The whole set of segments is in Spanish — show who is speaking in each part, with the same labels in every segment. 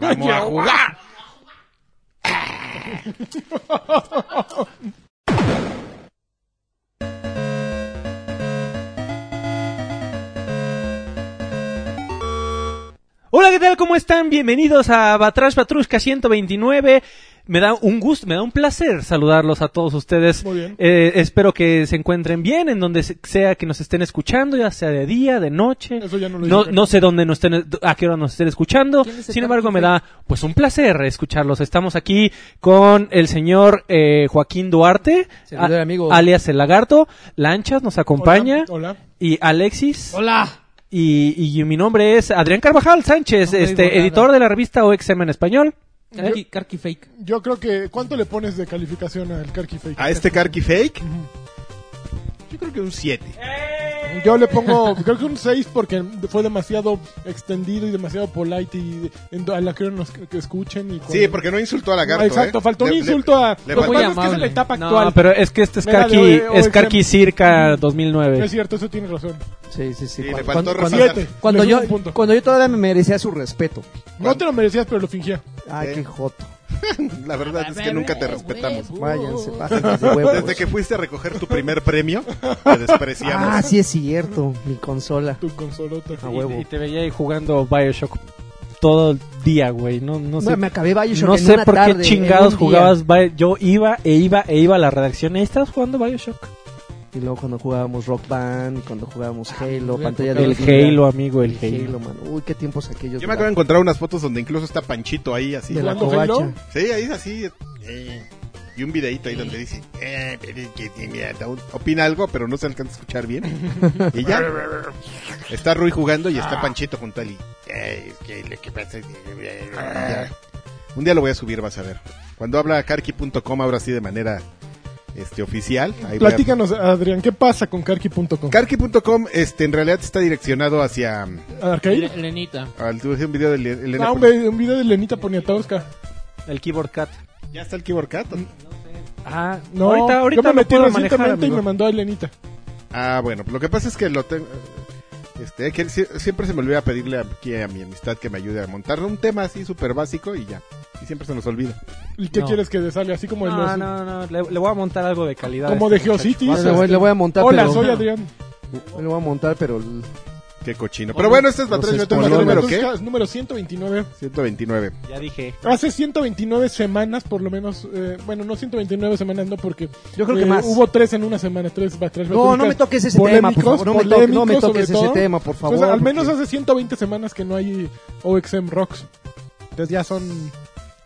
Speaker 1: Vamos a jugar.
Speaker 2: Hola, ¿qué tal? ¿Cómo están? Bienvenidos a Batrash Batrusca 129. Me da un gusto, me da un placer saludarlos a todos ustedes.
Speaker 3: Muy bien.
Speaker 2: Eh, espero que se encuentren bien en donde se- sea que nos estén escuchando, ya sea de día, de noche.
Speaker 3: Eso ya no lo
Speaker 2: no,
Speaker 3: dije.
Speaker 2: no sé dónde nos estén, a qué hora nos estén escuchando.
Speaker 4: ¿Quién es el
Speaker 2: Sin embargo, me
Speaker 4: Capitán?
Speaker 2: da pues un placer escucharlos. Estamos aquí con el señor eh, Joaquín Duarte,
Speaker 4: Servidor y amigo.
Speaker 2: alias el lagarto. Lanchas nos acompaña.
Speaker 3: Hola. hola.
Speaker 2: Y Alexis.
Speaker 4: ¡Hola!
Speaker 2: Y, y mi nombre es Adrián Carvajal Sánchez,
Speaker 4: No me digo
Speaker 2: este
Speaker 4: nada.
Speaker 2: editor de la revista OXM en español.
Speaker 4: Carqui, carqui fake.
Speaker 3: Yo creo que. ¿Cuánto le pones de calificación al Karki Fake?
Speaker 1: ¿A este Karki Fake? Yo creo que un 7.
Speaker 3: Yo le pongo. creo que un 6 porque fue demasiado extendido y demasiado polite y en- a la que nos que, que escuchen. Y
Speaker 1: Sí, porque no insultó a la
Speaker 3: Ah,
Speaker 1: carta.
Speaker 3: Exacto, faltó un insulto a.
Speaker 1: le
Speaker 3: Lo que
Speaker 1: faltó-
Speaker 3: pasa es que
Speaker 4: amable.
Speaker 3: es la etapa
Speaker 2: No,
Speaker 3: actual.
Speaker 2: pero es que este es
Speaker 3: Mira,
Speaker 2: Karki,
Speaker 3: de hoy-
Speaker 2: es
Speaker 3: hoy
Speaker 2: Karki
Speaker 3: se-
Speaker 2: circa
Speaker 3: Es
Speaker 2: 2009.
Speaker 3: cierto, eso tiene razón.
Speaker 4: Sí, sí,
Speaker 1: Sí,
Speaker 4: sí. Cuando-
Speaker 1: le faltó
Speaker 4: cuando-
Speaker 1: resaltar.
Speaker 3: Siete.
Speaker 4: Cuando
Speaker 3: Le
Speaker 4: yo,
Speaker 3: subo un punto.
Speaker 4: cuando yo todavía me merecía su respeto.
Speaker 3: No te lo merecías, pero lo fingía.
Speaker 4: Ay,
Speaker 1: Sí.
Speaker 4: qué joto.
Speaker 1: La verdad es que nunca te respetamos.
Speaker 4: Uh. Váyanse, pásense de huevos.
Speaker 1: Desde que fuiste a recoger tu primer premio, te despreciamos.
Speaker 4: Ah, sí es cierto. Mi consola.
Speaker 3: Tu consolota.
Speaker 4: A
Speaker 2: Y,
Speaker 4: huevo.
Speaker 2: y te veía ahí jugando Bioshock todo el día, güey. No, no sé,
Speaker 4: Bueno, me acabé Bioshock
Speaker 2: no
Speaker 4: en
Speaker 2: sé
Speaker 4: una
Speaker 2: por qué
Speaker 4: tarde,
Speaker 2: chingados
Speaker 4: en un día.
Speaker 2: jugabas Bio- Yo iba e iba e iba a la redacción y ahí estabas jugando Bioshock.
Speaker 4: Y luego cuando jugábamos Rock Band, y cuando jugábamos Halo,
Speaker 5: bien,
Speaker 4: pantalla
Speaker 5: porque
Speaker 4: de
Speaker 2: El Halo, amigo, el Halo.
Speaker 4: Halo, man. Uy, qué tiempos aquellos.
Speaker 1: Yo me acabo de
Speaker 4: ¿verdad?
Speaker 1: encontrar unas fotos donde incluso está Panchito ahí, así.
Speaker 4: de la
Speaker 3: ¿Jugando Halo?
Speaker 4: covacha.
Speaker 1: Sí, ahí es así. eh, y un videito ahí donde dice, eh, eh, que- que- mira, opina algo, pero no se alcanza a escuchar bien. Y ya. Está Rui jugando y está Panchito junto a él. y, Ah. eh, es que lo que pasa es que- eh, ya. Un día lo voy a subir, vas a ver. Cuando habla Karki.com, ahora sí de manera este oficial. Ahí voy a-
Speaker 3: Platícanos, Adrián, ¿qué pasa con Karki.com?
Speaker 1: Karki.com este, en realidad está direccionado hacia...
Speaker 3: ¿Arcade?
Speaker 5: Lenita.
Speaker 1: al- tuve un video de Le- Elena
Speaker 3: Ah, un,
Speaker 1: Poli-
Speaker 3: ve- un video de Lenita Poniatowska.
Speaker 2: El Keyboard Cat.
Speaker 1: ¿Ya está el Keyboard Cat?
Speaker 2: Ah,
Speaker 3: No,
Speaker 2: ahorita, ahorita
Speaker 3: yo me
Speaker 2: lo
Speaker 3: metí
Speaker 2: puedo manejar,
Speaker 3: recientemente y
Speaker 2: amigo.
Speaker 3: me mandó a Lenita.
Speaker 1: Ah, bueno, lo que pasa es que lo tengo. Este, que sie- siempre se me olvida pedirle aquí a mi amistad que me ayude a montar un tema así súper básico y ya. Y siempre se nos olvida.
Speaker 3: ¿Y qué
Speaker 2: No.
Speaker 3: quieres que desale? Así como el
Speaker 2: No, no, no, le, le voy a montar algo de calidad. a
Speaker 3: Como
Speaker 2: este
Speaker 3: de
Speaker 2: muchacho.
Speaker 3: Geocities.
Speaker 4: Bueno, le voy, le voy a montar,
Speaker 3: Hola,
Speaker 4: pero...
Speaker 3: soy Adrián.
Speaker 4: Le voy a montar, pero...
Speaker 1: Qué cochino. Pero bueno, este es
Speaker 4: Los
Speaker 1: Batrash Batrash
Speaker 4: Hola,
Speaker 3: Adrián
Speaker 1: número
Speaker 3: Batusca,
Speaker 1: ¿qué?
Speaker 3: es número 129.
Speaker 1: 129.
Speaker 2: Ya dije.
Speaker 3: Hace 129 semanas, por lo menos. eh, bueno, no 129 semanas, no, porque.
Speaker 4: Yo creo
Speaker 3: eh,
Speaker 4: que más.
Speaker 3: Hubo tres en una semana, tres Batrash
Speaker 4: No, no me
Speaker 3: Batuscas
Speaker 4: toques ese tema, por
Speaker 3: polémicos,
Speaker 4: favor. No me, toques- no me
Speaker 3: polémicos,
Speaker 4: toques
Speaker 3: sobre
Speaker 4: ese
Speaker 3: todo.
Speaker 4: tema, por
Speaker 1: Pues,
Speaker 4: favor.
Speaker 3: Entonces, al menos
Speaker 4: porque-
Speaker 3: hace 120 semanas que no hay OXM Rocks. Entonces ya son.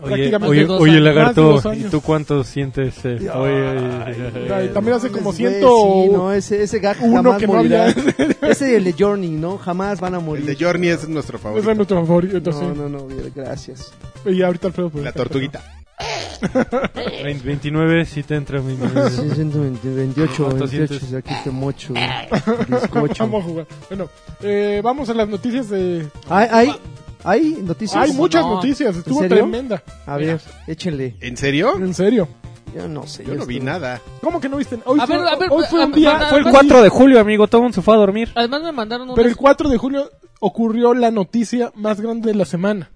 Speaker 2: Oye,
Speaker 3: Prácticamente
Speaker 2: oye,
Speaker 3: dos
Speaker 2: oye,
Speaker 3: años. Más de
Speaker 2: lagarto,
Speaker 3: dos
Speaker 2: ¿y
Speaker 3: años.
Speaker 2: tú cuánto sientes? eh? Oye, eh,
Speaker 3: Ay, también hace como
Speaker 4: Mames,
Speaker 3: 100.
Speaker 4: güey, sí, no, ese, ese gag
Speaker 3: uno
Speaker 4: jamás
Speaker 3: que no
Speaker 4: morirá.
Speaker 3: había.
Speaker 4: ese y el de Journey, ¿no? Jamás van a
Speaker 1: El
Speaker 4: morir.
Speaker 1: de Journey es nuestro
Speaker 3: Ese es
Speaker 1: favorito.
Speaker 3: nuestro favorito,
Speaker 4: no,
Speaker 3: sí.
Speaker 4: no, no, bien, gracias.
Speaker 3: Y ahorita Alfredo pues,
Speaker 1: La
Speaker 3: está-
Speaker 1: tortuguita.
Speaker 2: 29 eh, sí te entra mi
Speaker 4: 28,
Speaker 2: 800.
Speaker 4: 28, aquí te mocho.
Speaker 3: Vamos
Speaker 4: Bizcocho.
Speaker 3: a jugar. Bueno, eh, vamos a las noticias de.
Speaker 4: ¿Hay, hay, hay noticias?
Speaker 3: Hay muchas
Speaker 5: no.
Speaker 3: noticias, estuvo
Speaker 4: serio?
Speaker 3: tremenda.
Speaker 4: A ver, échenle.
Speaker 1: ¿En serio?
Speaker 3: En serio.
Speaker 4: Yo no sé.
Speaker 1: Yo no vi
Speaker 4: estoy-
Speaker 1: nada.
Speaker 3: ¿Cómo que no viste? Hoy,
Speaker 5: A
Speaker 3: fue,
Speaker 5: ver, a ver,
Speaker 3: hoy fue
Speaker 5: a-
Speaker 3: un día.
Speaker 5: a-
Speaker 2: Fue el
Speaker 5: Además,
Speaker 2: 4 de julio, amigo. Todo se fue a dormir.
Speaker 5: Además me mandaron
Speaker 3: Pero
Speaker 5: una...
Speaker 3: el 4 de julio ocurrió la noticia más grande de la semana.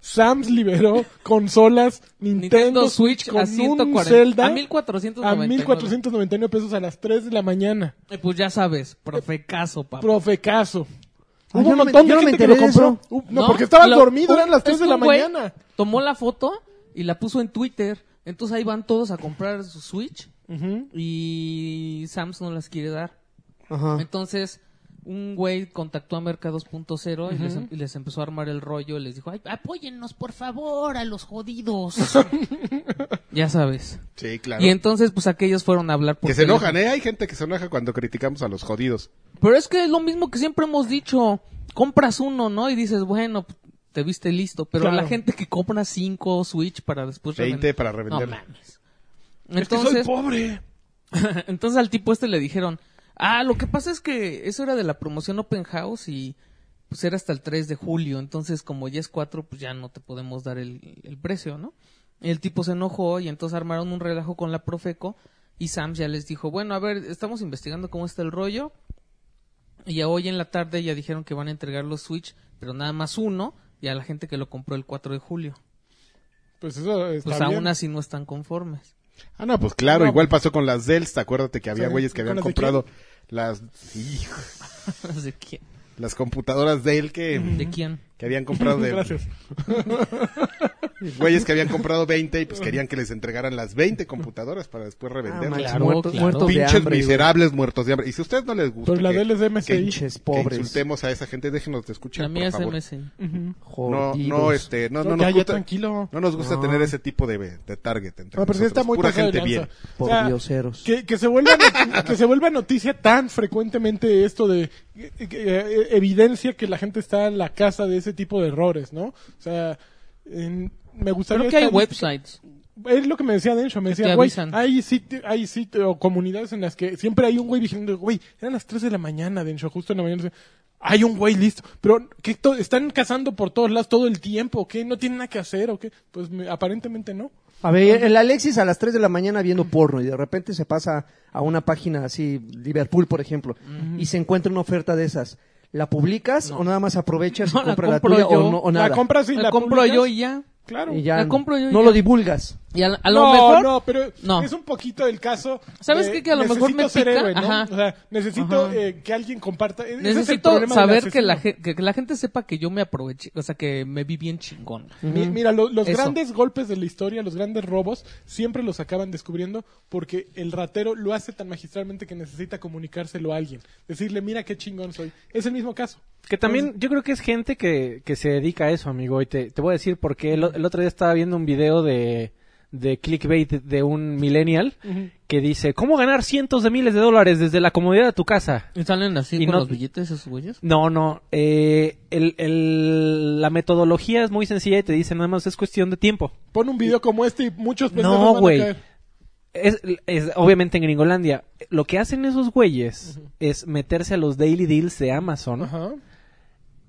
Speaker 3: Sams liberó consolas Nintendo,
Speaker 5: Nintendo Switch
Speaker 3: con
Speaker 5: a
Speaker 3: un
Speaker 5: 140...
Speaker 3: Zelda
Speaker 5: a
Speaker 3: a
Speaker 5: 1499.
Speaker 3: 1499 pesos a las 3 de la mañana.
Speaker 5: Eh, Pues ya sabes, profecaso, papá.
Speaker 3: Profecazo.
Speaker 4: Ah,
Speaker 3: Hubo
Speaker 4: yo
Speaker 3: un
Speaker 4: no me-
Speaker 3: montón de
Speaker 4: yo no me
Speaker 3: gente que lo
Speaker 4: enteré de
Speaker 3: compró.
Speaker 4: eso.
Speaker 3: Uh, No, porque estabas dormido, eran las 3 de la mañana.
Speaker 5: Tomó la foto y la puso en Twitter. Entonces ahí van todos a comprar su Switch
Speaker 3: Ujú.
Speaker 5: y Sams no las quiere dar.
Speaker 4: Ajá.
Speaker 5: Entonces, un güey contactó a Merca 2.0 y, les, em- y les empezó a armar el rollo. Les dijo, "Ay, apóyennos, por favor, a los jodidos. ya sabes.
Speaker 1: Sí, claro.
Speaker 5: Y entonces, pues aquellos fueron a hablar por
Speaker 1: Que se
Speaker 5: teléfono.
Speaker 1: enojan, ¿eh? Hay gente que se enoja cuando criticamos a los jodidos.
Speaker 5: Pero es que es lo mismo que siempre hemos dicho. Compras uno, ¿no? Y dices, bueno, pues, te viste listo. Pero
Speaker 3: Claro.
Speaker 5: la gente que compra cinco Switch para después...
Speaker 1: 20
Speaker 5: revender-
Speaker 1: para
Speaker 5: Pues, No
Speaker 1: revender.
Speaker 5: mames. Entonces,
Speaker 3: pobre.
Speaker 5: Entonces al tipo este le dijeron, ah, lo que pasa es que eso era de la promoción Open House y pues era hasta el 3 de julio, entonces como ya es 4, pues ya no te podemos dar el, el precio, ¿no? Y el tipo se enojó y entonces armaron un relajo con la Profeco y Sam ya les dijo, bueno, a ver, estamos investigando cómo está el rollo y ya hoy en la tarde ya dijeron que van a entregar los Switch, pero nada más uno y a la gente que lo compró el 4 de julio.
Speaker 3: Pues eso está
Speaker 5: Pues
Speaker 3: bien.
Speaker 5: aún así no están conformes.
Speaker 1: Ah, no, pues claro,
Speaker 3: No.
Speaker 1: igual pasó con las Delta. Acuérdate que había
Speaker 3: Sí,
Speaker 1: güeyes que
Speaker 3: ¿con
Speaker 1: habían
Speaker 3: las de
Speaker 1: comprado las hijo,
Speaker 5: ¿De quién?
Speaker 1: las computadoras de él que,
Speaker 5: ¿De quién?
Speaker 1: que habían comprado de
Speaker 3: Gracias.
Speaker 1: güeyes que habían comprado 20 y pues querían que les entregaran las 20 computadoras para después
Speaker 4: Ah,
Speaker 1: revenderlas.
Speaker 4: manches,
Speaker 5: Claro,
Speaker 4: muertos,
Speaker 5: claro.
Speaker 4: muertos de
Speaker 1: Pinches
Speaker 4: hambre. güey.
Speaker 1: miserables muertos de hambre. Y si a ustedes no les gusta
Speaker 3: Pero Pues la
Speaker 1: que,
Speaker 3: del es de MSI.
Speaker 4: Pinches
Speaker 1: que
Speaker 4: pobres.
Speaker 1: insultemos a esa gente, déjenos de escuchar,
Speaker 5: La
Speaker 1: por
Speaker 5: mía es
Speaker 1: favor.
Speaker 5: MSI.
Speaker 1: No,
Speaker 3: Ujú.
Speaker 1: no,
Speaker 4: Jodidos.
Speaker 1: este, no, no,
Speaker 3: ya,
Speaker 1: nos
Speaker 3: ya,
Speaker 1: gusta,
Speaker 3: tranquilo.
Speaker 1: no nos gusta
Speaker 4: No.
Speaker 1: tener ese tipo de, de target. Entre
Speaker 3: No, Ah, pero sí está
Speaker 1: nosotros.
Speaker 3: muy
Speaker 1: Pura
Speaker 3: pasado de
Speaker 1: gente
Speaker 3: lanza.
Speaker 1: bien.
Speaker 4: Por
Speaker 3: O sea,
Speaker 4: dioseros.
Speaker 3: Que, que, se vuelva, not- que se vuelva noticia tan frecuentemente esto de que- que, eh, evidencia que la gente está en la casa de ese tipo de errores, ¿no? O sea, en- me gustaría...
Speaker 5: Creo que hay
Speaker 3: estar-
Speaker 5: websites.
Speaker 3: Es lo que me decía Dencho, me
Speaker 5: Que
Speaker 3: decía,
Speaker 5: te
Speaker 3: güey,
Speaker 5: avisan".
Speaker 3: hay sitio, hay sitio, o comunidades en las que siempre hay un güey vigilando, güey, eran las 3 de la mañana, Dencho, justo en la mañana. Hay un güey listo, pero que to- están cazando por todos lados todo el tiempo, ¿qué? ¿No tienen nada que hacer o qué? Pues me- aparentemente no.
Speaker 4: A ver, el Alexis a las 3 de la mañana viendo porno y de repente se pasa a una página así, Liverpool, por ejemplo, y se encuentra una oferta de esas. ¿La publicas o nada más aprovechas y
Speaker 5: No, la
Speaker 4: compras la,
Speaker 5: compro
Speaker 4: tuya
Speaker 5: yo.
Speaker 4: o, no- o
Speaker 3: La
Speaker 4: nada?
Speaker 3: compras y la,
Speaker 5: La compro
Speaker 3: publicas,
Speaker 5: yo y ya.
Speaker 3: Claro.
Speaker 4: Y ya
Speaker 5: La
Speaker 4: no-
Speaker 5: compro yo y
Speaker 4: no
Speaker 5: ya.
Speaker 4: lo divulgas.
Speaker 5: Y a, la- a lo
Speaker 3: no,
Speaker 5: mejor.
Speaker 3: no, pero
Speaker 5: No.
Speaker 3: es un poquito el caso.
Speaker 5: ¿Sabes
Speaker 3: de
Speaker 5: qué? Que a lo mejor me
Speaker 3: necesito ser
Speaker 5: pica,
Speaker 3: héroe, ¿no?
Speaker 5: ajá.
Speaker 3: O sea, necesito
Speaker 5: Ajá.
Speaker 3: eh, que alguien comparta. Ese es el
Speaker 5: Necesito
Speaker 3: problema del
Speaker 5: saber que la,
Speaker 3: asesino.
Speaker 5: ge- que que la gente sepa que yo me aproveché, o sea, que me vi bien chingón.
Speaker 3: Mi- Mira, lo- los
Speaker 5: Eso.
Speaker 3: grandes golpes de la historia, los grandes robos, siempre los acaban descubriendo porque el ratero lo hace tan magistralmente que necesita comunicárselo a alguien. Decirle, mira qué chingón soy. Es el mismo caso.
Speaker 2: Que también yo creo que es gente que, que se dedica a eso, amigo. Y te, te voy a decir por qué. El, o- el otro día estaba viendo un video de, de clickbait de un millennial que dice, ¿cómo ganar cientos de miles de dólares desde la comodidad de tu casa?
Speaker 5: ¿Y salen así
Speaker 2: Y
Speaker 5: con
Speaker 2: no-
Speaker 5: los billetes esos güeyes?
Speaker 2: No, no. eh, el- el- la metodología es muy sencilla y te dice, nada más es cuestión de tiempo.
Speaker 3: Pon un video como este y muchos pendejos
Speaker 2: No,
Speaker 3: van a
Speaker 2: güey.
Speaker 3: caer.
Speaker 2: Es, es- obviamente en Gringolandia. Lo que hacen esos güeyes es meterse a los daily deals de Amazon.
Speaker 3: Ajá.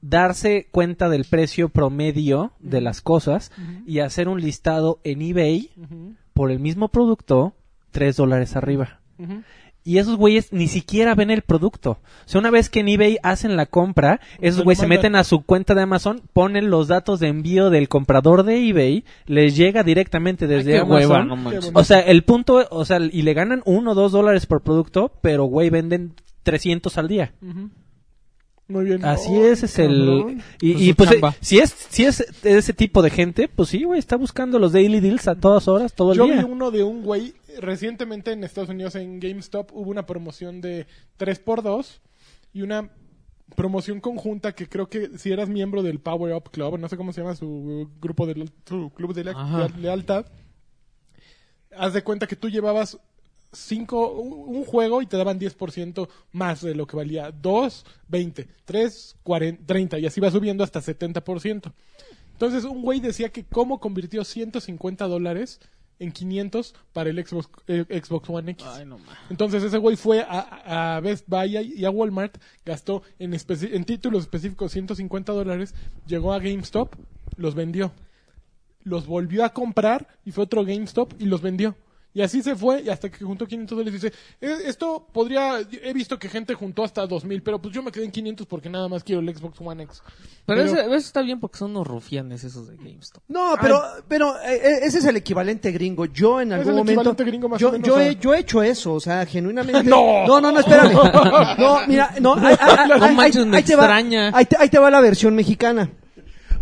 Speaker 2: darse cuenta del precio promedio de las cosas y hacer un listado en eBay
Speaker 3: Ujú.
Speaker 2: por el mismo producto, tres dólares arriba.
Speaker 3: Ujú.
Speaker 2: Y esos güeyes ni siquiera ven el producto. O sea, una vez que en eBay hacen la compra,
Speaker 3: Se
Speaker 5: Pues
Speaker 2: esos
Speaker 3: lo
Speaker 2: güeyes se
Speaker 3: mandan.
Speaker 2: meten a su cuenta de Amazon, ponen los datos de envío del comprador de eBay, les llega directamente desde
Speaker 5: Ay, qué
Speaker 2: Amazon.
Speaker 5: hueva, no manches.
Speaker 2: O sea, el punto, o sea, y le ganan uno o dos dólares por producto, pero güey, venden 300 al día.
Speaker 3: Muy bien.
Speaker 2: Así
Speaker 3: Ay,
Speaker 2: es, es el...
Speaker 3: cabrón.
Speaker 2: Y,
Speaker 5: Pues
Speaker 2: y,
Speaker 5: su
Speaker 2: pues eh,
Speaker 5: chamba.
Speaker 2: si es, si es de ese tipo de gente, pues sí, güey, está buscando los daily deals a todas horas, todo el
Speaker 3: Yo vi
Speaker 2: día.
Speaker 3: uno de un güey, recientemente en Estados Unidos en GameStop hubo una promoción de 3x2 y una promoción conjunta que creo que si eras miembro del Power Up Club, no sé cómo se llama su grupo de le- su club de, le-
Speaker 5: Ajá.
Speaker 3: de lealtad, haz de cuenta que tú llevabas cinco un un juego y te daban 10% más de lo que valía, 2 20, 3 40, 30 y así va subiendo hasta 70%. Entonces, un güey decía que cómo convirtió 150 dólares en 500 para el Xbox, eh, Xbox One X.
Speaker 5: Ay, no mames.
Speaker 3: Entonces, ese güey fue a, a Best Buy y a Walmart, gastó en, especi- en títulos específicos 150 dólares, llegó a GameStop, los vendió. Los volvió a comprar y fue otro GameStop y los vendió. Y así se fue y hasta que juntó 500 dólares dice, "Eh, esto podría, he visto que gente juntó hasta 2000, pero pues yo me quedé en 500 porque nada más quiero el Xbox One X.
Speaker 5: Pero, ese- eso está bien porque son unos rufianes esos de GameStop.
Speaker 4: No, pero, pero eh, ese es el equivalente gringo. Yo en
Speaker 3: Es
Speaker 4: algún
Speaker 3: el
Speaker 4: momento.
Speaker 3: equivalente gringo más
Speaker 4: yo,
Speaker 3: o menos,
Speaker 4: yo,
Speaker 3: ¿no?
Speaker 4: he, yo he hecho eso, o sea, genuinamente.
Speaker 3: ¡No!
Speaker 4: no, no, no, espérame. No, mira, no. ahí- ahí- ahí-
Speaker 5: No
Speaker 4: ahí-
Speaker 5: manches, me
Speaker 4: ahí te va-
Speaker 5: extraña.
Speaker 4: ahí te- ahí te va la versión mexicana.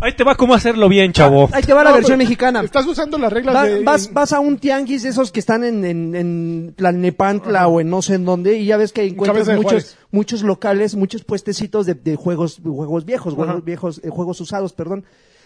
Speaker 2: Ahí te va cómo hacerlo bien, chavo.
Speaker 4: Ahí te va la
Speaker 3: No,
Speaker 4: versión
Speaker 3: pero
Speaker 5: pues,
Speaker 4: mexicana.
Speaker 3: Estás usando las reglas
Speaker 4: Va-
Speaker 3: de...
Speaker 4: vas, vas a un tianguis de esos que están en, en, en Tlalnepantla o en no sé en dónde y ya ves que encuentras
Speaker 3: Cabeza de
Speaker 4: muchos,
Speaker 3: Juárez.
Speaker 4: muchos locales, muchos puestecitos de, de juegos, juegos viejos,
Speaker 3: Ajá.
Speaker 4: juegos, viejos eh, juegos usados, perdón.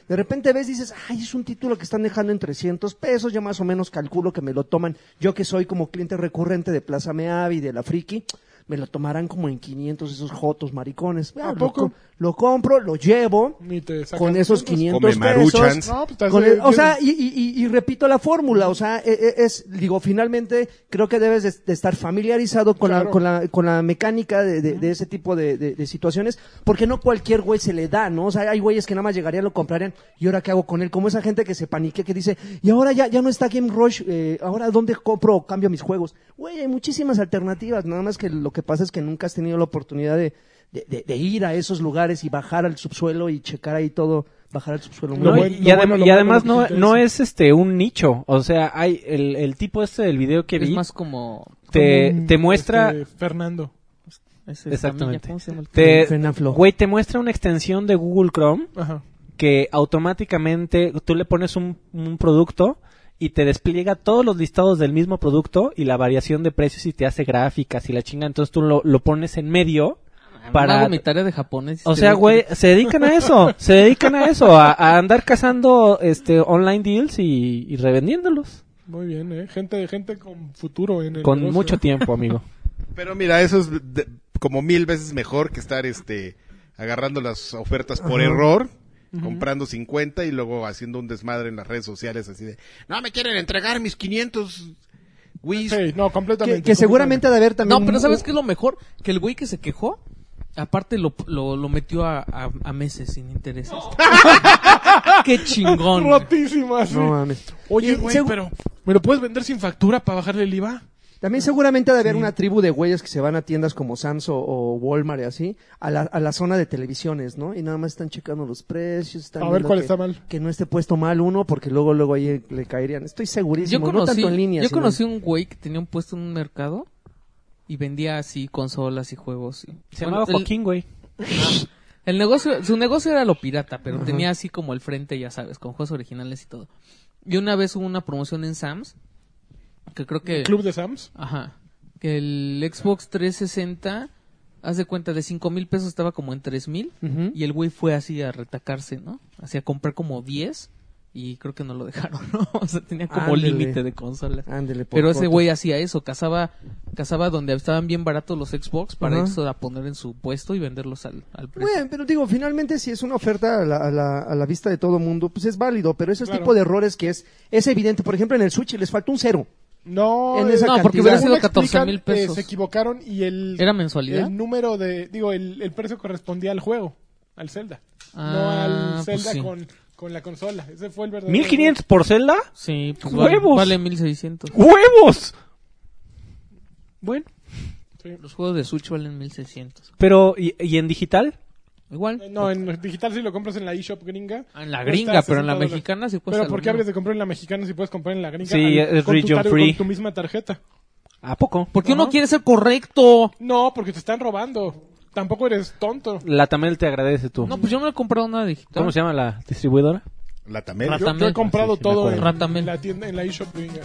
Speaker 4: De repente ves, dices, ay, es un título que están dejando en 300 pesos, yo más o menos calculo que me lo toman. Yo que soy como cliente recurrente de Plaza Meavi, de La Friki, me lo tomarán como en 500 esos jotos maricones.
Speaker 3: ¿A
Speaker 4: lo
Speaker 3: poco?
Speaker 4: com- Lo, compro, lo llevo,
Speaker 3: Ni te sacas
Speaker 4: con esos
Speaker 3: puntos.
Speaker 4: 500
Speaker 1: Come
Speaker 4: pesos.
Speaker 1: maruchans.
Speaker 3: No, pues, te
Speaker 4: Con
Speaker 3: hace-
Speaker 4: el- o sea, y, y- y- y repito la fórmula, o sea, e- e- es, digo, finalmente creo que debes de, de estar familiarizado con,
Speaker 3: Claro.
Speaker 4: la, con, la, con la mecánica de, de- de ese tipo de, de- de situaciones, porque no cualquier güey se le da, ¿no? O sea, hay güeyes que nada más llegarían, lo comprarían, ¿y ahora qué hago con él? Como esa gente que se panique, que dice, y ahora ya, ya no está Game Rush, eh, ahora ¿dónde compro o cambio mis juegos? Güey, hay muchísimas alternativas, nada más que lo que pasa es que nunca has tenido la oportunidad de, de- de- de ir a esos lugares y bajar al subsuelo y checar ahí todo, bajar al subsuelo.
Speaker 3: Lo
Speaker 2: No,
Speaker 4: Muy
Speaker 3: bueno-
Speaker 2: y,
Speaker 3: lo
Speaker 2: adem-
Speaker 3: bueno, lo
Speaker 2: y
Speaker 3: malo,
Speaker 2: además
Speaker 3: lo que
Speaker 2: no,
Speaker 3: interesa.
Speaker 2: no es este un nicho. O sea, hay el, el tipo este del video que
Speaker 5: es
Speaker 2: vi
Speaker 5: más como...
Speaker 2: te,
Speaker 3: Como un,
Speaker 2: te muestra,
Speaker 3: este, Fernando.
Speaker 5: ese
Speaker 2: Exactamente.
Speaker 5: familia, ¿cómo se llama el-
Speaker 2: te-
Speaker 4: bien, Fernanfloo.
Speaker 2: güey, te muestra una extensión de Google Chrome
Speaker 3: Ajá.
Speaker 2: que automáticamente tú le pones un, un producto y te despliega todos los listados del mismo producto y la variación de precios y te hace gráficas y la chinga. Entonces tú lo, lo pones en medio
Speaker 5: No
Speaker 2: para...
Speaker 5: Ah, hago mi tarea de japonés.
Speaker 2: O
Speaker 5: Te
Speaker 2: sea,
Speaker 5: digo
Speaker 2: güey,
Speaker 5: que-
Speaker 2: se dedican a eso, se dedican a eso, a, a andar cazando este online deals y, y revendiéndolos
Speaker 3: Muy bien, ¿eh? Gente, gente con futuro en el
Speaker 2: con
Speaker 3: negocio.
Speaker 2: mucho tiempo, amigo.
Speaker 1: Pero mira, eso es de- como mil veces mejor que estar este agarrando las ofertas por error, comprando 50 y luego haciendo un desmadre en las redes sociales así de, no me quieren entregar mis 500 Wis.
Speaker 3: Sí, no, completamente.
Speaker 4: Que, que seguramente ha de haber también.
Speaker 5: No, pero
Speaker 4: un-
Speaker 5: ¿sabes qué es lo mejor? Que el güey que se quejó, aparte lo, lo, lo metió a, a, a meses sin intereses. ¡Qué chingón! güey.
Speaker 3: Rotísima, sí.
Speaker 4: No mames.
Speaker 3: Oye,
Speaker 4: Y
Speaker 3: güey,
Speaker 4: segu-
Speaker 3: pero ¿me lo puedes vender sin factura para bajarle el IVA?
Speaker 4: También seguramente ha de haber una tribu de güeyes que se van a tiendas como Sam's o, o Walmart y así, a la, a la zona de televisiones, ¿no? Y nada más están checando los precios. Están
Speaker 3: A ver
Speaker 4: viendo
Speaker 3: cuál
Speaker 4: que,
Speaker 3: está mal.
Speaker 4: Que no esté puesto mal uno, porque luego, luego ahí le caerían. Estoy
Speaker 5: Yo
Speaker 4: segurísimo, no
Speaker 5: conocí,
Speaker 4: tanto en línea.
Speaker 5: yo
Speaker 4: sino-
Speaker 5: conocí un güey que tenía un puesto en un mercado y vendía así consolas y juegos. y-
Speaker 2: Se
Speaker 5: Bueno,
Speaker 2: llamaba
Speaker 5: el-
Speaker 2: Joaquín, güey.
Speaker 5: El negocio, su negocio era lo pirata, pero tenía así como el frente, ya sabes, con juegos originales y todo. Y una vez hubo una promoción en Sam's, que creo que...
Speaker 3: Club de Sams.
Speaker 5: Ajá. Que el Xbox 360, haz de cuenta, de 5 mil pesos estaba como en 3 mil.
Speaker 4: Ujú.
Speaker 5: Y el güey fue así a retacarse, ¿no? Así a comprar como 10 y creo que no lo dejaron, ¿no? O sea, tenía como
Speaker 4: Ándele.
Speaker 5: límite de consolas.
Speaker 4: Ándele, por
Speaker 5: Pero ese
Speaker 4: corto.
Speaker 5: güey hacía eso, cazaba, cazaba donde estaban bien baratos los Xbox para
Speaker 4: Ajá.
Speaker 5: eso a poner en su puesto y venderlos al, al precio.
Speaker 4: Bueno, pero digo, finalmente si es una oferta a la, a la- a la vista de todo mundo, pues es válido, pero ese
Speaker 3: Claro.
Speaker 4: tipo de errores que es, es evidente. Por ejemplo, en el Switch les faltó un cero.
Speaker 3: No,
Speaker 4: En
Speaker 3: eh,
Speaker 4: esa
Speaker 3: según
Speaker 4: No, porque
Speaker 5: hubiera sido
Speaker 3: explican,
Speaker 5: 14,000
Speaker 3: eh,
Speaker 5: pesos.
Speaker 3: se equivocaron y el,
Speaker 5: ¿Era mensualidad?
Speaker 3: el número de. Digo, el, el precio correspondía al juego, al Zelda. no
Speaker 5: Ah,
Speaker 3: al
Speaker 5: pues
Speaker 3: Zelda
Speaker 5: sí.
Speaker 3: con, con la consola. Ese fue el verdadero.
Speaker 2: ¿1500 por celda?
Speaker 5: Sí, pues vale,
Speaker 2: ¡Huevos!
Speaker 5: vale 1600.
Speaker 2: ¡Huevos! Bueno,
Speaker 3: Sí.
Speaker 5: Los juegos de Switch valen 1600.
Speaker 2: pero ¿y, y en digital?
Speaker 5: Igual.
Speaker 3: Eh, No, en digital si lo compras en la eShop gringa.
Speaker 5: Ah, En la
Speaker 3: cuesta
Speaker 5: gringa, pero
Speaker 3: 60
Speaker 5: en la
Speaker 3: dólares.
Speaker 5: mexicana sí cuesta
Speaker 3: Pero
Speaker 5: lo
Speaker 3: ¿por qué habrías
Speaker 5: mismo.
Speaker 3: de comprar en la mexicana si puedes comprar en la gringa?
Speaker 2: Sí, es
Speaker 3: con tu
Speaker 2: region
Speaker 3: tar-
Speaker 2: free.
Speaker 3: Con tu misma tarjeta.
Speaker 2: ¿A poco?
Speaker 5: Porque uno
Speaker 3: Ajá.
Speaker 5: quiere ser correcto.
Speaker 3: No, porque te están robando. Tampoco eres tonto.
Speaker 2: La Tamel te agradece tú.
Speaker 5: No, pues yo no he comprado nada digital.
Speaker 2: ¿Cómo se llama la distribuidora?
Speaker 1: La tamel.
Speaker 5: Rata.
Speaker 3: Yo, yo he
Speaker 5: Ratamel.
Speaker 3: comprado
Speaker 2: Sí, sí, me
Speaker 3: todo
Speaker 2: acuerdo.
Speaker 3: en,
Speaker 5: Ratamel.
Speaker 3: en la tienda, en la eShop gringa.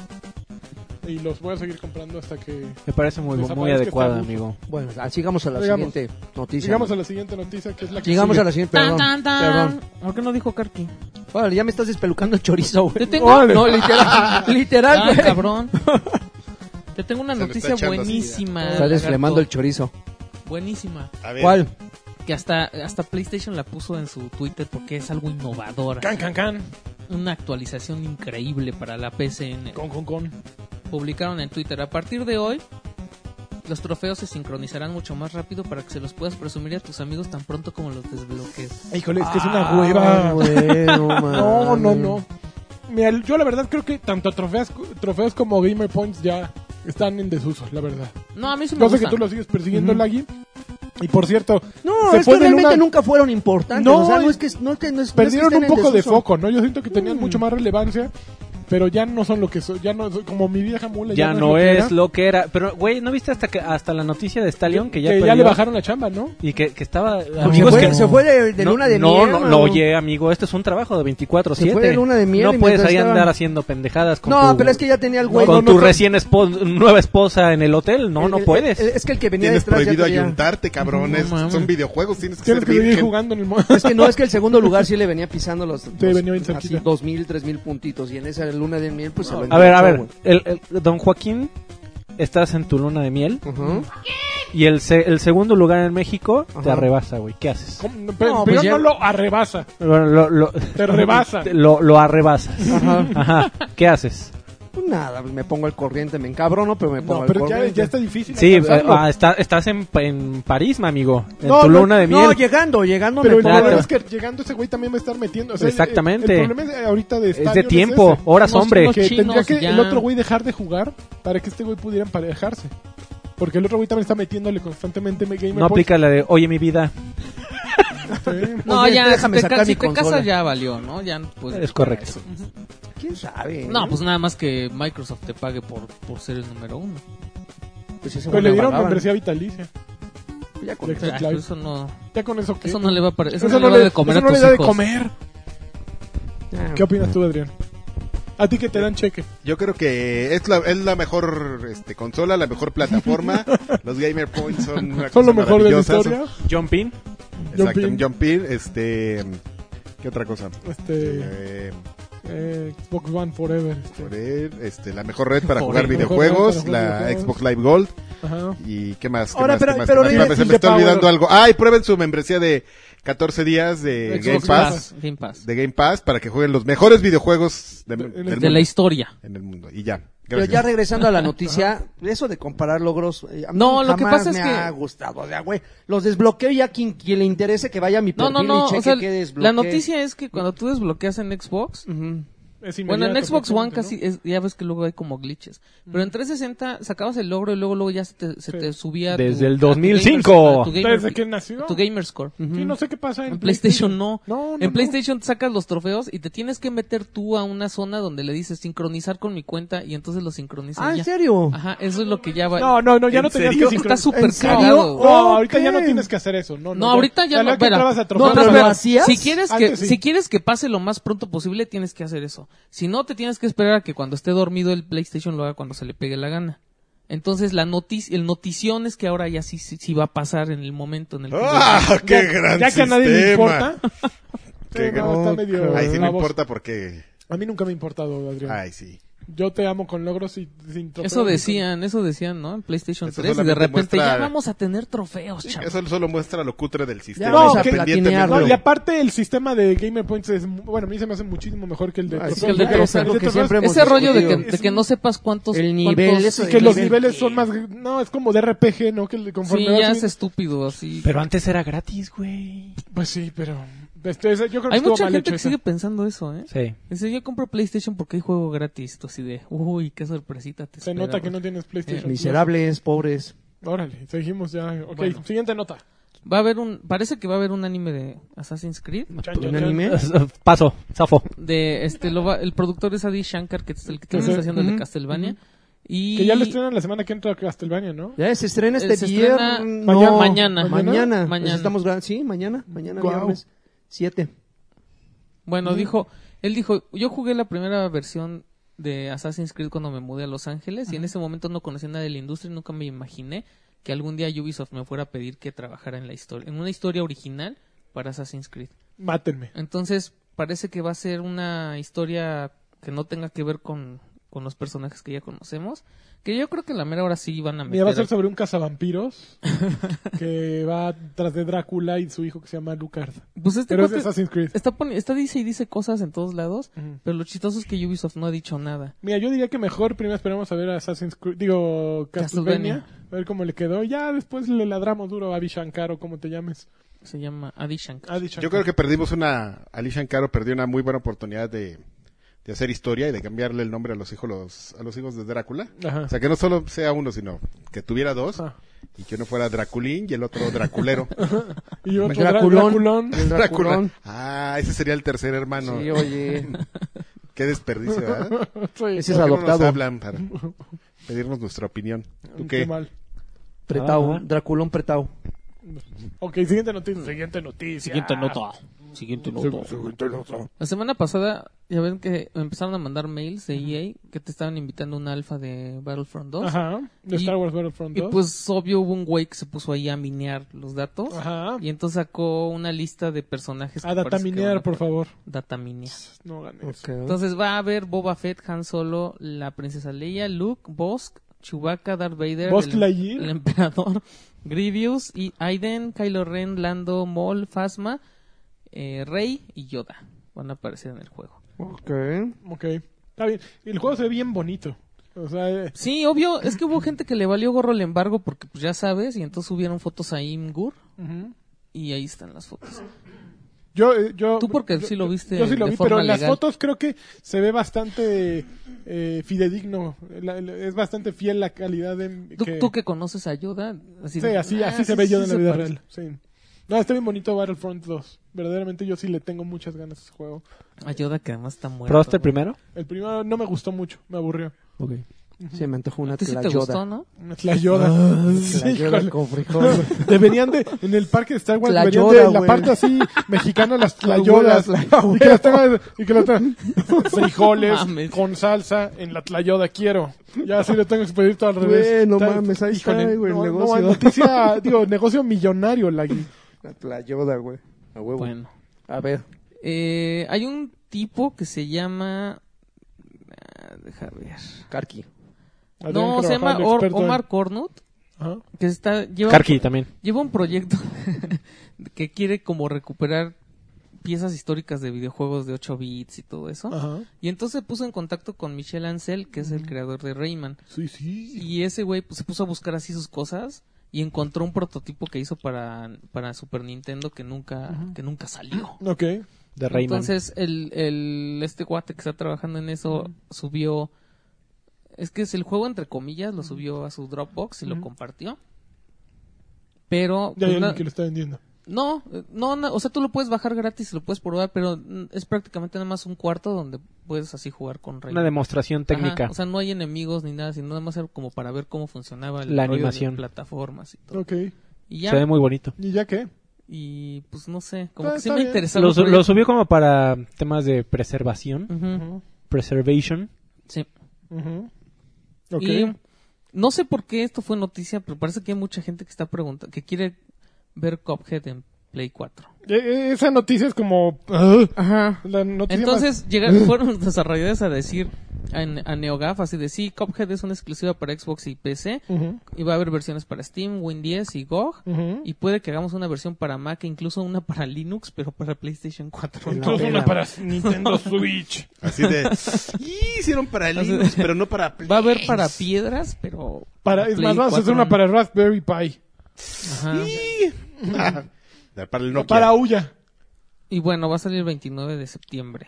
Speaker 3: Y los voy a seguir comprando hasta que...
Speaker 2: Me parece muy, muy
Speaker 3: Desaparezca este
Speaker 2: adecuada,
Speaker 3: abuso.
Speaker 2: amigo.
Speaker 4: Bueno, ah, sigamos a la
Speaker 3: Sigamos.
Speaker 4: siguiente noticia.
Speaker 3: Llegamos a la siguiente noticia, que es la que
Speaker 4: Sigamos
Speaker 3: sigue.
Speaker 4: a la siguiente,
Speaker 5: Tan,
Speaker 4: perdón.
Speaker 5: tan, tan.
Speaker 4: Perdón.
Speaker 5: ¿Por qué no dijo Karki?
Speaker 4: Órale, ya me estás despelucando el chorizo, güey.
Speaker 5: Yo tengo- Órale.
Speaker 4: No, literal. literal,
Speaker 5: Ah,
Speaker 4: güey.
Speaker 5: cabrón. Te tengo una
Speaker 1: Se lo está
Speaker 5: noticia
Speaker 1: echando así,
Speaker 5: buenísima.
Speaker 4: Está desflemando el
Speaker 5: lagarto.
Speaker 4: chorizo.
Speaker 5: Buenísima.
Speaker 1: A ver,
Speaker 4: ¿Cuál?
Speaker 5: Que hasta, hasta PlayStation la puso en su Twitter porque es algo innovador.
Speaker 3: Can, can, can.
Speaker 5: Una actualización increíble para la PCN.
Speaker 3: Con, con, con.
Speaker 5: Publicaron en Twitter. A partir de hoy, los trofeos se sincronizarán mucho más rápido para que se los puedas presumir a tus amigos tan pronto como los desbloques.
Speaker 3: Híjole, es que es una hueva.
Speaker 4: Ah, güey, no,
Speaker 3: No, no,
Speaker 4: mames.
Speaker 3: Ah, no. Mira, yo la verdad creo que tanto trofeos, trofeos como Gamer Points ya están en desuso, la verdad.
Speaker 5: No, a mí sí me
Speaker 3: Yo sé que
Speaker 5: gustan.
Speaker 3: tú lo sigues persiguiendo, Laggy. Y por cierto,
Speaker 4: No,
Speaker 3: Se
Speaker 4: es que
Speaker 3: ponen
Speaker 4: realmente
Speaker 3: una-
Speaker 4: nunca fueron importantes.
Speaker 3: No,
Speaker 4: o sea, no es que no, es que- no es- no es que
Speaker 3: perdieron
Speaker 4: estén
Speaker 3: un
Speaker 4: en
Speaker 3: poco de
Speaker 4: desuso.
Speaker 3: foco, ¿no? Yo siento que tenían mucho más relevancia, pero ya no son lo que son. Ya no, son- como mi vieja mula.
Speaker 2: Ya
Speaker 3: lo
Speaker 2: no
Speaker 3: que
Speaker 2: es
Speaker 3: era.
Speaker 2: lo que era. Pero, güey, ¿no viste hasta que hasta la noticia de Stallion que ya
Speaker 3: que ya
Speaker 2: perdió?
Speaker 3: le bajaron la chamba, ¿no?
Speaker 2: Y que, que estaba...
Speaker 4: Se
Speaker 2: amigos,
Speaker 4: fue,
Speaker 2: que-
Speaker 4: se fue de, de
Speaker 2: no,
Speaker 4: luna de
Speaker 2: no,
Speaker 4: miel.
Speaker 2: No, no,
Speaker 4: mano.
Speaker 2: oye, amigo, esto es un trabajo de 24-7.
Speaker 4: Se fue de luna de miel y
Speaker 2: No puedes
Speaker 4: mientras
Speaker 2: ahí
Speaker 4: estaban-
Speaker 2: andar haciendo pendejadas con
Speaker 4: No,
Speaker 2: tu...
Speaker 4: pero es que ya tenía el güey.
Speaker 2: con
Speaker 4: no, no,
Speaker 2: tu
Speaker 4: no.
Speaker 2: recién espo- nueva esposa en el hotel. No,
Speaker 4: El-
Speaker 2: no
Speaker 4: el-
Speaker 2: puedes.
Speaker 4: el- Es que el que venía
Speaker 1: tienes
Speaker 4: detrás ya
Speaker 1: prohibido
Speaker 4: tenía-
Speaker 1: ayuntarte, cabrón.
Speaker 5: No
Speaker 1: es-
Speaker 5: mames.
Speaker 1: son videojuegos, tienes que
Speaker 3: Tienes
Speaker 1: ser
Speaker 3: que seguir
Speaker 1: virgen.
Speaker 3: jugando en el mo-
Speaker 4: Es que no, es que el segundo lugar sí le venía pisando los, los-
Speaker 3: venía bien
Speaker 4: así,
Speaker 3: cerquita.
Speaker 4: dos mil, tres mil puntitos. Y en esa luna de miel, pues se lo
Speaker 2: A ver, a
Speaker 4: enganchó,
Speaker 2: ver. el- el- don Joaquín, estás en tu luna de miel.
Speaker 4: güey. Ujú.
Speaker 2: Y el, se- el segundo lugar en México te
Speaker 4: Ajá.
Speaker 2: arrebasa, güey. ¿Qué haces?
Speaker 3: ¿Cómo? No, pero
Speaker 4: No,
Speaker 3: pero
Speaker 4: pues ya-
Speaker 3: no lo arrebasa.
Speaker 2: Lo, lo- lo-
Speaker 3: Te rebasa.
Speaker 2: te- Lo, lo arrebasas. Ajá. ¿Qué haces?
Speaker 4: Pues nada, pues me pongo al corriente, me encabrono, pero me pongo
Speaker 3: No,
Speaker 4: al
Speaker 3: pero ya,
Speaker 4: corriente.
Speaker 3: ya está difícil.
Speaker 2: Sí, eh,
Speaker 3: alcanzarlo.
Speaker 2: ah, está- estás en, en París, mi amigo. En
Speaker 3: No,
Speaker 2: tu
Speaker 3: no,
Speaker 2: luna de
Speaker 4: No,
Speaker 2: miel.
Speaker 4: llegando, llegando
Speaker 3: Pero
Speaker 4: me
Speaker 3: el
Speaker 4: pongo al
Speaker 2: Exacto.
Speaker 3: problema
Speaker 4: corriente.
Speaker 3: es que llegando ese güey también va a estar metiendo. o sea, el-
Speaker 2: Exactamente.
Speaker 3: El, problema es eh, ahorita de Stadium
Speaker 2: tiempo,
Speaker 3: ese.
Speaker 2: horas,
Speaker 3: Unos
Speaker 2: hombre.
Speaker 3: chinos Que
Speaker 5: Chinos,
Speaker 3: tendría que
Speaker 5: ya.
Speaker 3: el otro güey dejar de jugar para que este güey pudiera emparejarse. Porque el otro güey también está metiéndole constantemente me- gamer
Speaker 2: No
Speaker 3: points.
Speaker 2: aplica la de, oye mi vida,
Speaker 5: No,
Speaker 4: Oye,
Speaker 5: ya,
Speaker 4: déjame
Speaker 5: si te, ca-
Speaker 4: sacar
Speaker 5: si
Speaker 4: mi
Speaker 5: te
Speaker 4: consola.
Speaker 5: casas ya valió, ¿no? Ya, pues,
Speaker 2: Es correcto.
Speaker 4: ¿Quién sabe?
Speaker 5: No, pues nada más que Microsoft te pague por, por ser el número uno.
Speaker 4: Pues ese
Speaker 3: Pues
Speaker 4: güey
Speaker 3: le dieron
Speaker 4: agarraban.
Speaker 3: membresía vitalicia.
Speaker 4: Ya con
Speaker 3: de
Speaker 4: eso.
Speaker 5: Ah,
Speaker 3: Xbox Live.
Speaker 5: eso no,
Speaker 3: Ya con eso qué?
Speaker 5: eso no le va a pare- eso
Speaker 3: Eso
Speaker 5: no le va de comer
Speaker 3: eso
Speaker 5: a
Speaker 3: no
Speaker 5: tus
Speaker 3: le da de
Speaker 5: hijos.
Speaker 3: comer.
Speaker 4: Ya.
Speaker 3: ¿Qué opinas tú, Adrián? A ti que te dan cheque.
Speaker 1: Yo creo que es la, es la mejor este, consola, la mejor plataforma. Los Gamer Points son una cosa
Speaker 3: Son lo mejor de la
Speaker 1: maravillosa,
Speaker 3: historia.
Speaker 2: John Pin.
Speaker 1: son-
Speaker 3: John
Speaker 1: Exacto,
Speaker 3: Pin.
Speaker 1: John Pin. Este, ¿Qué otra cosa?
Speaker 3: Este,
Speaker 1: Eh,
Speaker 3: eh, Xbox One Forever. este.
Speaker 1: por él, este, la mejor red para jugar
Speaker 5: Mejor
Speaker 3: red
Speaker 1: videojuegos,
Speaker 3: para
Speaker 1: la
Speaker 3: jugar videojuegos.
Speaker 1: Xbox Live Gold
Speaker 3: Ajá.
Speaker 1: y qué más. ¿Qué
Speaker 4: Ahora,
Speaker 1: más,
Speaker 4: pero-
Speaker 1: qué más,
Speaker 4: pero
Speaker 1: qué más?
Speaker 4: mira,
Speaker 1: Espérame, se
Speaker 4: Phil
Speaker 1: me está
Speaker 4: Power.
Speaker 1: olvidando algo. Ay, prueben su membresía de 14 días de
Speaker 3: Xbox
Speaker 1: Game
Speaker 3: Game
Speaker 1: Pass,
Speaker 3: Pass.
Speaker 5: Game Pass.
Speaker 1: de Game Pass para que jueguen los mejores videojuegos de-
Speaker 3: De-
Speaker 1: del
Speaker 3: de
Speaker 5: De
Speaker 1: mundo.
Speaker 5: la historia.
Speaker 1: en el mundo. Y ya.
Speaker 4: Pero
Speaker 1: Gracias.
Speaker 4: ya regresando a la noticia, eso de comparar logros, eh, a mí
Speaker 5: No, lo que
Speaker 4: jamás
Speaker 5: pasa es
Speaker 4: me
Speaker 5: que-
Speaker 4: ha gustado, o sea, güey, los desbloqueo y a quien, quien le interese que vaya a mi
Speaker 5: No,
Speaker 4: perfil
Speaker 5: no, no.
Speaker 4: y cheque
Speaker 5: O sea,
Speaker 4: que
Speaker 5: la
Speaker 4: desbloqueé.
Speaker 5: noticia es que cuando tú desbloqueas en Xbox,
Speaker 4: Ujú.
Speaker 3: Es
Speaker 5: bueno, en
Speaker 3: inmediato,
Speaker 5: Xbox One
Speaker 3: prácticamente,
Speaker 5: casi,
Speaker 3: ¿no? Mm.
Speaker 5: es- ya ves que luego hay como glitches. Pero en 360 sacabas el logro y luego, luego ya se te, se
Speaker 3: Sí.
Speaker 5: te subía. a
Speaker 2: Desde el
Speaker 5: a gamer-
Speaker 2: 2005.
Speaker 5: a tu gamer-
Speaker 3: Desde que nació.
Speaker 5: tu gamer score.
Speaker 3: Sí, no sé qué pasa en,
Speaker 5: En PlayStation no.
Speaker 3: No, no,
Speaker 5: en
Speaker 3: no.
Speaker 5: PlayStation sacas los trofeos y te tienes que meter tú a una zona donde le dices sincronizar con mi cuenta y entonces lo sincronizas.
Speaker 4: Ah,
Speaker 5: ya.
Speaker 4: ¿en serio?
Speaker 5: Ajá, eso es lo que ya va.
Speaker 3: No, no, no, ya
Speaker 1: ¿En
Speaker 3: no tenías
Speaker 1: serio?
Speaker 3: que
Speaker 5: está
Speaker 3: sincronizar.
Speaker 5: súper
Speaker 4: ¿en serio?
Speaker 5: cagado.
Speaker 3: No, ahorita ya
Speaker 4: ok.
Speaker 3: no tienes que hacer eso. No, no,
Speaker 5: No, ahorita ya no.
Speaker 3: la que
Speaker 5: espera.
Speaker 3: entrabas a
Speaker 5: No,
Speaker 3: trofeos,
Speaker 5: pero
Speaker 4: ¿Lo
Speaker 5: espera,
Speaker 4: hacías?
Speaker 5: Si quieres, que,
Speaker 3: Antes sí.
Speaker 5: si quieres que pase lo más pronto posible, tienes que hacer eso. Si no, te tienes que esperar a que cuando esté dormido el PlayStation lo haga cuando se le pegue la gana. Entonces, la noticia, el notición es que ahora ya sí, sí, sí va a pasar en el momento en el que.
Speaker 1: ¡Ah, qué gran
Speaker 3: ya que a nadie le
Speaker 1: sistema!
Speaker 3: importa.
Speaker 1: Qué
Speaker 3: Sí, no, está
Speaker 1: gran-
Speaker 3: medio
Speaker 1: Ay, sí me
Speaker 3: baboso.
Speaker 1: importa porque...
Speaker 3: A mí nunca me ha importado, Adrián.
Speaker 1: Ay, sí.
Speaker 3: Yo te amo con logros y sin trofeos.
Speaker 5: Eso decían, eso decían, ¿no? En PlayStation
Speaker 1: Eso
Speaker 5: 3 y de
Speaker 1: solamente
Speaker 5: repente ya
Speaker 1: muestra-
Speaker 5: vamos a tener trofeos, chaval.
Speaker 1: Eso solo muestra lo cutre del sistema.
Speaker 3: No, que-
Speaker 1: independientemente-
Speaker 3: No, y aparte el sistema de Gamer Points es, mu- bueno, a mí se me hace muchísimo mejor que el de
Speaker 4: Ah,
Speaker 3: trofeos.
Speaker 4: sí, el de
Speaker 3: porque
Speaker 4: trofeos,
Speaker 3: el
Speaker 4: lo
Speaker 3: de
Speaker 4: que siempre hemos
Speaker 5: Ese rollo de que,
Speaker 4: discutido.
Speaker 5: de que no sepas cuántos...
Speaker 4: El nivel,
Speaker 5: cuántos-
Speaker 4: eso
Speaker 3: y
Speaker 4: de
Speaker 3: que los
Speaker 4: nivel
Speaker 3: niveles son más, no, es como de RPG, ¿no? Que le- conforme
Speaker 5: Sí,
Speaker 3: vas
Speaker 5: ya es
Speaker 3: subiendo-
Speaker 5: estúpido, así.
Speaker 2: Pero antes era gratis, güey.
Speaker 3: Pues sí, pero este, ese- yo creo que
Speaker 5: Hay
Speaker 3: estuvo
Speaker 5: mucha
Speaker 3: mal
Speaker 5: gente
Speaker 3: hecho
Speaker 5: que
Speaker 3: eso.
Speaker 5: sigue pensando eso, ¿eh?
Speaker 2: Sí.
Speaker 5: Dice, yo compro PlayStation porque hay juego gratis. Tú así de, uy, qué sorpresita te
Speaker 3: Se
Speaker 5: espera, eh,
Speaker 3: nota que no
Speaker 5: güey".
Speaker 3: tienes PlayStation.
Speaker 4: Miserables, pobres.
Speaker 3: Órale, seguimos ya. Ok,
Speaker 5: Bueno.
Speaker 3: siguiente nota.
Speaker 5: Va a haber un... Parece que va a haber un anime de Assassin's Creed.
Speaker 3: Chan, chan,
Speaker 4: ¿Un
Speaker 3: chan.
Speaker 4: anime?
Speaker 2: Paso, zafo.
Speaker 5: De, este, lo va- el productor es Adi Shankar, que es el que
Speaker 3: Que
Speaker 5: está
Speaker 3: se-
Speaker 5: haciendo el de
Speaker 3: ujú,
Speaker 5: Castlevania. Y...
Speaker 3: Que ya lo estrenan la semana que entra a Castlevania, ¿no?
Speaker 4: Ya se estrena
Speaker 5: Eh, Se
Speaker 4: este
Speaker 5: estrena
Speaker 4: viernes.
Speaker 3: mañana.
Speaker 4: no,
Speaker 5: Mañana.
Speaker 4: Mañana.
Speaker 5: Mañana.
Speaker 4: Pues estamos gra- sí, mañana, mañana
Speaker 3: Guau.
Speaker 4: viernes 7.
Speaker 5: Bueno, dijo, él dijo, yo jugué la primera versión de Assassin's Creed cuando me mudé a Los Ángeles y en ese momento no conocía nada de la industria y nunca me imaginé que algún día Ubisoft me fuera a pedir que trabajara en la historia, en una historia original para Assassin's Creed.
Speaker 3: Mátenme.
Speaker 5: Entonces, parece que va a ser una historia que no tenga que ver con, con los personajes que ya conocemos, que yo creo que a la mera hora sí van a meter
Speaker 3: Mira, va a ser
Speaker 5: al-
Speaker 3: sobre un cazavampiros que va tras de Drácula y su hijo que se llama Lucard.
Speaker 5: Pues este
Speaker 3: Pero es de
Speaker 5: cuate
Speaker 3: Assassin's Creed.
Speaker 5: está poni- está dice y dice cosas en todos lados,
Speaker 3: Ujú.
Speaker 5: pero lo chistoso es que Ubisoft no ha dicho nada.
Speaker 3: Mira, yo diría que mejor primero esperamos a ver a Assassin's Creed, digo, Castlevania, a ver cómo le quedó. y Ya después le ladramos duro a Abishankar o como te llames.
Speaker 5: Se llama Adi Shankar.
Speaker 3: Adi Shankar.
Speaker 1: Yo creo que perdimos una... Alicia Caro perdió una muy buena oportunidad de, de hacer historia y de cambiarle el nombre a los hijos, los- a los hijos de Drácula.
Speaker 3: Ajá.
Speaker 1: O sea, que no solo sea uno, sino que tuviera dos
Speaker 3: Ajá.
Speaker 1: y que uno fuera Draculín y el otro Draculero.
Speaker 3: Y otro
Speaker 4: Draculón.
Speaker 3: Draculón.
Speaker 4: El Draculón.
Speaker 1: Ah, ese sería el tercer hermano.
Speaker 4: Sí, oye.
Speaker 1: Qué desperdicio, ¿verdad?
Speaker 3: Sí,
Speaker 4: Ese
Speaker 1: ¿Por qué no
Speaker 4: es
Speaker 1: nos
Speaker 4: adoptado.
Speaker 1: hablan para pedirnos nuestra opinión. ¿Tú
Speaker 3: Mm, qué
Speaker 1: qué?
Speaker 3: mal.
Speaker 4: Pretao,
Speaker 1: Ah.
Speaker 2: Ajá.
Speaker 4: Draculón Pretao.
Speaker 3: Ok, siguiente noticia. Siguiente noticia.
Speaker 5: Siguiente nota. La semana pasada ya ven que empezaron a mandar mails de EA que te estaban invitando a un alfa de Battlefront 2.
Speaker 3: Ajá. De
Speaker 5: Y-
Speaker 3: Star Wars Battlefront
Speaker 5: Y
Speaker 3: 2.
Speaker 5: pues obvio hubo un güey que se puso ahí a minear los datos.
Speaker 3: Ajá.
Speaker 5: Y entonces sacó una lista de personajes. que
Speaker 3: A
Speaker 5: parece que van
Speaker 3: dataminear,
Speaker 5: a-
Speaker 3: por favor.
Speaker 5: Dataminear.
Speaker 3: No ganes.
Speaker 5: Entonces va a haber Boba Fett, Han Solo, la princesa Leia, Luke, Bosk, Chewbacca, Darth Vader,
Speaker 3: Bosk
Speaker 5: el,
Speaker 3: Lightyear.
Speaker 5: el emperador, Grievous y Aiden, Kylo Ren, Lando, Maul, Phasma, eh, Rey y Yoda van a aparecer en el juego.
Speaker 4: Ok.
Speaker 3: Ok. Está bien. El juego se ve bien bonito. O sea, eh,
Speaker 5: Sí, obvio, es que hubo gente que le valió gorro el embargo porque pues ya sabes y entonces subieron fotos a Imgur
Speaker 3: ujú.
Speaker 5: y ahí están las fotos.
Speaker 3: yo, eh, yo.
Speaker 5: Tú porque
Speaker 3: yo-
Speaker 5: sí lo viste
Speaker 3: Yo sí lo
Speaker 5: de
Speaker 3: vi,
Speaker 5: forma
Speaker 3: pero en las
Speaker 5: legal.
Speaker 3: fotos creo que se ve bastante eh, fidedigno. La- la- es bastante fiel la calidad de.
Speaker 5: ¿Tú, tú que conoces a Yoda, así
Speaker 3: Sí, así,
Speaker 5: ah,
Speaker 3: así se
Speaker 5: sí,
Speaker 3: ve
Speaker 5: sí,
Speaker 3: yo en
Speaker 5: sí
Speaker 3: la
Speaker 5: se
Speaker 3: vida
Speaker 5: parece.
Speaker 3: real. Sí. No, está bien bonito Battlefront 2. Verdaderamente yo sí le tengo muchas ganas a ese juego.
Speaker 5: Ayuda que además está muerto.
Speaker 2: ¿Probaste el
Speaker 5: güey.
Speaker 2: primero?
Speaker 3: El primero no me gustó mucho, me aburrió.
Speaker 2: Ok.
Speaker 4: Se me antojó una
Speaker 5: ¿A ti sí te
Speaker 4: tlayoda.
Speaker 5: gustó, no?
Speaker 3: La Yoda.
Speaker 5: Ah,
Speaker 3: Sí,
Speaker 4: Tlayoda
Speaker 3: híjole.
Speaker 4: con frijol.
Speaker 3: Deberían de, en el parque de Star Wars,
Speaker 4: La
Speaker 3: deberían
Speaker 4: Yoda,
Speaker 3: de la
Speaker 4: güey.
Speaker 3: parte así mexicana, las tlayodas.
Speaker 4: Las tlayodas.
Speaker 3: y que las tengan, y que las tengan frijoles
Speaker 5: Mames.
Speaker 3: con salsa en la tlayoda, quiero. Ya así lo tengo expedito al
Speaker 4: Güey,
Speaker 3: revés.
Speaker 4: no
Speaker 3: Está-
Speaker 4: mames, ahí está,
Speaker 3: híjole,
Speaker 4: güey, el
Speaker 3: no, no,
Speaker 4: negocio.
Speaker 3: noticia, digo, negocio millonario, Lagui.
Speaker 4: La tlayoda, güey. A huevo.
Speaker 5: Bueno.
Speaker 4: A ver.
Speaker 5: Eh, hay un tipo que se llama... ah, deja ver.
Speaker 4: Carqui.
Speaker 3: Adrián
Speaker 5: No, se llama
Speaker 3: Carvajal,
Speaker 5: Or-
Speaker 3: experto en-
Speaker 5: Omar Cornut,
Speaker 3: Ajá.
Speaker 5: que está... Lleva,
Speaker 2: Karki también.
Speaker 5: lleva un proyecto que quiere como recuperar piezas históricas de videojuegos de 8 bits y todo eso.
Speaker 3: Ajá.
Speaker 5: Y entonces se puso en contacto con Michel Ancel, que es el creador de Rayman.
Speaker 3: Sí, sí.
Speaker 5: Y ese güey pues, se puso a buscar así sus cosas y encontró un prototipo que hizo para, para Super Nintendo que nunca, que nunca salió.
Speaker 3: Ok.
Speaker 2: De Rayman.
Speaker 5: Entonces, el, el, este guate que está trabajando en eso subió. Es que es el juego, entre comillas, lo subió a su Dropbox y lo compartió. Pero.
Speaker 3: Ya
Speaker 5: pues,
Speaker 3: hay alguien
Speaker 5: na-
Speaker 3: que lo está vendiendo.
Speaker 5: no, eh, no, no, o sea, tú lo puedes bajar gratis y lo puedes probar, pero mm, es prácticamente nada más un cuarto donde puedes así jugar con Rayman.
Speaker 2: Una demostración técnica.
Speaker 5: Ajá, o sea, no hay enemigos ni nada, sino nada más era como para ver cómo funcionaba el
Speaker 2: La
Speaker 5: rollo de
Speaker 2: animación.
Speaker 5: plataformas y todo.
Speaker 3: Ok.
Speaker 5: Y ya,
Speaker 2: Se ve muy bonito.
Speaker 3: ¿Y ya qué?
Speaker 5: y pues no sé, como
Speaker 3: Ah,
Speaker 5: que sí
Speaker 3: está
Speaker 5: me
Speaker 3: bien.
Speaker 5: interesaba.
Speaker 2: Lo,
Speaker 5: el
Speaker 2: su- lo
Speaker 5: proyecto.
Speaker 2: subió como para temas de preservación.
Speaker 5: Ujú,
Speaker 2: Preservation.
Speaker 5: sí.
Speaker 3: Ujú. Ok. E,
Speaker 5: Y no sé por qué esto fue noticia, pero parece que hay mucha gente que está preguntando, que quiere ver Cuphead en Play 4.
Speaker 3: E- e- esa noticia es como... ugh,
Speaker 5: Ajá.
Speaker 3: la noticia
Speaker 5: Entonces llegaron, fueron los desarrolladores a decir a, a NeoGAF, así de sí, Cuphead es una exclusiva para Xbox y PC,
Speaker 3: más- Ujú,
Speaker 5: y va a haber versiones para Steam, Win 10 y GOG,
Speaker 3: ujú.
Speaker 5: y puede que hagamos una versión para Mac, e incluso una para Linux, pero para PlayStation 4.
Speaker 4: la
Speaker 3: Incluso
Speaker 4: pela,
Speaker 3: una para Nintendo Switch.
Speaker 1: Así de. "Y, hicieron para Linux, pero no para. Play".
Speaker 5: Va a haber para piedras, pero...
Speaker 3: Para, es
Speaker 5: Play
Speaker 3: más, vamos a hacer
Speaker 5: 4
Speaker 3: una
Speaker 5: no.
Speaker 3: para Raspberry Pi.
Speaker 5: Ajá.
Speaker 1: para el Nokia.
Speaker 3: Para Uya.
Speaker 5: Y bueno, va a salir el 29 de septiembre.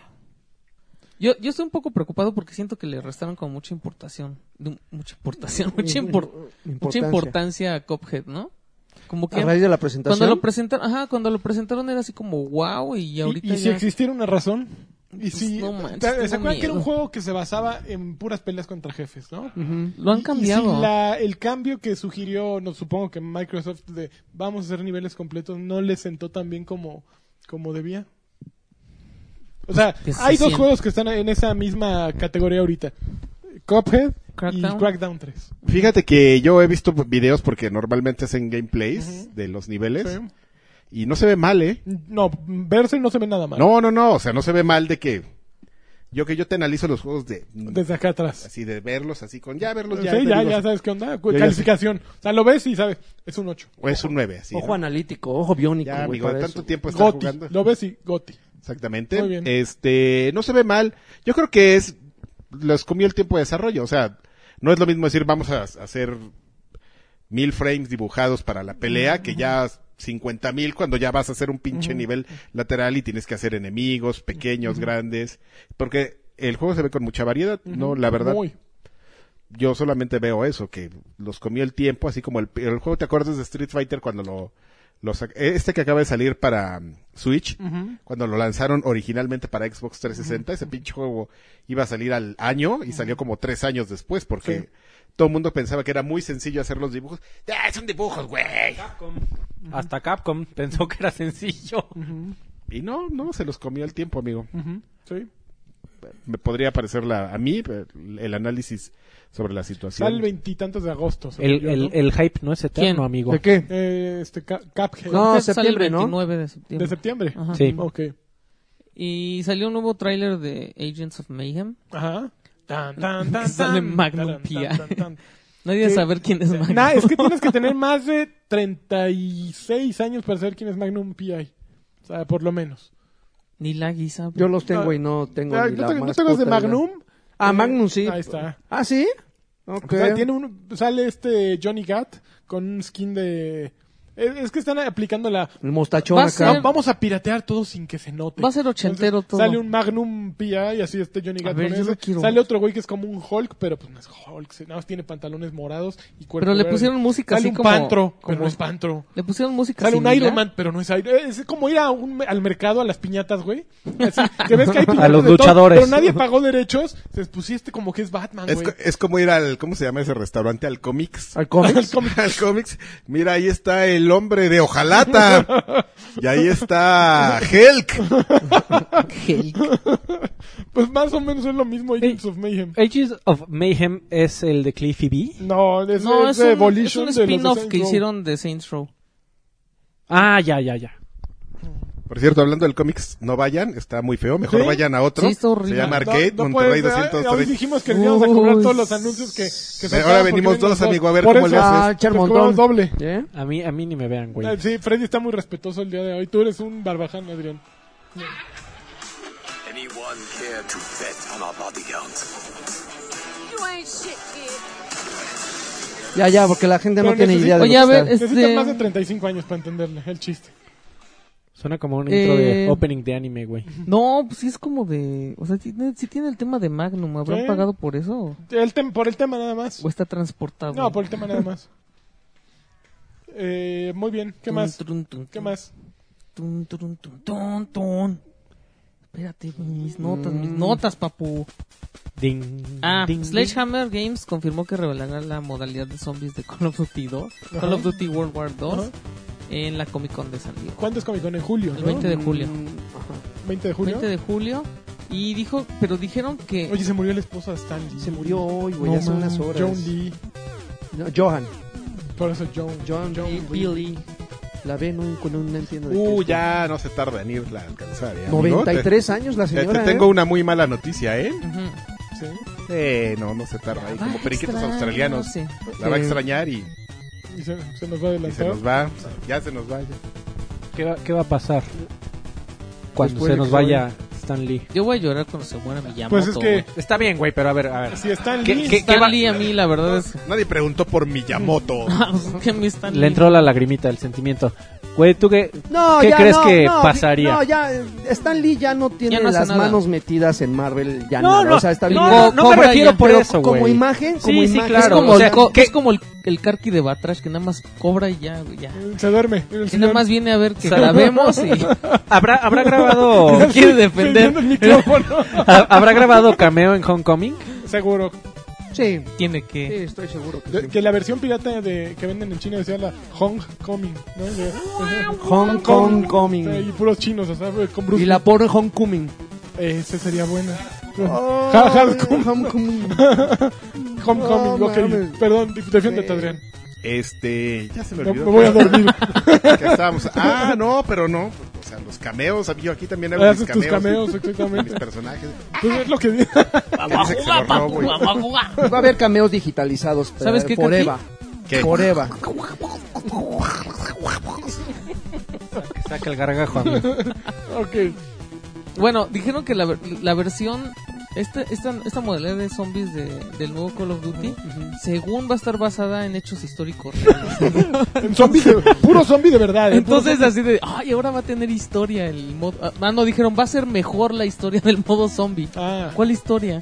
Speaker 5: Yo, yo estoy un poco preocupado porque siento que le restaron con mucha importación. de- mucha importación, mucha, impor- mucha importancia a Cophead, ¿no? Como
Speaker 4: A
Speaker 5: que
Speaker 4: raíz de la
Speaker 5: cuando
Speaker 4: presentación.
Speaker 5: lo presentaron, ajá, cuando lo presentaron era así como wow y
Speaker 3: Y,
Speaker 5: ahorita
Speaker 3: y si
Speaker 5: ya-
Speaker 3: existiera una razón. Y
Speaker 5: Pues
Speaker 3: si...
Speaker 5: no manches,
Speaker 3: ¿te-
Speaker 5: tengo
Speaker 3: ¿Se acuerdan que era un
Speaker 5: miedo.
Speaker 3: juego que se basaba en puras peleas contra jefes, no?
Speaker 5: lo han
Speaker 3: Y- y
Speaker 5: cambiado.
Speaker 3: si la- el cambio que sugirió, no, supongo que Microsoft de vamos a hacer niveles completos, no le sentó tan bien como, como debía. O sea,
Speaker 5: que se
Speaker 3: hay dos
Speaker 5: siente.
Speaker 3: juegos que están en esa misma categoría ahorita. Cuphead
Speaker 5: Crackdown.
Speaker 3: y Crackdown 3.
Speaker 1: Fíjate que yo he visto videos porque normalmente hacen gameplays de los niveles.
Speaker 3: Sí.
Speaker 1: Y no se ve mal, ¿eh?
Speaker 3: No, verse no se ve nada mal.
Speaker 1: No, no, no. O sea, no se ve mal de que. Yo que yo te analizo los juegos de. mm,
Speaker 3: Desde acá atrás.
Speaker 1: Así de verlos, así con. Ya verlos,
Speaker 3: Sí,
Speaker 1: Pues ya.
Speaker 3: ya,
Speaker 1: te
Speaker 3: ya,
Speaker 1: digo,
Speaker 3: sabes qué onda.
Speaker 1: ya sé.
Speaker 3: Calificación. O sea, lo ves y sabes, es un 8.
Speaker 1: O es un 9, así.
Speaker 4: Ojo
Speaker 1: ¿no?
Speaker 4: analítico, ojo biónico.
Speaker 1: Ya,
Speaker 4: güey,
Speaker 1: amigo, de
Speaker 4: para
Speaker 1: tanto
Speaker 4: eso.
Speaker 1: tiempo estar
Speaker 3: Goti.
Speaker 1: Pues jugando.
Speaker 3: Lo ves y Goti.
Speaker 1: Exactamente.
Speaker 3: Muy bien.
Speaker 1: Este, no se ve mal. Yo creo que es, les comió el tiempo de desarrollo. O sea, no es lo mismo decir vamos a hacer mil frames dibujados para la pelea que ya cincuenta mil cuando ya vas a hacer un pinche nivel lateral y tienes que hacer enemigos pequeños, grandes. Porque el juego se ve con mucha variedad. No, la verdad,
Speaker 3: Muy.
Speaker 1: yo solamente veo eso, que los comió el tiempo, así como el, el juego, ¿te acuerdas de Street Fighter cuando lo, lo sac- este que acaba de salir para mm, Switch, cuando lo lanzaron originalmente para Xbox 360, ese pinche juego iba a salir al año y salió como tres años después, porque todo el mundo pensaba que era muy sencillo hacer los dibujos. ¡Ah, son dibujos, güey!
Speaker 2: Hasta Capcom pensó que era sencillo.
Speaker 1: Y no, no, se los comió el tiempo, amigo.
Speaker 3: Ujú, Sí.
Speaker 1: Me podría parecer la, a mí eh, el análisis sobre la situación.
Speaker 3: Sale el veintitantos de agosto. según
Speaker 2: El,
Speaker 3: yo,
Speaker 2: el,
Speaker 3: ¿no?
Speaker 2: el hype no es eterno,
Speaker 5: ¿Quién?
Speaker 2: amigo.
Speaker 4: ¿De qué?
Speaker 3: Eh, este, Ca- Cuphead.
Speaker 4: No,
Speaker 5: Cuphead sale el
Speaker 4: septiembre, ¿no?
Speaker 5: 29 de
Speaker 3: De
Speaker 5: septiembre.
Speaker 3: septiembre.
Speaker 5: Ajá.
Speaker 2: Sí.
Speaker 3: Ok.
Speaker 5: Y salió un nuevo tráiler de Agents of Mayhem.
Speaker 3: Ajá. Tan, tan, tan,
Speaker 5: Sale
Speaker 3: tan,
Speaker 5: Magnum
Speaker 3: tan,
Speaker 5: P.I.
Speaker 3: tan, tan, tan.
Speaker 5: Nadie debe
Speaker 3: Sí.
Speaker 5: saber quién es Magnum.
Speaker 3: Nah, es que tienes que tener más de 36 años para saber quién es Magnum P.I. O sea, por lo menos.
Speaker 5: Ni la guisa.
Speaker 4: Yo los tengo y no tengo
Speaker 3: Ah,
Speaker 4: ni
Speaker 3: ¿No
Speaker 4: la
Speaker 3: te,
Speaker 4: más
Speaker 3: ¿no te acuerdas de
Speaker 4: puta idea.
Speaker 3: Magnum?
Speaker 4: Ah,
Speaker 3: Eh,
Speaker 4: Magnum sí.
Speaker 3: Ahí está.
Speaker 4: Ah, ¿sí? Ok.
Speaker 3: O sea, tiene un, sale este Johnny Gat con un skin de Es, es que están aplicando la...
Speaker 4: El mostachón
Speaker 5: Va a
Speaker 4: acá.
Speaker 5: ser-
Speaker 3: "Va- Vamos a piratear todo sin que se note.
Speaker 5: Va a ser ochentero todo.
Speaker 3: Sale un Magnum PI y así este Johnny
Speaker 5: A
Speaker 3: Gat
Speaker 5: ver,
Speaker 3: con
Speaker 5: yo
Speaker 3: ese.
Speaker 5: lo quiero.
Speaker 3: Sale otro güey que es como un Hulk, pero pues no es Hulk. se- Nada más tiene pantalones morados y cuerpo
Speaker 5: Pero le
Speaker 3: verde.
Speaker 5: pusieron música
Speaker 3: Sale
Speaker 5: así
Speaker 3: un
Speaker 5: como-
Speaker 3: Pantro,
Speaker 5: como-
Speaker 3: pero no es Pantro.
Speaker 5: Le pusieron música
Speaker 3: Sale un
Speaker 5: similar.
Speaker 3: Iron Man, pero no es Iron Es como ir a un- al mercado a las piñatas, güey. Así, que ves que hay piñatas
Speaker 2: A los
Speaker 3: de todo,
Speaker 2: luchadores.
Speaker 3: pero nadie pagó derechos. Se pusiste como que es Batman,
Speaker 1: Es,
Speaker 3: güey.
Speaker 1: co- es como ir al, ¿cómo se llama ese restaurante? Al cómics.
Speaker 4: Al cómic.
Speaker 1: Al cómics. Mira, ahí está el hombre de Ojalata. y ahí está Helk.
Speaker 3: Pues más o menos es lo mismo Agents
Speaker 2: Ey.
Speaker 3: of Mayhem.
Speaker 2: Ages of Mayhem es el de Cliffy B.
Speaker 3: No, es,
Speaker 5: No,
Speaker 3: es
Speaker 5: es,
Speaker 3: de
Speaker 5: un,
Speaker 3: Volition
Speaker 5: es
Speaker 3: de
Speaker 5: un
Speaker 3: los de
Speaker 5: spin-off
Speaker 3: Saints
Speaker 5: que
Speaker 3: Row.
Speaker 5: hicieron de Saints Row.
Speaker 2: Ah, ya, ya, ya.
Speaker 1: Por cierto, hablando del cómics, no vayan, está muy feo. Mejor
Speaker 3: ¿Sí?
Speaker 1: vayan a otro.
Speaker 5: Sí, está horrible.
Speaker 1: Se llama
Speaker 3: No,
Speaker 1: Arcade,
Speaker 3: no
Speaker 1: Monterrey
Speaker 3: puedes, ¿verdad? Hoy
Speaker 1: 203.
Speaker 3: dijimos que les íbamos a cobrar
Speaker 5: Uy.
Speaker 3: todos los anuncios que, que
Speaker 1: Pero
Speaker 3: sacaban
Speaker 1: ahora
Speaker 3: porque
Speaker 1: venimos
Speaker 3: vienen los
Speaker 1: dos, amigo, a ver
Speaker 3: Por
Speaker 1: cómo
Speaker 3: eso,
Speaker 1: le haces.
Speaker 4: Ah,
Speaker 3: les cobramos
Speaker 4: Charmontón.
Speaker 3: doble.
Speaker 4: ¿Eh?
Speaker 2: A mí, a mí ni me vean, güey.
Speaker 3: Eh, Sí, Freddy está muy respetuoso el día de hoy. Tú eres un barbaján, Adrián.
Speaker 6: Anyone care to bet on our body count?
Speaker 7: You ain't shit, kid.
Speaker 4: Ya, ya, porque la gente
Speaker 3: Pero
Speaker 4: no tiene
Speaker 3: necesito-
Speaker 4: idea de
Speaker 5: Oye,
Speaker 4: lo
Speaker 5: a
Speaker 4: que
Speaker 5: ver,
Speaker 4: está.
Speaker 5: Este-
Speaker 3: Necesitas más de 35 años para entenderle el chiste.
Speaker 2: Suena como un intro de
Speaker 5: Eh.
Speaker 2: opening de anime, güey.
Speaker 5: No, pues sí es como de... O sea, tiene- sí tiene el tema de Magnum. ¿Habrán
Speaker 3: Sí.
Speaker 5: pagado por eso?
Speaker 3: El tem- por el tema nada más.
Speaker 5: ¿O está transportado?
Speaker 3: No, por el tema nada más. Eh, muy bien, ¿qué
Speaker 5: Tun,
Speaker 3: más?
Speaker 5: tun, tun,
Speaker 3: ¿Qué
Speaker 5: tun,
Speaker 3: más?
Speaker 5: tun, tun, tun, tun, tun. Espérate, mis
Speaker 3: Mm.
Speaker 5: notas, mis notas, papu.
Speaker 2: Ding.
Speaker 5: Ah,
Speaker 2: ding,
Speaker 5: Sledgehammer Games confirmó que revelará la modalidad de zombies de Call of Duty 2, Call of Duty World War 2
Speaker 3: Ajá.
Speaker 5: en la Comic Con de San Diego.
Speaker 3: ¿Cuándo es Comic Con? En julio,
Speaker 5: El
Speaker 3: ¿no?
Speaker 5: 20 de julio.
Speaker 3: ¿20 de julio.
Speaker 5: 20 de julio. Y dijo, pero dijeron que...
Speaker 3: Oye, se murió la esposa de Stanley.
Speaker 4: Se murió hoy, güey,
Speaker 3: No,
Speaker 4: hace
Speaker 3: man.
Speaker 4: unas horas.
Speaker 3: John Lee.
Speaker 4: No, Johan.
Speaker 3: Por eso John.
Speaker 4: John, Lee, Billy. La ve, no, no, no entiendo de qué
Speaker 1: Uh,
Speaker 4: es.
Speaker 1: ya no se tarda en irla a alcanzar. ¿eh, amigo?
Speaker 4: 93 años la
Speaker 1: Te- te-
Speaker 4: señora.
Speaker 1: te tengo
Speaker 4: ¿eh?
Speaker 1: una muy mala noticia, ¿eh?
Speaker 5: Ujú.
Speaker 3: Sí.
Speaker 1: Eh, no, no se tarda ahí. Como
Speaker 5: Ah,
Speaker 1: periquitos
Speaker 5: extraño,
Speaker 1: australianos.
Speaker 5: sí.
Speaker 1: La va a
Speaker 4: Sí.
Speaker 1: extrañar y,
Speaker 3: Y se, se nos va a
Speaker 1: y se
Speaker 3: adelantar.
Speaker 1: nos va. Ya se nos va. ya.
Speaker 2: ¿Qué va, qué va a pasar cuando
Speaker 4: Después de
Speaker 2: se nos
Speaker 4: que
Speaker 2: vaya Stan Lee?
Speaker 5: Yo voy a llorar cuando se muera mi
Speaker 3: Pues es que
Speaker 2: Está bien, güey, pero a ver, a ver.
Speaker 3: si Stan
Speaker 2: ¿Qué-
Speaker 3: Lee...
Speaker 2: qué- va-
Speaker 5: Stan Lee a mí, la verdad es...
Speaker 1: Nadie preguntó por Miyamoto.
Speaker 5: que mi Stan
Speaker 2: Le
Speaker 5: Lee-
Speaker 2: entró la lagrimita, el sentimiento. Güey, ¿tú qué,
Speaker 4: No,
Speaker 2: qué
Speaker 4: ya,
Speaker 2: crees
Speaker 4: no,
Speaker 2: que
Speaker 4: no,
Speaker 2: pasaría?
Speaker 4: No, ya, eh, Stan Lee ya no tiene
Speaker 5: Ya no hace
Speaker 4: las
Speaker 5: nada.
Speaker 4: manos metidas en Marvel. Ya
Speaker 2: No,
Speaker 4: nada,
Speaker 2: no,
Speaker 4: o sea, está
Speaker 2: no,
Speaker 4: bien.
Speaker 2: no, no me
Speaker 5: Cobra
Speaker 2: refiero
Speaker 5: ya,
Speaker 2: por
Speaker 4: Pero
Speaker 2: eso,
Speaker 4: como
Speaker 2: güey.
Speaker 4: imagen, como
Speaker 2: Sí, sí,
Speaker 4: imagen,
Speaker 5: Es
Speaker 2: claro,
Speaker 5: como,
Speaker 2: o sea,
Speaker 5: el, co-
Speaker 2: ¿qué-
Speaker 5: es como el, el Karki de Batrash que nada más cobra y ya, ya.
Speaker 3: Se duerme. en el
Speaker 5: Que
Speaker 3: sillón.
Speaker 5: nada más viene a ver que grabemos y
Speaker 2: ¿Habrá, habrá grabado
Speaker 5: quiere
Speaker 3: Prendiendo el
Speaker 5: defender.
Speaker 3: micrófono.
Speaker 2: ha- habrá grabado cameo en Homecoming?
Speaker 3: Seguro.
Speaker 4: Sí,
Speaker 5: Tiene
Speaker 4: sí,
Speaker 5: que.
Speaker 4: estoy seguro que
Speaker 3: De-
Speaker 4: sí.
Speaker 3: que la versión pirata de, que venden en China decía la Hong Coming. ¿no? De-
Speaker 4: Hong Kong Coming.
Speaker 3: Sí, Y puros chinos, o sea, con Bruce
Speaker 4: Y la pobre Homecoming.
Speaker 3: Ese sería buena.
Speaker 4: Oh,
Speaker 3: Ja- ja- com-
Speaker 4: Homecoming.
Speaker 3: Homecoming,
Speaker 4: No,
Speaker 3: ok.
Speaker 4: mames.
Speaker 3: Perdón, dif- defiéndete,
Speaker 4: Sí.
Speaker 3: Adrián.
Speaker 1: Este, ya se me
Speaker 3: No,
Speaker 1: olvidó.
Speaker 3: me voy a dormir.
Speaker 1: que estábamos. Ah, no, pero no. O sea, los cameos. Yo aquí también hago mis
Speaker 3: Haces
Speaker 1: cameos.
Speaker 3: tus cameos,
Speaker 1: a mis
Speaker 3: exactamente.
Speaker 1: personajes.
Speaker 3: Pues es lo que di-
Speaker 1: Dice que se los robo y-
Speaker 4: Va a haber cameos digitalizados. pero,
Speaker 5: ¿Sabes qué,
Speaker 4: Por
Speaker 5: Katy?
Speaker 4: Eva.
Speaker 1: ¿Qué?
Speaker 4: Por Eva.
Speaker 2: Que saca el gargajo, amigo.
Speaker 3: Ok.
Speaker 5: Bueno, dijeron que la, ver- la versión. Esta, esta, esta modalidad de zombies de, del nuevo Call of Duty, según va a estar basada en hechos históricos reales.
Speaker 3: En zombie de- puro zombie de verdad. eh, puro
Speaker 5: Entonces, así de. Ay, ahora va a tener historia el modo. Ah, no, dijeron, va a ser mejor la historia del modo zombie.
Speaker 3: zombie- Ah.
Speaker 5: ¿Cuál historia?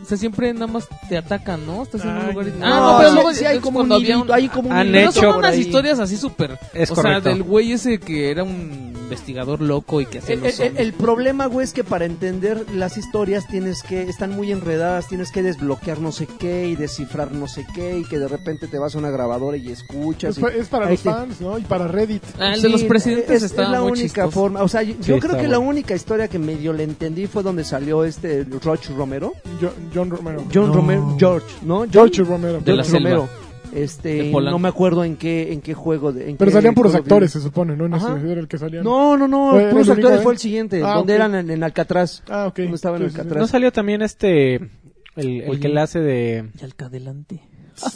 Speaker 5: O sea, siempre nada más te atacan, ¿no? Estás en un
Speaker 3: Ay,
Speaker 5: lugar y-
Speaker 3: no.
Speaker 5: Ah, no, pero
Speaker 4: sí-
Speaker 5: luego
Speaker 4: sí hay
Speaker 5: es
Speaker 4: como un
Speaker 5: cuando había
Speaker 4: hilito,
Speaker 5: un-
Speaker 4: hay como un
Speaker 2: Han
Speaker 4: hilito
Speaker 5: Pero
Speaker 2: hecho
Speaker 5: son
Speaker 4: por
Speaker 5: unas
Speaker 4: ahí.
Speaker 5: historias así súper.
Speaker 2: Es
Speaker 5: o
Speaker 2: correcto.
Speaker 5: sea, del güey ese que era un investigador loco y que hacía
Speaker 4: El,
Speaker 5: los
Speaker 4: el- el-
Speaker 5: zombies.
Speaker 4: eh, el problema, güey, es que para entender las historias tienes que, están muy enredadas, tienes que desbloquear no sé qué y descifrar no sé qué y que de repente te vas a una grabadora y escuchas.
Speaker 3: Es,
Speaker 4: y-
Speaker 3: pa- es para
Speaker 4: ahí
Speaker 3: los
Speaker 4: te-
Speaker 3: fans, ¿no? Y para Reddit.
Speaker 5: Ah, el de
Speaker 4: eh, Sí,
Speaker 5: los presidentes
Speaker 4: es,
Speaker 5: estaba
Speaker 4: es la
Speaker 5: muy
Speaker 4: única
Speaker 5: chistoso.
Speaker 4: forma. O sea, yo, yo creo
Speaker 2: está
Speaker 4: que la
Speaker 2: bueno.
Speaker 4: única historia que medio le entendí fue donde salió este George Romero.
Speaker 3: Jo- John Romero.
Speaker 4: John Romero, George, ¿no?
Speaker 3: George Romero.
Speaker 5: De la
Speaker 4: George
Speaker 5: selva.
Speaker 4: Romero. Este,
Speaker 5: De Polanco.
Speaker 4: no me acuerdo en qué, en qué juego. de- en
Speaker 3: Pero
Speaker 4: qué
Speaker 3: salían puros
Speaker 4: juego vi.
Speaker 3: actores, se supone, ¿no? En ese
Speaker 4: Ajá.
Speaker 3: era el que salían.
Speaker 4: No, no, no,
Speaker 3: ¿Fue
Speaker 4: puros
Speaker 3: el único,
Speaker 4: actores
Speaker 3: eh?
Speaker 4: fue el siguiente,
Speaker 3: Ah,
Speaker 4: donde
Speaker 3: ok.
Speaker 4: eran en, en Alcatraz.
Speaker 3: Ah, ok.
Speaker 4: Donde estaba en
Speaker 3: Sí, sí, sí.
Speaker 4: Alcatraz.
Speaker 2: ¿No salió también este, el, el que
Speaker 5: Oye.
Speaker 2: le hace de
Speaker 5: Y al que adelante.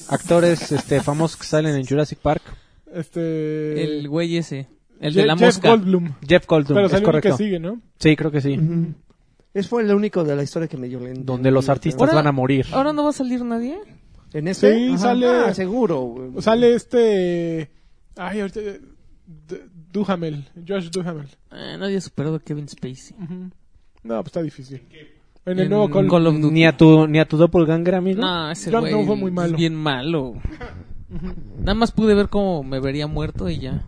Speaker 2: actores este famosos que salen en Jurassic Park?
Speaker 3: Este.
Speaker 5: El güey ese. El
Speaker 3: Je-
Speaker 5: de la
Speaker 3: Jeff
Speaker 5: mosca.
Speaker 3: Goldblum.
Speaker 2: Jeff Goldblum,
Speaker 3: Pero
Speaker 2: es
Speaker 3: salió el que
Speaker 2: correcto.
Speaker 3: sigue, ¿no?
Speaker 2: Sí, creo que sí.
Speaker 4: Ujú. Ese fue el único de la historia que medio le entendí.
Speaker 2: Donde los artistas
Speaker 5: Ahora-
Speaker 2: van a morir.
Speaker 5: Ahora no va a salir nadie.
Speaker 4: ¿En ese?
Speaker 3: Sí, sale-
Speaker 4: Ah, seguro. güey.
Speaker 3: Sale este. Ay, ahorita. D- Duhamel, Josh Duhamel.
Speaker 5: Eh, nadie ha superado a Kevin Spacey.
Speaker 3: Ujú. No, pues está difícil. En el nuevo Call,
Speaker 5: Call of Duty.
Speaker 2: Ni a tu, ni a tu doppelganger, amigo.
Speaker 5: No, ese
Speaker 3: John
Speaker 5: güey
Speaker 3: Snow fue muy
Speaker 5: es
Speaker 3: malo.
Speaker 5: bien malo. Nada más pude ver cómo me vería muerto y ya.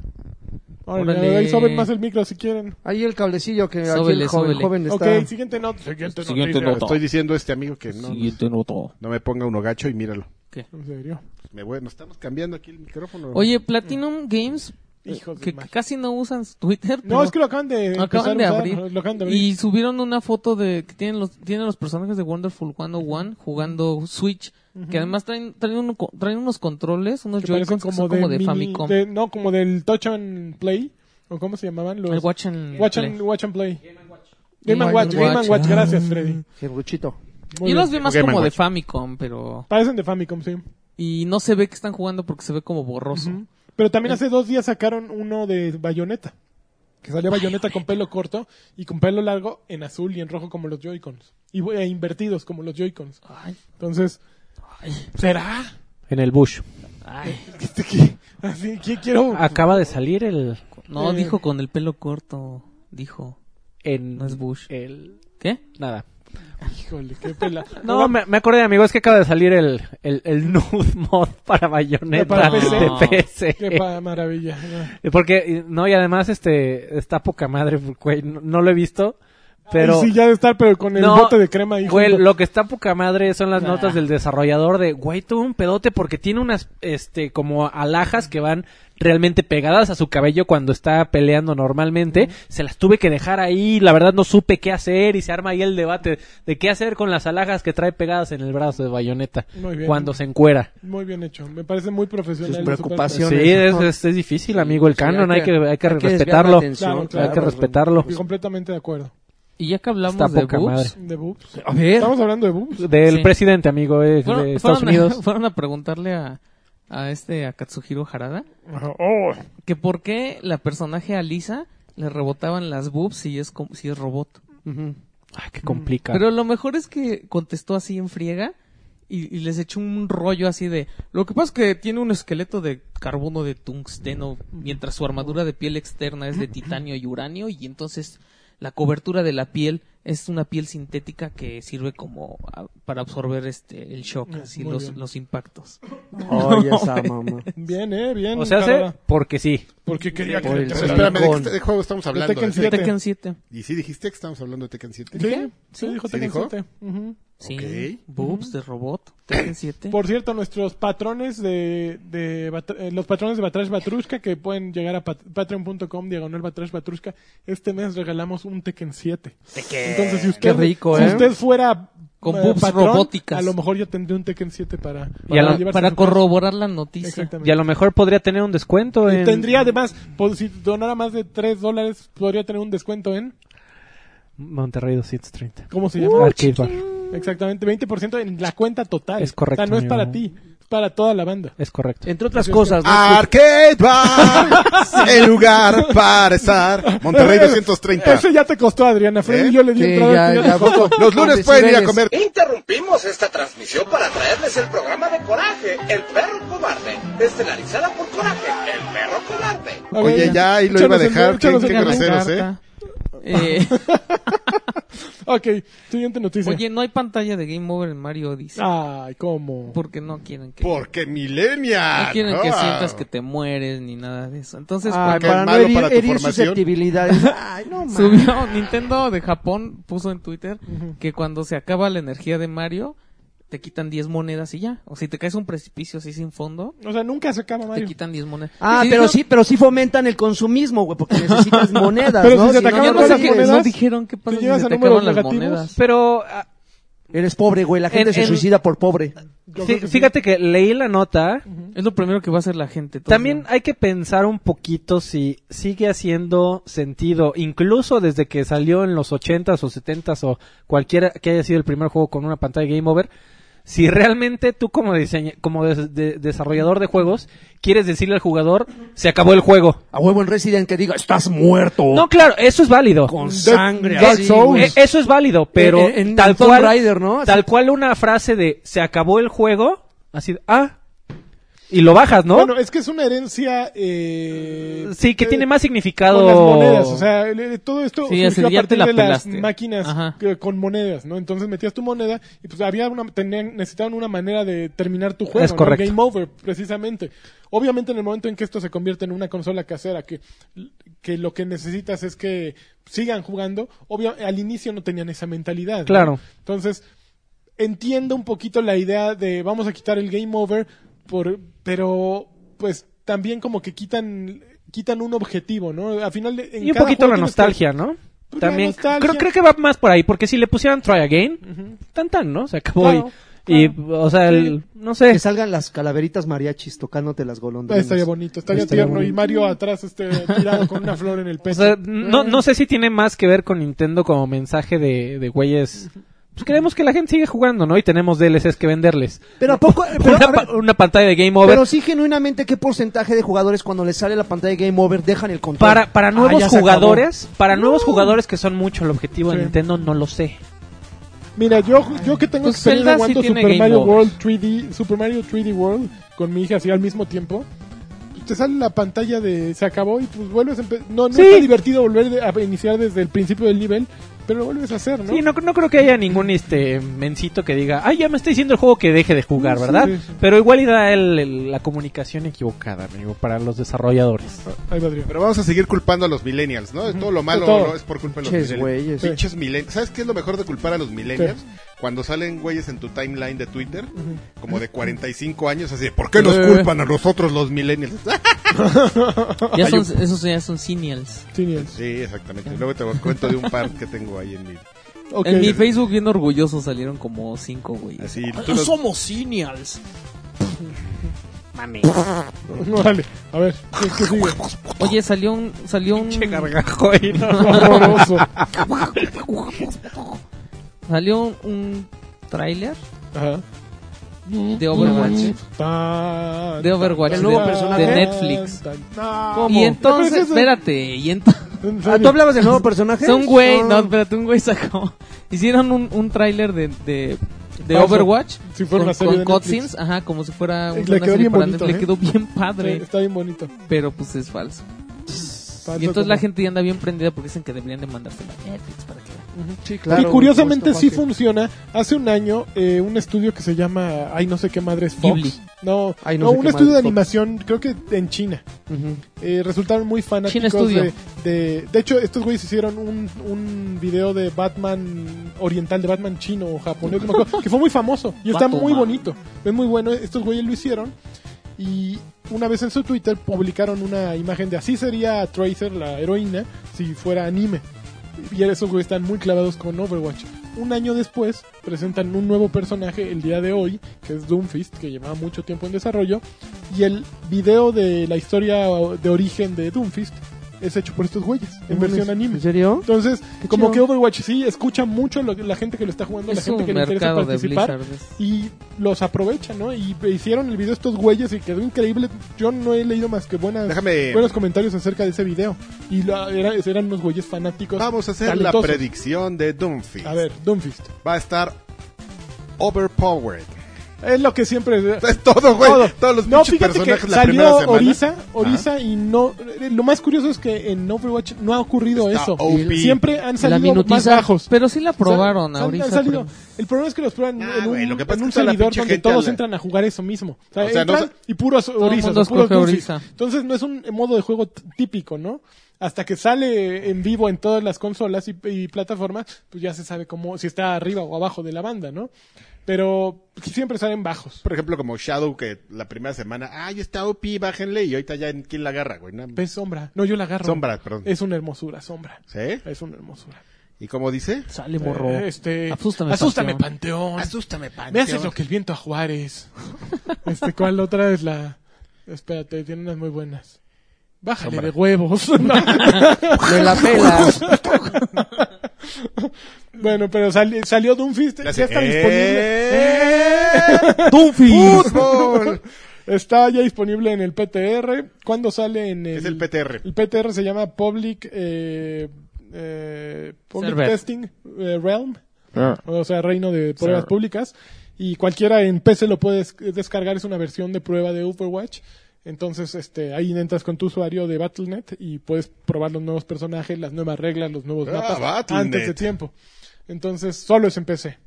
Speaker 3: Órale,
Speaker 5: Órale.
Speaker 3: ahí soben más el micro si quieren.
Speaker 4: Ahí el cablecillo que aquí
Speaker 5: Sóbele,
Speaker 4: el joven,
Speaker 5: sóbele.
Speaker 4: joven está.
Speaker 3: Ok, siguiente nota. Siguiente,
Speaker 5: Siguiente
Speaker 3: noticia.
Speaker 5: nota.
Speaker 1: Estoy diciendo a este amigo que no,
Speaker 5: noto.
Speaker 1: no me ponga uno gacho y míralo.
Speaker 3: En serio.
Speaker 1: Me voy, nos estamos cambiando aquí el micrófono.
Speaker 5: Oye, Platinum Games,
Speaker 3: Hijos de
Speaker 5: que
Speaker 3: magia.
Speaker 5: casi no usan su Twitter.
Speaker 3: No,
Speaker 5: pero
Speaker 3: es que lo acaban de,
Speaker 5: acaban
Speaker 3: empezar
Speaker 5: de
Speaker 3: a usar,
Speaker 5: abrir.
Speaker 3: Lo acaban de abrir.
Speaker 5: Y subieron una foto de que tienen los, tienen los personajes de Wonderful 101 jugando Switch. Que además traen, traen, uno co- traen unos controles, unos
Speaker 3: que parecen
Speaker 5: Joy-Cons que son como de,
Speaker 3: mini-
Speaker 5: Famicom.
Speaker 3: de- no, como del Touch and Play. ¿O cómo se llamaban? Los
Speaker 5: El Watch and
Speaker 3: Watch
Speaker 5: Play.
Speaker 3: and, Watch and Play. Game and
Speaker 4: Watch.
Speaker 3: Watch. Game and
Speaker 5: Watch.
Speaker 3: Watch. Gracias, Freddy.
Speaker 4: Jebuchito.
Speaker 3: Muy
Speaker 5: Yo los
Speaker 3: bien.
Speaker 5: veo más
Speaker 1: Game
Speaker 5: como
Speaker 1: and
Speaker 5: de
Speaker 1: Watch.
Speaker 5: Famicom, pero...
Speaker 3: Parecen de Famicom, sí.
Speaker 5: Y no se ve que están jugando porque se ve como borroso.
Speaker 3: Pero también hace dos días sacaron uno de Bayonetta. Que salió Bayonetta con pelo corto y con pelo largo en azul y en rojo como los Joy-Cons. Y e invertidos como los Joy-Cons.
Speaker 5: Ay,
Speaker 3: Entonces, ¿será? Este,
Speaker 2: En el Bush.
Speaker 5: ay.
Speaker 3: Así que quiero...
Speaker 5: Ah.
Speaker 2: Acaba de salir el.
Speaker 5: No,
Speaker 3: Eh.
Speaker 5: dijo con el pelo corto. Dijo.
Speaker 2: En,
Speaker 5: No es Bush.
Speaker 2: El,
Speaker 5: ¿Qué?
Speaker 2: nada.
Speaker 3: Híjole, qué pela.
Speaker 2: No, me, me acordé, amigo, es que acaba de salir el, el, el nude mod para bayoneta
Speaker 3: Para
Speaker 5: PC.
Speaker 2: de PC.
Speaker 3: Qué pa- maravilla. Ah.
Speaker 2: Porque, eh, no, y además, este, está poca madre, güey, no, no lo he visto, pero...
Speaker 3: Ay, sí, ya de estar, pero con el
Speaker 2: no,
Speaker 3: bote de crema ahí.
Speaker 2: Güey,
Speaker 3: junto.
Speaker 2: lo que está poca madre son las
Speaker 5: Ah.
Speaker 2: notas del desarrollador de, güey, tuvo un pedote porque tiene unas, este, como alhajas que van realmente pegadas a su cabello cuando está peleando normalmente. Se las tuve que dejar ahí, la verdad no supe qué hacer y se arma ahí el debate de qué hacer con las alhajas que trae pegadas en el brazo de bayoneta
Speaker 3: Muy bien.
Speaker 2: cuando se encuera.
Speaker 3: Muy bien hecho. Me parece muy profesional.
Speaker 4: Sus
Speaker 3: y
Speaker 4: preocupaciones.
Speaker 2: Sí, es, es- es difícil, amigo, el
Speaker 4: Sí, hay
Speaker 2: canon,
Speaker 4: que-
Speaker 2: hay que, hay que
Speaker 4: hay que desviar la
Speaker 2: respetarlo.
Speaker 4: atención,
Speaker 3: Claro,
Speaker 2: Hay que
Speaker 3: claro. pues,
Speaker 2: respetarlo.
Speaker 3: súper- y completamente de acuerdo.
Speaker 5: Y ya que hablamos
Speaker 2: Está
Speaker 5: de
Speaker 2: poca
Speaker 5: boobs,
Speaker 2: madre.
Speaker 3: De boobs.
Speaker 4: A ver.
Speaker 3: Estamos hablando de boobs.
Speaker 2: Del
Speaker 5: Sí.
Speaker 2: presidente, amigo, eh,
Speaker 5: fueron,
Speaker 2: de Estados
Speaker 5: fueron a-
Speaker 2: Unidos.
Speaker 5: fueron a preguntarle a, a este, a Katsuhiro Harada,
Speaker 3: Ajá. Oh,
Speaker 5: que por qué la personaje Alisa le rebotaban las boobs si es, com- si es robot.
Speaker 2: Ay, qué complicado.
Speaker 5: Pero lo mejor es que contestó así en friega y, y les echó un rollo así de... Lo que pasa es que tiene un esqueleto de carbono de tungsteno, mientras su armadura de piel externa es de titanio y uranio, y entonces la cobertura de la piel es una piel sintética que sirve como a- para absorber este el shock,
Speaker 3: Mm,
Speaker 5: así
Speaker 3: muy
Speaker 5: los,
Speaker 3: bien.
Speaker 5: los impactos.
Speaker 4: Oye, esa mamá.
Speaker 3: Bien, eh, bien.
Speaker 2: o sea,
Speaker 3: Carla.
Speaker 2: hace porque sí.
Speaker 3: Porque quería que
Speaker 4: Por
Speaker 3: le
Speaker 4: el
Speaker 1: Pero
Speaker 3: trajeran.
Speaker 1: espérame, ¿de
Speaker 4: Con-
Speaker 1: qué, de qué juego estamos hablando?
Speaker 3: Tekken
Speaker 1: ¿De-
Speaker 3: siete.
Speaker 5: Tekken 7.
Speaker 1: ¿Y sí dijiste que estamos hablando de Tekken 7?
Speaker 3: Sí, sí, dijo
Speaker 1: ¿Sí
Speaker 3: Tekken
Speaker 1: dijo?
Speaker 3: 7. Ujú.
Speaker 5: Sí.
Speaker 1: Ok.
Speaker 5: Boobs de robot. Tekken 7.
Speaker 3: Por cierto, nuestros patrones de, de Bat- eh, los patrones de Batrash Batrushka que pueden llegar a pat- patreon.com diagonal Batrash Batrushka, este mes regalamos un Tekken 7. Entonces, si usted,
Speaker 4: Qué rico,
Speaker 3: si
Speaker 4: ¿eh?
Speaker 3: usted fuera
Speaker 5: Con
Speaker 3: eh,
Speaker 5: boobs robóticas.
Speaker 3: a lo mejor yo tendría un Tekken 7 para
Speaker 2: Y a la-
Speaker 5: Para,
Speaker 3: llevarse a
Speaker 5: para
Speaker 3: su casa.
Speaker 5: corroborar la noticia.
Speaker 3: Exactamente.
Speaker 2: Y a lo mejor podría tener un descuento
Speaker 3: Y
Speaker 2: en...
Speaker 3: Tendría además, pues, si donara más de 3 dólares, podría tener un descuento en,
Speaker 2: Monterrey 230.
Speaker 3: ¿cómo se llama?
Speaker 2: Arcade Bar.
Speaker 3: Exactamente, 20% en la cuenta total.
Speaker 2: Es correcto,
Speaker 3: O sea, no es
Speaker 2: amigo.
Speaker 3: para ti, es para toda la banda.
Speaker 2: Es correcto.
Speaker 4: Entre otras cosas, ¿no?
Speaker 3: Ah,
Speaker 1: Arcade Bar, el lugar para estar. Monterrey 230.
Speaker 3: Eso ya te costó, Adriana. Freddy
Speaker 1: ¿Eh?
Speaker 3: yo le di
Speaker 4: Sí,
Speaker 3: entrada.
Speaker 4: ya-
Speaker 3: tú
Speaker 4: ya-
Speaker 3: te costó.
Speaker 1: Los lunes pueden ir a
Speaker 4: decibeles.
Speaker 1: comer.
Speaker 8: Interrumpimos esta transmisión para traerles el programa de Coraje, el perro cobarde, estelarizada por Coraje, el perro cobarde.
Speaker 3: A ver,
Speaker 1: Oye, ya ahí lo iba a
Speaker 3: Échanos el-
Speaker 1: dejar. Qué,
Speaker 3: échanos el
Speaker 1: qué
Speaker 3: ganado.
Speaker 1: groseros, ¿eh?
Speaker 5: Eh,
Speaker 3: Ok, siguiente noticia.
Speaker 5: Oye, no hay pantalla de Game Over en Mario
Speaker 3: Ah,
Speaker 5: Odyssey.
Speaker 3: Ay, ¿cómo?
Speaker 5: Porque no quieren que...
Speaker 1: Porque Ah. Milenia.
Speaker 5: no quieren que sientas que te mueres ni nada de eso. Entonces,
Speaker 4: Ay,
Speaker 1: Porque
Speaker 5: cuando
Speaker 1: es
Speaker 4: para no
Speaker 1: malo
Speaker 4: herir,
Speaker 1: para tu
Speaker 4: herir
Speaker 1: formación.
Speaker 4: susceptibilidades. Ay, no mames.
Speaker 5: subió Nintendo de Japón, puso en Twitter que cuando se acaba la energía de Mario, te quitan 10 monedas y ya. O si te caes a un precipicio así sin fondo,
Speaker 3: O sea, nunca se acaba
Speaker 5: te
Speaker 3: Mario.
Speaker 5: quitan 10 monedas.
Speaker 4: Ah,
Speaker 5: Y
Speaker 4: pero
Speaker 5: dijeron-
Speaker 4: sí, pero sí fomentan el consumismo, güey, porque necesitas monedas,
Speaker 3: Pero
Speaker 4: ¿no?
Speaker 3: si se te
Speaker 4: no,
Speaker 3: acaban
Speaker 5: No,
Speaker 4: ya
Speaker 5: no,
Speaker 4: no
Speaker 3: las
Speaker 5: dije-
Speaker 4: tienes.
Speaker 5: no
Speaker 3: monedas,
Speaker 5: dijeron qué pasa
Speaker 3: te
Speaker 5: si
Speaker 3: llegas
Speaker 5: se
Speaker 3: a
Speaker 5: te
Speaker 3: números
Speaker 5: acaban las
Speaker 3: negativos.
Speaker 5: monedas.
Speaker 2: Pero ah,
Speaker 4: Eres pobre, güey, la gente
Speaker 2: En-
Speaker 4: se
Speaker 2: en-
Speaker 4: suicida por pobre.
Speaker 3: Yo
Speaker 2: sí,
Speaker 3: creo que sí.
Speaker 2: fíjate que leí la nota.
Speaker 5: Es lo primero que va a hacer la gente. entonces,
Speaker 2: También hay que pensar un poquito si sigue haciendo sentido, incluso desde que salió en los 80s o 70s o cualquiera que haya sido el primer juego con una pantalla Game Over, si realmente tú como, diseña- como des- de- desarrollador de juegos quieres decirle al jugador, se acabó el juego.
Speaker 4: A huevo en Resident que diga, estás muerto.
Speaker 2: No, claro, eso es válido.
Speaker 4: con
Speaker 3: Dead-
Speaker 4: sangre.
Speaker 3: Dead
Speaker 4: así,
Speaker 3: Oh. Souls.
Speaker 4: güey.
Speaker 2: Eh, Eso es válido, pero
Speaker 4: En- en- en
Speaker 2: tal
Speaker 4: Tomb
Speaker 2: cual
Speaker 4: Raider, ¿no? Así.
Speaker 2: tal cual una frase de se acabó el juego, así de, ah, Y lo bajas, ¿no?
Speaker 3: Bueno, es que es una herencia. eh,
Speaker 2: sí, que
Speaker 3: eh,
Speaker 2: tiene más significado.
Speaker 3: Con las monedas, o sea, el- el- todo esto
Speaker 5: Sí,
Speaker 3: surgió
Speaker 5: así
Speaker 3: a
Speaker 5: ya te
Speaker 3: partir
Speaker 5: la
Speaker 3: de las
Speaker 5: pelaste.
Speaker 3: máquinas
Speaker 5: Ajá.
Speaker 3: que- con monedas, ¿no? Entonces metías tu moneda y pues había una, tenían, necesitaban una manera de terminar tu juego,
Speaker 2: Es
Speaker 3: ¿no?
Speaker 2: correcto.
Speaker 3: Game over, precisamente. Obviamente en el momento en que esto se convierte en una consola casera, que, que lo que necesitas es que sigan jugando, obvio, al inicio no tenían esa mentalidad. ¿no?
Speaker 2: Claro.
Speaker 3: Entonces, entiendo un poquito la idea de vamos a quitar el game over, por, pero pues también como que quitan quitan un objetivo, ¿no? Al final de- en
Speaker 2: y un
Speaker 3: cada
Speaker 2: poquito
Speaker 3: juego
Speaker 2: la
Speaker 3: tienes
Speaker 2: nostalgia, ¿no?
Speaker 3: Pues la
Speaker 2: También
Speaker 3: nostalgia.
Speaker 2: creo, creo que va más por ahí, porque si le pusieran Try Again, tan tan, ¿no? Se acabó
Speaker 3: Claro,
Speaker 2: y, y, o sea, el- no sé.
Speaker 4: Que salgan las calaveritas mariachis tocándote las
Speaker 3: que- Ah,
Speaker 4: golondrinas.
Speaker 3: estaría bonito, estaría,
Speaker 4: Estaría
Speaker 3: tierno
Speaker 4: bonito.
Speaker 3: y Mario atrás este tirado con una flor en el
Speaker 2: O
Speaker 3: pecho.
Speaker 2: sea, no, no sé si tiene más que ver con Nintendo como mensaje de, de güeyes. Pues queremos que la gente siga jugando, ¿no? Y tenemos DLCs que venderles.
Speaker 4: Pero a poco... Pero,
Speaker 2: una,
Speaker 4: a ver,
Speaker 2: pa- una pantalla de Game Over.
Speaker 4: pero sí, genuinamente, ¿qué porcentaje de jugadores cuando les sale la pantalla de Game Over dejan el control?
Speaker 2: Para, para
Speaker 4: Ah,
Speaker 2: nuevos
Speaker 4: ya se acabó.
Speaker 2: jugadores, para nuevos jugadores que son mucho el objetivo
Speaker 3: Sí.
Speaker 2: de Nintendo, no lo sé.
Speaker 3: Mira, yo, yo que tengo
Speaker 5: Pues
Speaker 3: experiencia
Speaker 5: Zelda sí
Speaker 3: jugando
Speaker 5: tiene
Speaker 3: Super
Speaker 5: Game
Speaker 3: Mario
Speaker 5: Over.
Speaker 3: World 3D, Super Mario 3D World con mi hija así al mismo tiempo. Te sale la pantalla de se acabó y pues vuelves a empe- no no
Speaker 2: Sí.
Speaker 3: está divertido volver de- a iniciar desde el principio del nivel, pero lo vuelves a hacer, ¿no?
Speaker 2: Sí, no, no creo que haya ningún este mencito que diga, ay, ya me está diciendo el juego que deje de jugar,
Speaker 3: Sí,
Speaker 2: ¿verdad?
Speaker 3: sí, sí.
Speaker 2: Pero igual y da el- el- la comunicación equivocada, amigo, para los desarrolladores.
Speaker 3: Ahí va, Adrián.
Speaker 1: Pero vamos a seguir culpando a los millennials, ¿no? Todo lo malo
Speaker 3: Todo.
Speaker 1: ¿no? es por culpa de los
Speaker 4: Pinches
Speaker 1: millennials.
Speaker 4: güeyes.
Speaker 1: Pinches millen- ¿Sabes qué es lo mejor de culpar a los millennials? Cuando salen güeyes en tu timeline de Twitter, como de 45 años, así de, ¿por qué nos
Speaker 5: Eh.
Speaker 1: culpan a nosotros los millennials?
Speaker 5: Ya son, esos ya son senials.
Speaker 3: Genials.
Speaker 1: Sí, exactamente. Luego te cuento de un par que tengo ahí en mi...
Speaker 3: Ok.
Speaker 5: En mi Facebook bien orgulloso salieron como cinco, güey.
Speaker 1: Así,
Speaker 3: Ah,
Speaker 1: tú
Speaker 5: No
Speaker 1: los-
Speaker 5: somos senials.
Speaker 3: Órale, a ver, ¿qué, qué sigue?
Speaker 5: Oye, salió un, salió un,
Speaker 2: Che gargajo ahí, ¿no?
Speaker 3: Horroroso.
Speaker 5: salió un, un tráiler
Speaker 3: Ajá.
Speaker 5: de Overwatch.
Speaker 3: Tan,
Speaker 5: De Overwatch,
Speaker 3: tan,
Speaker 5: El nuevo
Speaker 3: tan,
Speaker 5: personaje.
Speaker 3: tan,
Speaker 5: de Netflix.
Speaker 3: tan, tan.
Speaker 5: Y entonces, espérate, y entonces
Speaker 3: ¿En
Speaker 4: Ah,
Speaker 3: serio?
Speaker 4: ¿Tú hablabas del nuevo personaje?
Speaker 5: un güey, no,
Speaker 4: Ah.
Speaker 5: espérate, un güey sacó. Hicieron un, un tráiler de, de, de
Speaker 3: Falso.
Speaker 5: Overwatch
Speaker 3: Si fuera
Speaker 5: con,
Speaker 3: una serie
Speaker 5: con
Speaker 3: de
Speaker 5: cutscenes, ajá, como si fuera
Speaker 3: Le
Speaker 5: una
Speaker 3: quedó
Speaker 5: serie
Speaker 3: bien
Speaker 5: para
Speaker 3: bonito,
Speaker 5: Netflix,
Speaker 3: ¿eh?
Speaker 5: le quedó bien
Speaker 3: Sí,
Speaker 5: padre,
Speaker 3: Está bien bonito.
Speaker 5: pero pues es falso.
Speaker 3: Falso
Speaker 5: y entonces la
Speaker 3: como-
Speaker 5: gente ya anda bien prendida porque dicen que deberían de mandársela a Netflix para que la-
Speaker 4: Sí, claro.
Speaker 3: y curiosamente
Speaker 4: por
Speaker 3: sí
Speaker 4: supuesto,
Speaker 3: funciona. Hace un año, eh, un estudio que se llama, ay no sé qué madre es Fox.
Speaker 5: Ghibli.
Speaker 3: No,
Speaker 4: Ay, no
Speaker 3: no,
Speaker 4: sé
Speaker 3: un
Speaker 4: qué
Speaker 3: estudio de
Speaker 4: madre es Fox.
Speaker 3: animación, creo que en China.
Speaker 4: Ujú.
Speaker 3: eh, resultaron muy
Speaker 5: China
Speaker 3: fanáticos
Speaker 5: Studio.
Speaker 3: de, de... de hecho, estos güeyes hicieron un, un video de Batman oriental, de Batman chino o japonés, no me acuerdo, que fue muy famoso y está
Speaker 5: Batman.
Speaker 3: muy bonito. Es muy bueno, estos güeyes lo hicieron y una vez en su Twitter publicaron una imagen de así sería Tracer, la heroína, si fuera anime. Y esos güeyes están muy clavados con Overwatch. Un año después presentan un nuevo personaje el día de hoy, que es Doomfist, que llevaba mucho tiempo en desarrollo. Y el video de la historia de origen de Doomfist es hecho por estos güeyes, en versión anime.
Speaker 4: ¿En serio?
Speaker 3: Entonces,
Speaker 4: Qué
Speaker 3: como
Speaker 4: chido.
Speaker 3: que Overwatch sí escucha mucho lo que- la gente que lo está jugando, la
Speaker 5: Es
Speaker 3: gente
Speaker 5: un
Speaker 3: que le interesa
Speaker 5: mercado de
Speaker 3: participar
Speaker 5: Blizzard. es-
Speaker 3: y los aprovechan, ¿no? Y hicieron el video estos güeyes y quedó increíble. Yo no he leído más que buenas,
Speaker 1: Déjame-
Speaker 3: buenos comentarios acerca de ese video. Y la- era- eran unos güeyes fanáticos.
Speaker 1: Vamos a hacer
Speaker 3: talentosos.
Speaker 1: la predicción de Doomfist.
Speaker 3: A ver, Doomfist.
Speaker 1: Va a estar overpowered.
Speaker 3: Es lo que siempre...
Speaker 1: Es todo, güey.
Speaker 3: Todo.
Speaker 1: Todos los
Speaker 3: No,
Speaker 1: pinches
Speaker 3: fíjate que
Speaker 1: personajes la
Speaker 3: salió
Speaker 1: primera semana.
Speaker 3: Orisa, Orisa y no... eh, Lo más curioso es que en Overwatch no ha ocurrido
Speaker 1: Está
Speaker 3: eso.
Speaker 1: OP.
Speaker 3: Siempre han
Speaker 5: La
Speaker 3: salido
Speaker 5: minutiza,
Speaker 3: más bajos.
Speaker 5: Pero sí la probaron
Speaker 3: Sal-
Speaker 5: ahorita.
Speaker 3: han salido.
Speaker 5: pero-
Speaker 3: El problema es que los prueban
Speaker 1: Ah,
Speaker 3: en un,
Speaker 1: güey, lo que pasa
Speaker 3: en
Speaker 1: es que
Speaker 3: un
Speaker 1: toda la
Speaker 3: servidor
Speaker 1: pinche
Speaker 3: donde
Speaker 1: gente
Speaker 3: todos
Speaker 1: habla.
Speaker 3: entran a jugar eso mismo. O sea,
Speaker 1: O sea, no
Speaker 3: entran
Speaker 1: sa-
Speaker 3: y puros orizas,
Speaker 5: mundo
Speaker 3: o puros
Speaker 5: escoge
Speaker 3: dulces.
Speaker 5: oriza.
Speaker 3: Entonces no es un modo de juego t- típico, ¿no? Hasta que sale en vivo en todas las consolas y, y plataformas, pues ya se sabe cómo, si está arriba o abajo de la banda, ¿no? Pero siempre salen bajos.
Speaker 1: Por ejemplo, como Shadow, que la primera semana, ay, está OP, bájenle, y ahorita ya, ¿quién la agarra, güey? No,
Speaker 3: Ves sombra. No, yo la agarro.
Speaker 1: Sombra, perdón.
Speaker 3: Es una hermosura, sombra.
Speaker 1: ¿Sí?
Speaker 3: Es una hermosura.
Speaker 1: ¿Y cómo dice?
Speaker 5: Sale morro.
Speaker 3: Eh, este,
Speaker 5: Asústame,
Speaker 3: asústame,
Speaker 5: Panteón.
Speaker 3: panteón.
Speaker 1: Asústame,
Speaker 3: Me haces lo que el viento a Juárez. este, ¿cuál otra es la? Espérate, tiene unas muy buenas. Bájale
Speaker 1: Sombra.
Speaker 3: de huevos. No.
Speaker 4: Me la pelas.
Speaker 3: bueno, pero sali- salió Doomfist, ya ¡Eh!
Speaker 1: hace,
Speaker 3: está
Speaker 1: "Eh,
Speaker 3: disponible.
Speaker 5: ¡Tunfis!
Speaker 1: ¡Fútbol!
Speaker 3: Está ya disponible en el PTR. ¿Cuándo sale en el
Speaker 1: es el PTR.
Speaker 3: El PTR se llama Public eh, eh, Public
Speaker 5: Server. Ah.
Speaker 3: Testing eh, Realm, o sea, reino de pruebas públicas. y cualquiera en PC lo puedes descargar, es una versión de prueba de Overwatch. Entonces, este, ahí entras con tu usuario de Battle.net y puedes probar los nuevos personajes, las nuevas reglas, los nuevos
Speaker 1: Ah,
Speaker 3: mapas
Speaker 1: Battle.net.
Speaker 3: antes de tiempo. Entonces, solo es en PC.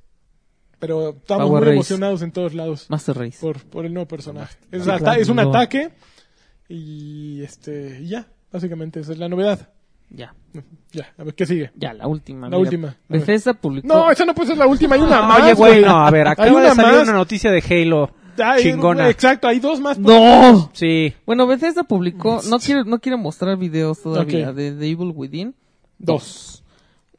Speaker 3: Pero estamos
Speaker 5: Power
Speaker 3: muy
Speaker 5: Race.
Speaker 3: emocionados en todos lados
Speaker 5: Master Race.
Speaker 3: por, por el nuevo personaje. Es,
Speaker 5: Sí,
Speaker 3: ata-
Speaker 5: claro.
Speaker 3: es un
Speaker 5: No.
Speaker 3: ataque y este y ya, básicamente esa es la novedad.
Speaker 5: Ya,
Speaker 3: Ya, a ver qué sigue.
Speaker 5: ya, la última.
Speaker 3: La última. A ver.
Speaker 5: Bethesda publicó.
Speaker 3: No, esa no puede ser la última, hay una
Speaker 2: Ah,
Speaker 3: más.
Speaker 2: Oye, güey,
Speaker 3: güey.
Speaker 2: no, a ver,
Speaker 3: Hay
Speaker 2: acaba de
Speaker 3: una
Speaker 2: salir
Speaker 3: más.
Speaker 2: una noticia de Halo.
Speaker 3: Hay-
Speaker 2: chingona.
Speaker 3: Exacto, hay dos más.
Speaker 5: ¡No!
Speaker 2: Sí.
Speaker 5: Bueno, Bethesda publicó. No quiere, no quiere mostrar videos todavía
Speaker 3: Mm, Ok.
Speaker 5: de The Evil Within.
Speaker 3: Dos.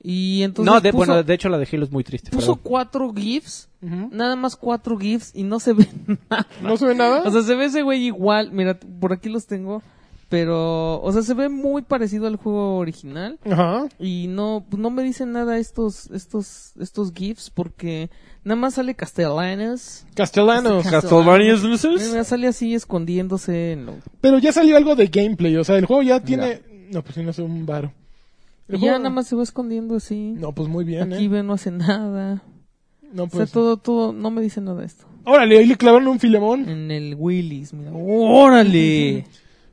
Speaker 5: Y entonces.
Speaker 2: No, de,
Speaker 5: puso,
Speaker 2: bueno, de hecho la de Halo es muy triste.
Speaker 5: puso
Speaker 2: perdón.
Speaker 5: cuatro GIFs.
Speaker 3: Ujú.
Speaker 5: Nada más cuatro GIFs y no se ve nada.
Speaker 3: ¿No se ve nada?
Speaker 5: O sea, se ve ese güey igual. Mira, por aquí los tengo. Pero, o sea, se ve muy parecido al juego original.
Speaker 3: Ajá.
Speaker 5: Y no, pues, no me dicen nada estos, estos, estos GIFs porque nada más sale Castellanos.
Speaker 3: Castellanos.
Speaker 5: Este,
Speaker 2: Castlevania's
Speaker 5: Nada
Speaker 2: Losers.
Speaker 5: más sale así escondiéndose en lo-
Speaker 3: Pero ya salió algo de gameplay, o sea, el juego ya tiene... No, pues sí, no sé, un varo. El
Speaker 5: Y
Speaker 3: juego-
Speaker 5: ya nada más se va escondiendo así.
Speaker 3: No, pues muy bien,
Speaker 5: Aquí
Speaker 3: ¿eh?
Speaker 5: ve, no hace nada.
Speaker 3: No,
Speaker 5: o sea,
Speaker 3: pues...
Speaker 5: todo, todo, no me dice nada esto.
Speaker 3: Órale, ahí le clavaron un filemón.
Speaker 5: En el Willis, mira. ¡Órale!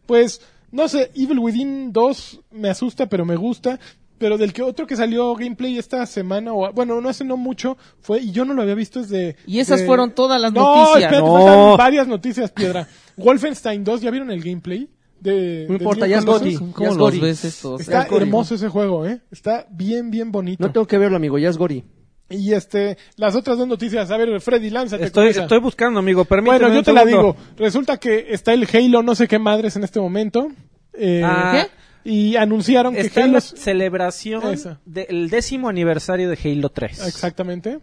Speaker 3: Pues, no sé, Evil Within 2 me asusta, pero me gusta. Pero del que otro que salió gameplay esta semana, o bueno, no hace no mucho, fue, y yo no lo había visto desde...
Speaker 5: Y esas
Speaker 3: de-
Speaker 5: fueron todas las
Speaker 3: no,
Speaker 5: noticias.
Speaker 3: espérate,
Speaker 5: ¿no?
Speaker 3: faltan varias noticias, piedra. Wolfenstein 2, ¿ya vieron el gameplay? De,
Speaker 4: No
Speaker 3: de
Speaker 4: importa,
Speaker 3: New
Speaker 4: ya es
Speaker 3: Colossus?
Speaker 4: Gotti.
Speaker 5: ¿Cómo
Speaker 4: Ya es
Speaker 5: los
Speaker 4: Gotti.
Speaker 5: ves estos?
Speaker 3: Está
Speaker 4: Ya es Gotti.
Speaker 3: hermoso ese juego, ¿eh? Está bien, bien bonito.
Speaker 4: No tengo que verlo, amigo, ya es Gori.
Speaker 3: Y este, las otras dos noticias. A ver, Freddy, lánzate.
Speaker 2: Estoy,
Speaker 3: con esa.
Speaker 2: estoy buscando, amigo, permíteme.
Speaker 3: bueno, yo
Speaker 2: un
Speaker 3: te la
Speaker 2: segundo.
Speaker 3: digo. Resulta que está el Halo, no sé qué madres en este momento. Eh,
Speaker 2: Ah,
Speaker 3: Y anunciaron que
Speaker 2: Está
Speaker 3: Halo.
Speaker 2: la celebración
Speaker 3: Esa.
Speaker 2: del décimo aniversario de Halo 3.
Speaker 3: Exactamente.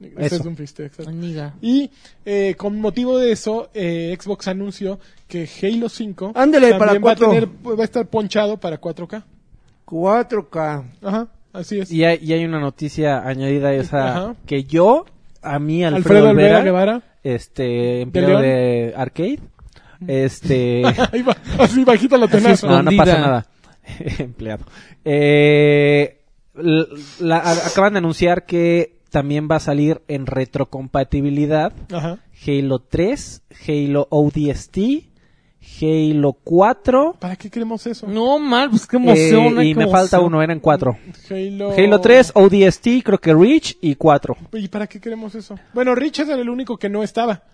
Speaker 3: Ese
Speaker 2: Eso.
Speaker 3: es un fiste, exacto.
Speaker 5: Amiga.
Speaker 3: Y eh, con motivo de eso, eh, Xbox anunció que Halo 5
Speaker 4: Ándele,
Speaker 3: también
Speaker 4: para
Speaker 3: va, a
Speaker 4: cuatro.
Speaker 3: tener, va a estar ponchado para 4K.
Speaker 4: 4K.
Speaker 3: Ajá, así es.
Speaker 2: Y hay, y hay una noticia añadida a esa
Speaker 3: Ajá.
Speaker 2: que yo, a mí,
Speaker 3: Alfredo
Speaker 2: Alfredo,
Speaker 3: Olvera
Speaker 2: Olvera,
Speaker 3: Guevara.
Speaker 2: este empleado
Speaker 3: León?
Speaker 2: de arcade,
Speaker 5: Mm.
Speaker 2: este,
Speaker 3: Ahí va, así bajito la tenaza.
Speaker 2: no, no
Speaker 5: escondida.
Speaker 2: pasa nada, empleado. Eh, l- la- a- acaban de anunciar que también va a salir en retrocompatibilidad
Speaker 3: Ajá.
Speaker 2: Halo 3, Halo ODST, Halo 4
Speaker 3: ¿Para qué queremos eso?
Speaker 5: No, mal, pues qué
Speaker 2: eh,
Speaker 5: emoción. ay,
Speaker 2: y
Speaker 5: qué
Speaker 2: me falta
Speaker 5: emoción.
Speaker 2: uno, eh. eran cuatro.
Speaker 3: Halo...
Speaker 2: Halo 3, ODST, creo que Reach y 4.
Speaker 3: ¿Y para qué queremos eso? Bueno, Richard era el único que no estaba.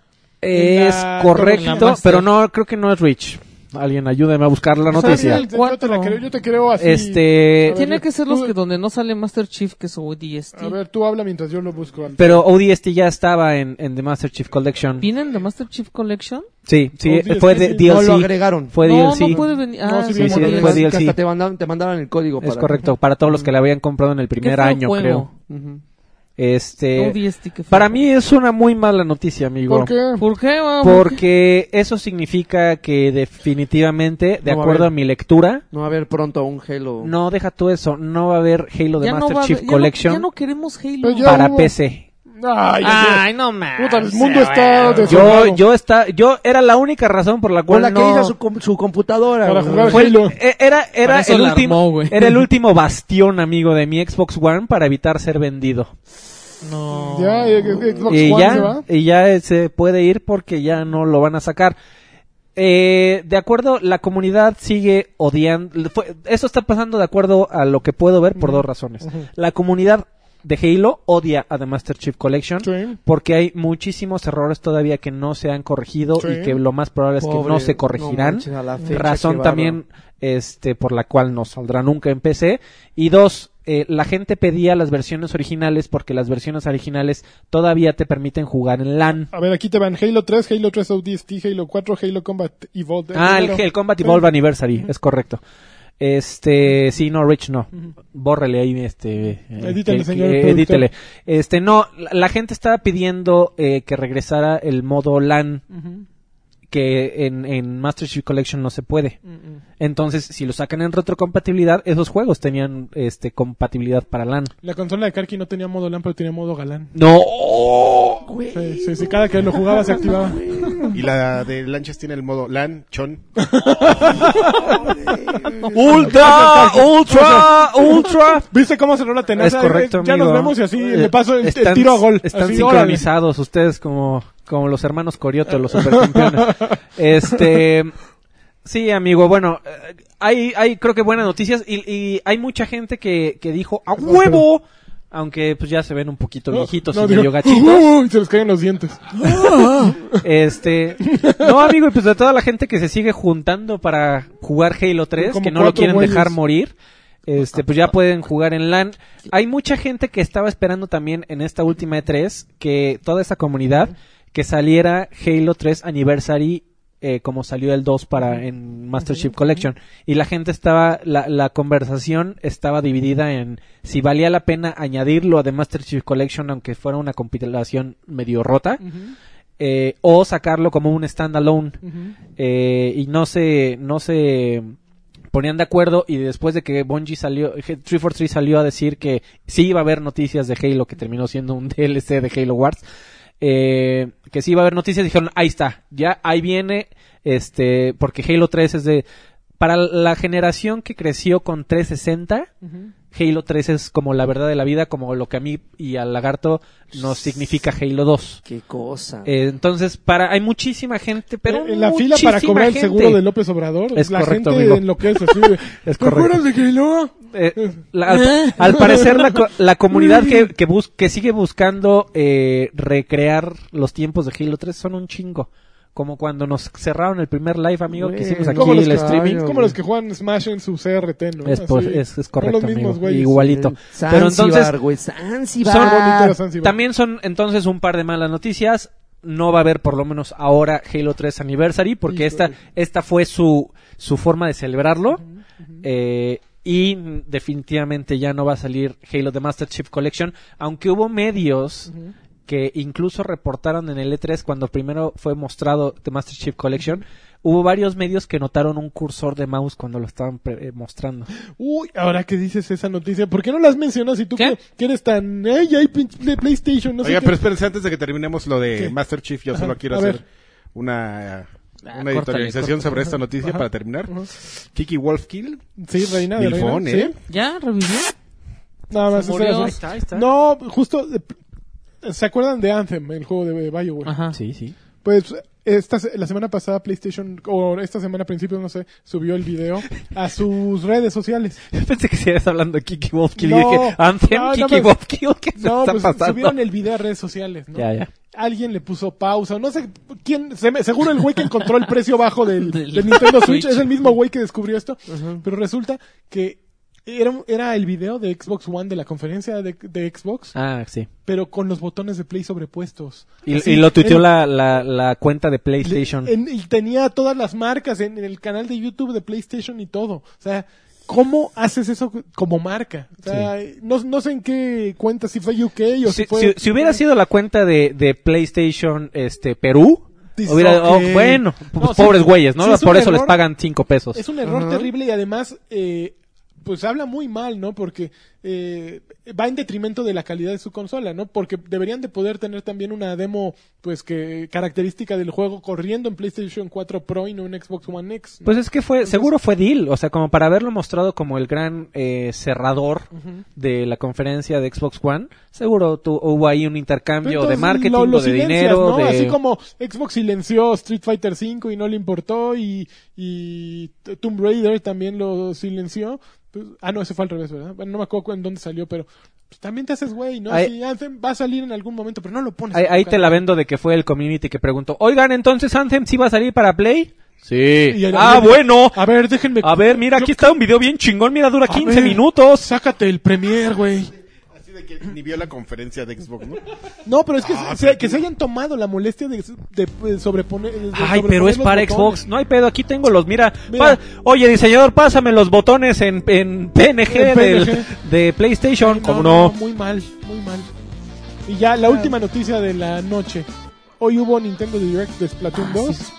Speaker 3: En
Speaker 2: Es
Speaker 3: la-
Speaker 5: en
Speaker 2: correcto,
Speaker 5: la
Speaker 2: pero no, creo que no es Rich. Alguien ayúdeme a buscar
Speaker 5: Pues
Speaker 2: la
Speaker 3: Está
Speaker 2: noticia.
Speaker 3: bien, Yo te, la creo, yo te creo así.
Speaker 2: Este-
Speaker 3: A ver,
Speaker 5: Tiene que ser los
Speaker 3: tú-
Speaker 5: que donde no sale Master Chief, que es ODST.
Speaker 3: A ver, tú habla mientras yo lo busco. Alfredo.
Speaker 2: Pero ODST ya estaba en, en The Master Chief Collection.
Speaker 5: ¿Vienen de Master Chief Collection?
Speaker 2: Sí, sí,
Speaker 3: ODST,
Speaker 2: fue de
Speaker 3: sí.
Speaker 2: DLC.
Speaker 4: No lo agregaron.
Speaker 2: Fue
Speaker 5: no,
Speaker 2: DLC.
Speaker 5: no puede venir. Ah,
Speaker 3: No, sí
Speaker 5: sí,
Speaker 2: Sí, sí,
Speaker 3: viene DLC.
Speaker 2: fue
Speaker 4: Hasta
Speaker 2: DLC.
Speaker 4: te mandaban, te mandaban el código.
Speaker 2: Es
Speaker 4: para-
Speaker 2: correcto, para todos los que la habían comprado en el
Speaker 5: Qué
Speaker 2: primer
Speaker 5: feo
Speaker 2: año,
Speaker 5: juego.
Speaker 2: creo.
Speaker 4: Ujú.
Speaker 2: Este,
Speaker 5: ODST, qué feo.
Speaker 2: para mí es una muy mala noticia, amigo.
Speaker 3: ¿Por qué?
Speaker 5: ¿Por qué? mamá?
Speaker 2: Porque eso significa que definitivamente, de
Speaker 4: No va a
Speaker 2: acuerdo a
Speaker 4: haber.
Speaker 2: mi lectura,
Speaker 4: No va a haber pronto un Halo.
Speaker 2: no deja tú eso, no va a haber Halo de
Speaker 5: Ya no
Speaker 2: Master
Speaker 5: va a
Speaker 2: Chief
Speaker 5: haber- ya no-
Speaker 2: Collection
Speaker 5: Ya no queremos Halo.
Speaker 3: Pero ya-
Speaker 2: para
Speaker 3: hubo.
Speaker 2: PC.
Speaker 3: Ay,
Speaker 5: Ay, no mames.
Speaker 3: Puta, el mundo está
Speaker 2: Yo,
Speaker 3: desolado.
Speaker 2: yo está, yo era la única razón por la
Speaker 4: Con
Speaker 2: cual
Speaker 4: la que
Speaker 2: no-
Speaker 4: hizo su, com- su computadora.
Speaker 3: Para
Speaker 4: güey.
Speaker 3: jugar
Speaker 2: Fue-
Speaker 3: Halo.
Speaker 2: eh, era
Speaker 5: Para
Speaker 2: era
Speaker 5: eso
Speaker 2: el
Speaker 5: la
Speaker 2: último
Speaker 5: armó, güey.
Speaker 2: era el último bastión amigo de mi Xbox One para evitar ser vendido
Speaker 5: No.
Speaker 3: Ya, eh, eh, Xbox
Speaker 2: y
Speaker 3: One se
Speaker 2: ya
Speaker 3: va.
Speaker 2: y ya eh, se puede ir porque ya no lo van a sacar Eh, de acuerdo la comunidad sigue odiando fue- eso está pasando de acuerdo a lo que puedo ver por dos razones la comunidad de Halo odia a The Master Chief Collection
Speaker 3: Sí.
Speaker 2: porque hay muchísimos errores todavía que no se han corregido
Speaker 3: Sí.
Speaker 2: y que lo más probable es que
Speaker 4: Pobre,
Speaker 2: no se corregirán.
Speaker 4: manches, a la fecha, qué
Speaker 2: razón
Speaker 4: bárbaro.
Speaker 2: también este por la cual no saldrá nunca en PC y dos eh, la gente pedía las versiones originales porque las versiones originales todavía te permiten jugar en LAN.
Speaker 3: A ver, aquí te van Halo 3, Halo 3 ODST, Halo 4, Halo Combat Evolved.
Speaker 2: Ah, el,
Speaker 3: primero.
Speaker 2: el Combat
Speaker 3: Sí.
Speaker 2: Evolve Anniversary, es correcto. Este, sí, no, Rich, no. Bórrele ahí, este. eh,
Speaker 3: Edítale,
Speaker 2: que-
Speaker 3: señor
Speaker 2: que-
Speaker 3: productor.
Speaker 2: edítele. Este, no, la, la gente estaba pidiendo eh, que regresara el modo LAN, que en, en Master Chief Collection no se puede. Entonces, si lo sacan en retrocompatibilidad, esos juegos tenían este compatibilidad para LAN.
Speaker 3: La consola de Karki no tenía modo LAN, pero tenía modo galán.
Speaker 2: No,
Speaker 3: Sí, sí, sí, cada que lo jugaba se activaba.
Speaker 1: Y la de lanchas tiene el modo LAN, chon.
Speaker 2: Ultra, ultra, ultra.
Speaker 3: ¿Viste cómo cerró la tenaza?
Speaker 2: Es correcto,
Speaker 3: Ya
Speaker 2: amigo.
Speaker 3: nos vemos y así
Speaker 2: Eh,
Speaker 3: le paso el, el
Speaker 2: están-
Speaker 3: tiro a gol.
Speaker 2: Están
Speaker 3: Así, órale.
Speaker 2: sincronizados ustedes como, como los hermanos Corioto, los supercampeones. este, sí, amigo, bueno, eh, hay, hay creo que buenas noticias y, y hay mucha gente que, que dijo, ¡a huevo! Aunque pues ya se ven un poquito viejitos
Speaker 3: No,
Speaker 2: y
Speaker 3: no,
Speaker 2: medio
Speaker 3: digo,
Speaker 2: gachitos.
Speaker 3: "Uy", se les caen los dientes.
Speaker 2: Este, no, amigo, y pues de toda la gente que se sigue juntando para jugar Halo 3,
Speaker 3: Como
Speaker 2: que no lo
Speaker 3: cuatro
Speaker 2: quieren
Speaker 3: güeyes.
Speaker 2: dejar morir, este, pues ya pueden jugar en LAN. Hay mucha gente que estaba esperando también en esta última E3 que toda esa comunidad que saliera Halo 3 Anniversary eh, como salió el 2 para en Master Chief Collection y la gente estaba la, la conversación estaba dividida en si valía la pena añadirlo a The Master Chief Collection aunque fuera una compilación medio rota eh, o sacarlo como un standalone eh, y no se no se ponían de acuerdo y después de que Bungie salió 343 salió a decir que sí iba a haber noticias de Halo que terminó siendo un DLC de Halo Wars eh, que sí iba a haber noticias dijeron ahí está ya ahí viene este porque Halo 3 es de para la generación que creció con 360 Halo 3 es como la verdad de la vida como lo que a mí y al lagarto nos significa Halo 2
Speaker 4: Qué cosa.
Speaker 2: eh, entonces, para hay muchísima gente, pero
Speaker 3: en la fila para
Speaker 2: muchísima
Speaker 3: cobrar
Speaker 2: gente.
Speaker 3: el seguro de López Obrador,
Speaker 2: Es
Speaker 3: la
Speaker 2: correcto,
Speaker 3: gente
Speaker 2: amigo.
Speaker 3: en lo que es así. de,
Speaker 2: Es
Speaker 3: "¿Te acuerdas
Speaker 2: correcto.
Speaker 3: de Halo?
Speaker 2: Eh, la- al, al parecer, la, co- la comunidad que, que, bus- que sigue buscando eh, recrear los tiempos de Halo 3 son un chingo. Como cuando nos cerraron el primer live, amigo, que
Speaker 4: Güey,
Speaker 2: hicimos aquí
Speaker 3: Pues, ¿Cómo los
Speaker 2: el
Speaker 3: que-
Speaker 2: streaming.
Speaker 3: Es como los que juegan Smash en su CRT, ¿no?
Speaker 2: Es,
Speaker 3: Así,
Speaker 2: por- es- es
Speaker 3: son
Speaker 2: correcto,
Speaker 3: los mismos
Speaker 2: amigo.
Speaker 3: güeyes.
Speaker 2: Igualito. Pero entonces,
Speaker 4: güey,
Speaker 2: son-
Speaker 3: Bonito era Zanzibar.
Speaker 2: También son entonces un par de malas noticias. No va a haber por lo menos ahora Halo 3 Anniversary porque esta,
Speaker 3: Híjole.
Speaker 2: esta fue su, su forma de celebrarlo. Eh, y definitivamente ya no va a salir Halo The Master Chief Collection, aunque hubo medios que incluso reportaron en el E3 cuando primero fue mostrado The Master Chief Collection, hubo varios medios que notaron un cursor de mouse cuando lo estaban pre- eh, mostrando.
Speaker 3: Uy, ahora que dices esa noticia, ¿por qué no las mencionas si tú que,
Speaker 5: ¿Qué?
Speaker 3: que eres tan... ¡Ay, ay, pinche Play- PlayStation! No sé
Speaker 1: Oiga,
Speaker 3: qué.
Speaker 1: pero espérense, antes de que terminemos lo de
Speaker 3: ¿Qué?
Speaker 1: Master Chief, yo
Speaker 3: Ajá,
Speaker 1: solo quiero
Speaker 3: a
Speaker 1: hacer
Speaker 3: ver.
Speaker 1: una, una
Speaker 5: Ah, córtale,
Speaker 1: editorialización
Speaker 5: córtale.
Speaker 1: sobre esta noticia para terminar. Kiki Wolfkill,
Speaker 3: Sí, reina de
Speaker 1: Milfón,
Speaker 3: reina,
Speaker 1: ¿eh?
Speaker 3: sí.
Speaker 5: ¿Ya revivió?
Speaker 3: Nada más.
Speaker 5: Se murió.
Speaker 3: esa era-
Speaker 5: Ahí está, ahí está.
Speaker 3: No, justo... eh, ¿Se acuerdan de Anthem, el juego de BioWare?
Speaker 5: Ajá.
Speaker 2: Sí, sí.
Speaker 3: Pues esta, se- la semana pasada PlayStation, o esta semana a principios, no sé, subió el video a sus redes sociales.
Speaker 2: Pensé que estabas hablando de Kiki Wolfkill
Speaker 3: No,
Speaker 2: y dije, Anthem,
Speaker 3: no, no,
Speaker 2: Kiki
Speaker 3: pues-
Speaker 2: Wolfkill, ¿qué se
Speaker 3: No,
Speaker 2: está
Speaker 3: pues
Speaker 2: pasando?
Speaker 3: subieron el video a redes sociales, ¿no?
Speaker 2: Ya, ya.
Speaker 3: Alguien le puso pausa, no sé quién, se me- seguro el güey que encontró el precio bajo del, del Nintendo Switch, es el mismo güey que descubrió esto, pero resulta que era, un- era el video de Xbox One de la conferencia de, de Xbox,
Speaker 2: Ah, sí.
Speaker 3: pero con los botones de play sobrepuestos.
Speaker 2: Y,
Speaker 3: Así,
Speaker 2: y lo tuiteó
Speaker 3: en-
Speaker 2: la, la, la cuenta de PlayStation.
Speaker 3: en- y tenía todas las marcas en, en el canal de YouTube de PlayStation y todo. O sea, ¿cómo haces eso como marca? O sea, no, no sé en qué cuenta, si fue UK o si,
Speaker 2: si,
Speaker 3: fue...
Speaker 2: si- si hubiera sido la cuenta de, de PlayStation este, Perú,
Speaker 3: Dices,
Speaker 2: hubiera, oh,
Speaker 3: ok.
Speaker 2: bueno,
Speaker 3: No,
Speaker 2: pues,
Speaker 3: sí,
Speaker 2: pobres güeyes, ¿no?
Speaker 3: sí, es un
Speaker 2: Por eso les
Speaker 3: error.
Speaker 2: pagan cinco pesos.
Speaker 3: Es un error terrible y además, eh, pues habla muy mal, ¿no? Porque eh, va en detrimento de la calidad de su consola, ¿no? Porque deberían de poder tener también una demo, pues que característica del juego corriendo en PlayStation 4 Pro y no en Xbox One X. ¿no?
Speaker 2: Pues es que fue, seguro fue deal, o sea, como para haberlo mostrado como el gran eh, cerrador de la conferencia de Xbox One, seguro tu- hubo ahí un intercambio de
Speaker 3: Entonces,
Speaker 2: marketing,
Speaker 3: lo- lo
Speaker 2: o de
Speaker 3: silencias,
Speaker 2: dinero,
Speaker 3: ¿no?
Speaker 2: de...
Speaker 3: Así como Xbox silenció Street Fighter V y no le importó y, y T- Tomb Raider también lo silenció. Pues, ah, no, ese fue al revés, ¿verdad? Bueno, no me acuerdo cu- en dónde salió, pero pues, también te haces güey, ¿no?
Speaker 2: Ahí-
Speaker 3: Sí, Anthem va a salir en algún momento, pero no lo pones.
Speaker 2: Ahí,
Speaker 3: en tu
Speaker 2: ahí te
Speaker 3: cara.
Speaker 2: la vendo de que fue el community que preguntó, oigan, entonces Anthem sí va a salir para Play.
Speaker 3: Y
Speaker 2: Sí.
Speaker 3: el-
Speaker 2: Ah, bueno.
Speaker 3: A ver, déjenme.
Speaker 2: A ver, mira,
Speaker 3: yo-
Speaker 2: aquí está un video bien chingón, mira, dura
Speaker 3: a
Speaker 2: 15
Speaker 3: ver,
Speaker 2: minutos.
Speaker 3: Sácate el premier, güey.
Speaker 1: Así de que ni vio la conferencia de Xbox, ¿no?
Speaker 3: No, pero es que, se, que se hayan tomado la molestia de, de, eh, sobreponer. de
Speaker 2: Ay,
Speaker 3: sobreponer
Speaker 2: pero es
Speaker 3: los
Speaker 2: para
Speaker 3: botones.
Speaker 2: Xbox. No hay pedo, aquí tengo los, mira.
Speaker 3: Mira.
Speaker 2: pa- Oye, diseñador, pásame los botones en, en PNG,
Speaker 3: En
Speaker 2: del-
Speaker 3: PNG.
Speaker 2: de PlayStation.
Speaker 3: No,
Speaker 2: ¿Cómo
Speaker 3: no,
Speaker 2: no?
Speaker 3: Muy mal, muy mal. Y ya
Speaker 5: Ah.
Speaker 3: la última noticia de la noche. Hoy hubo Nintendo Direct de Splatoon
Speaker 5: Ah,
Speaker 3: 2.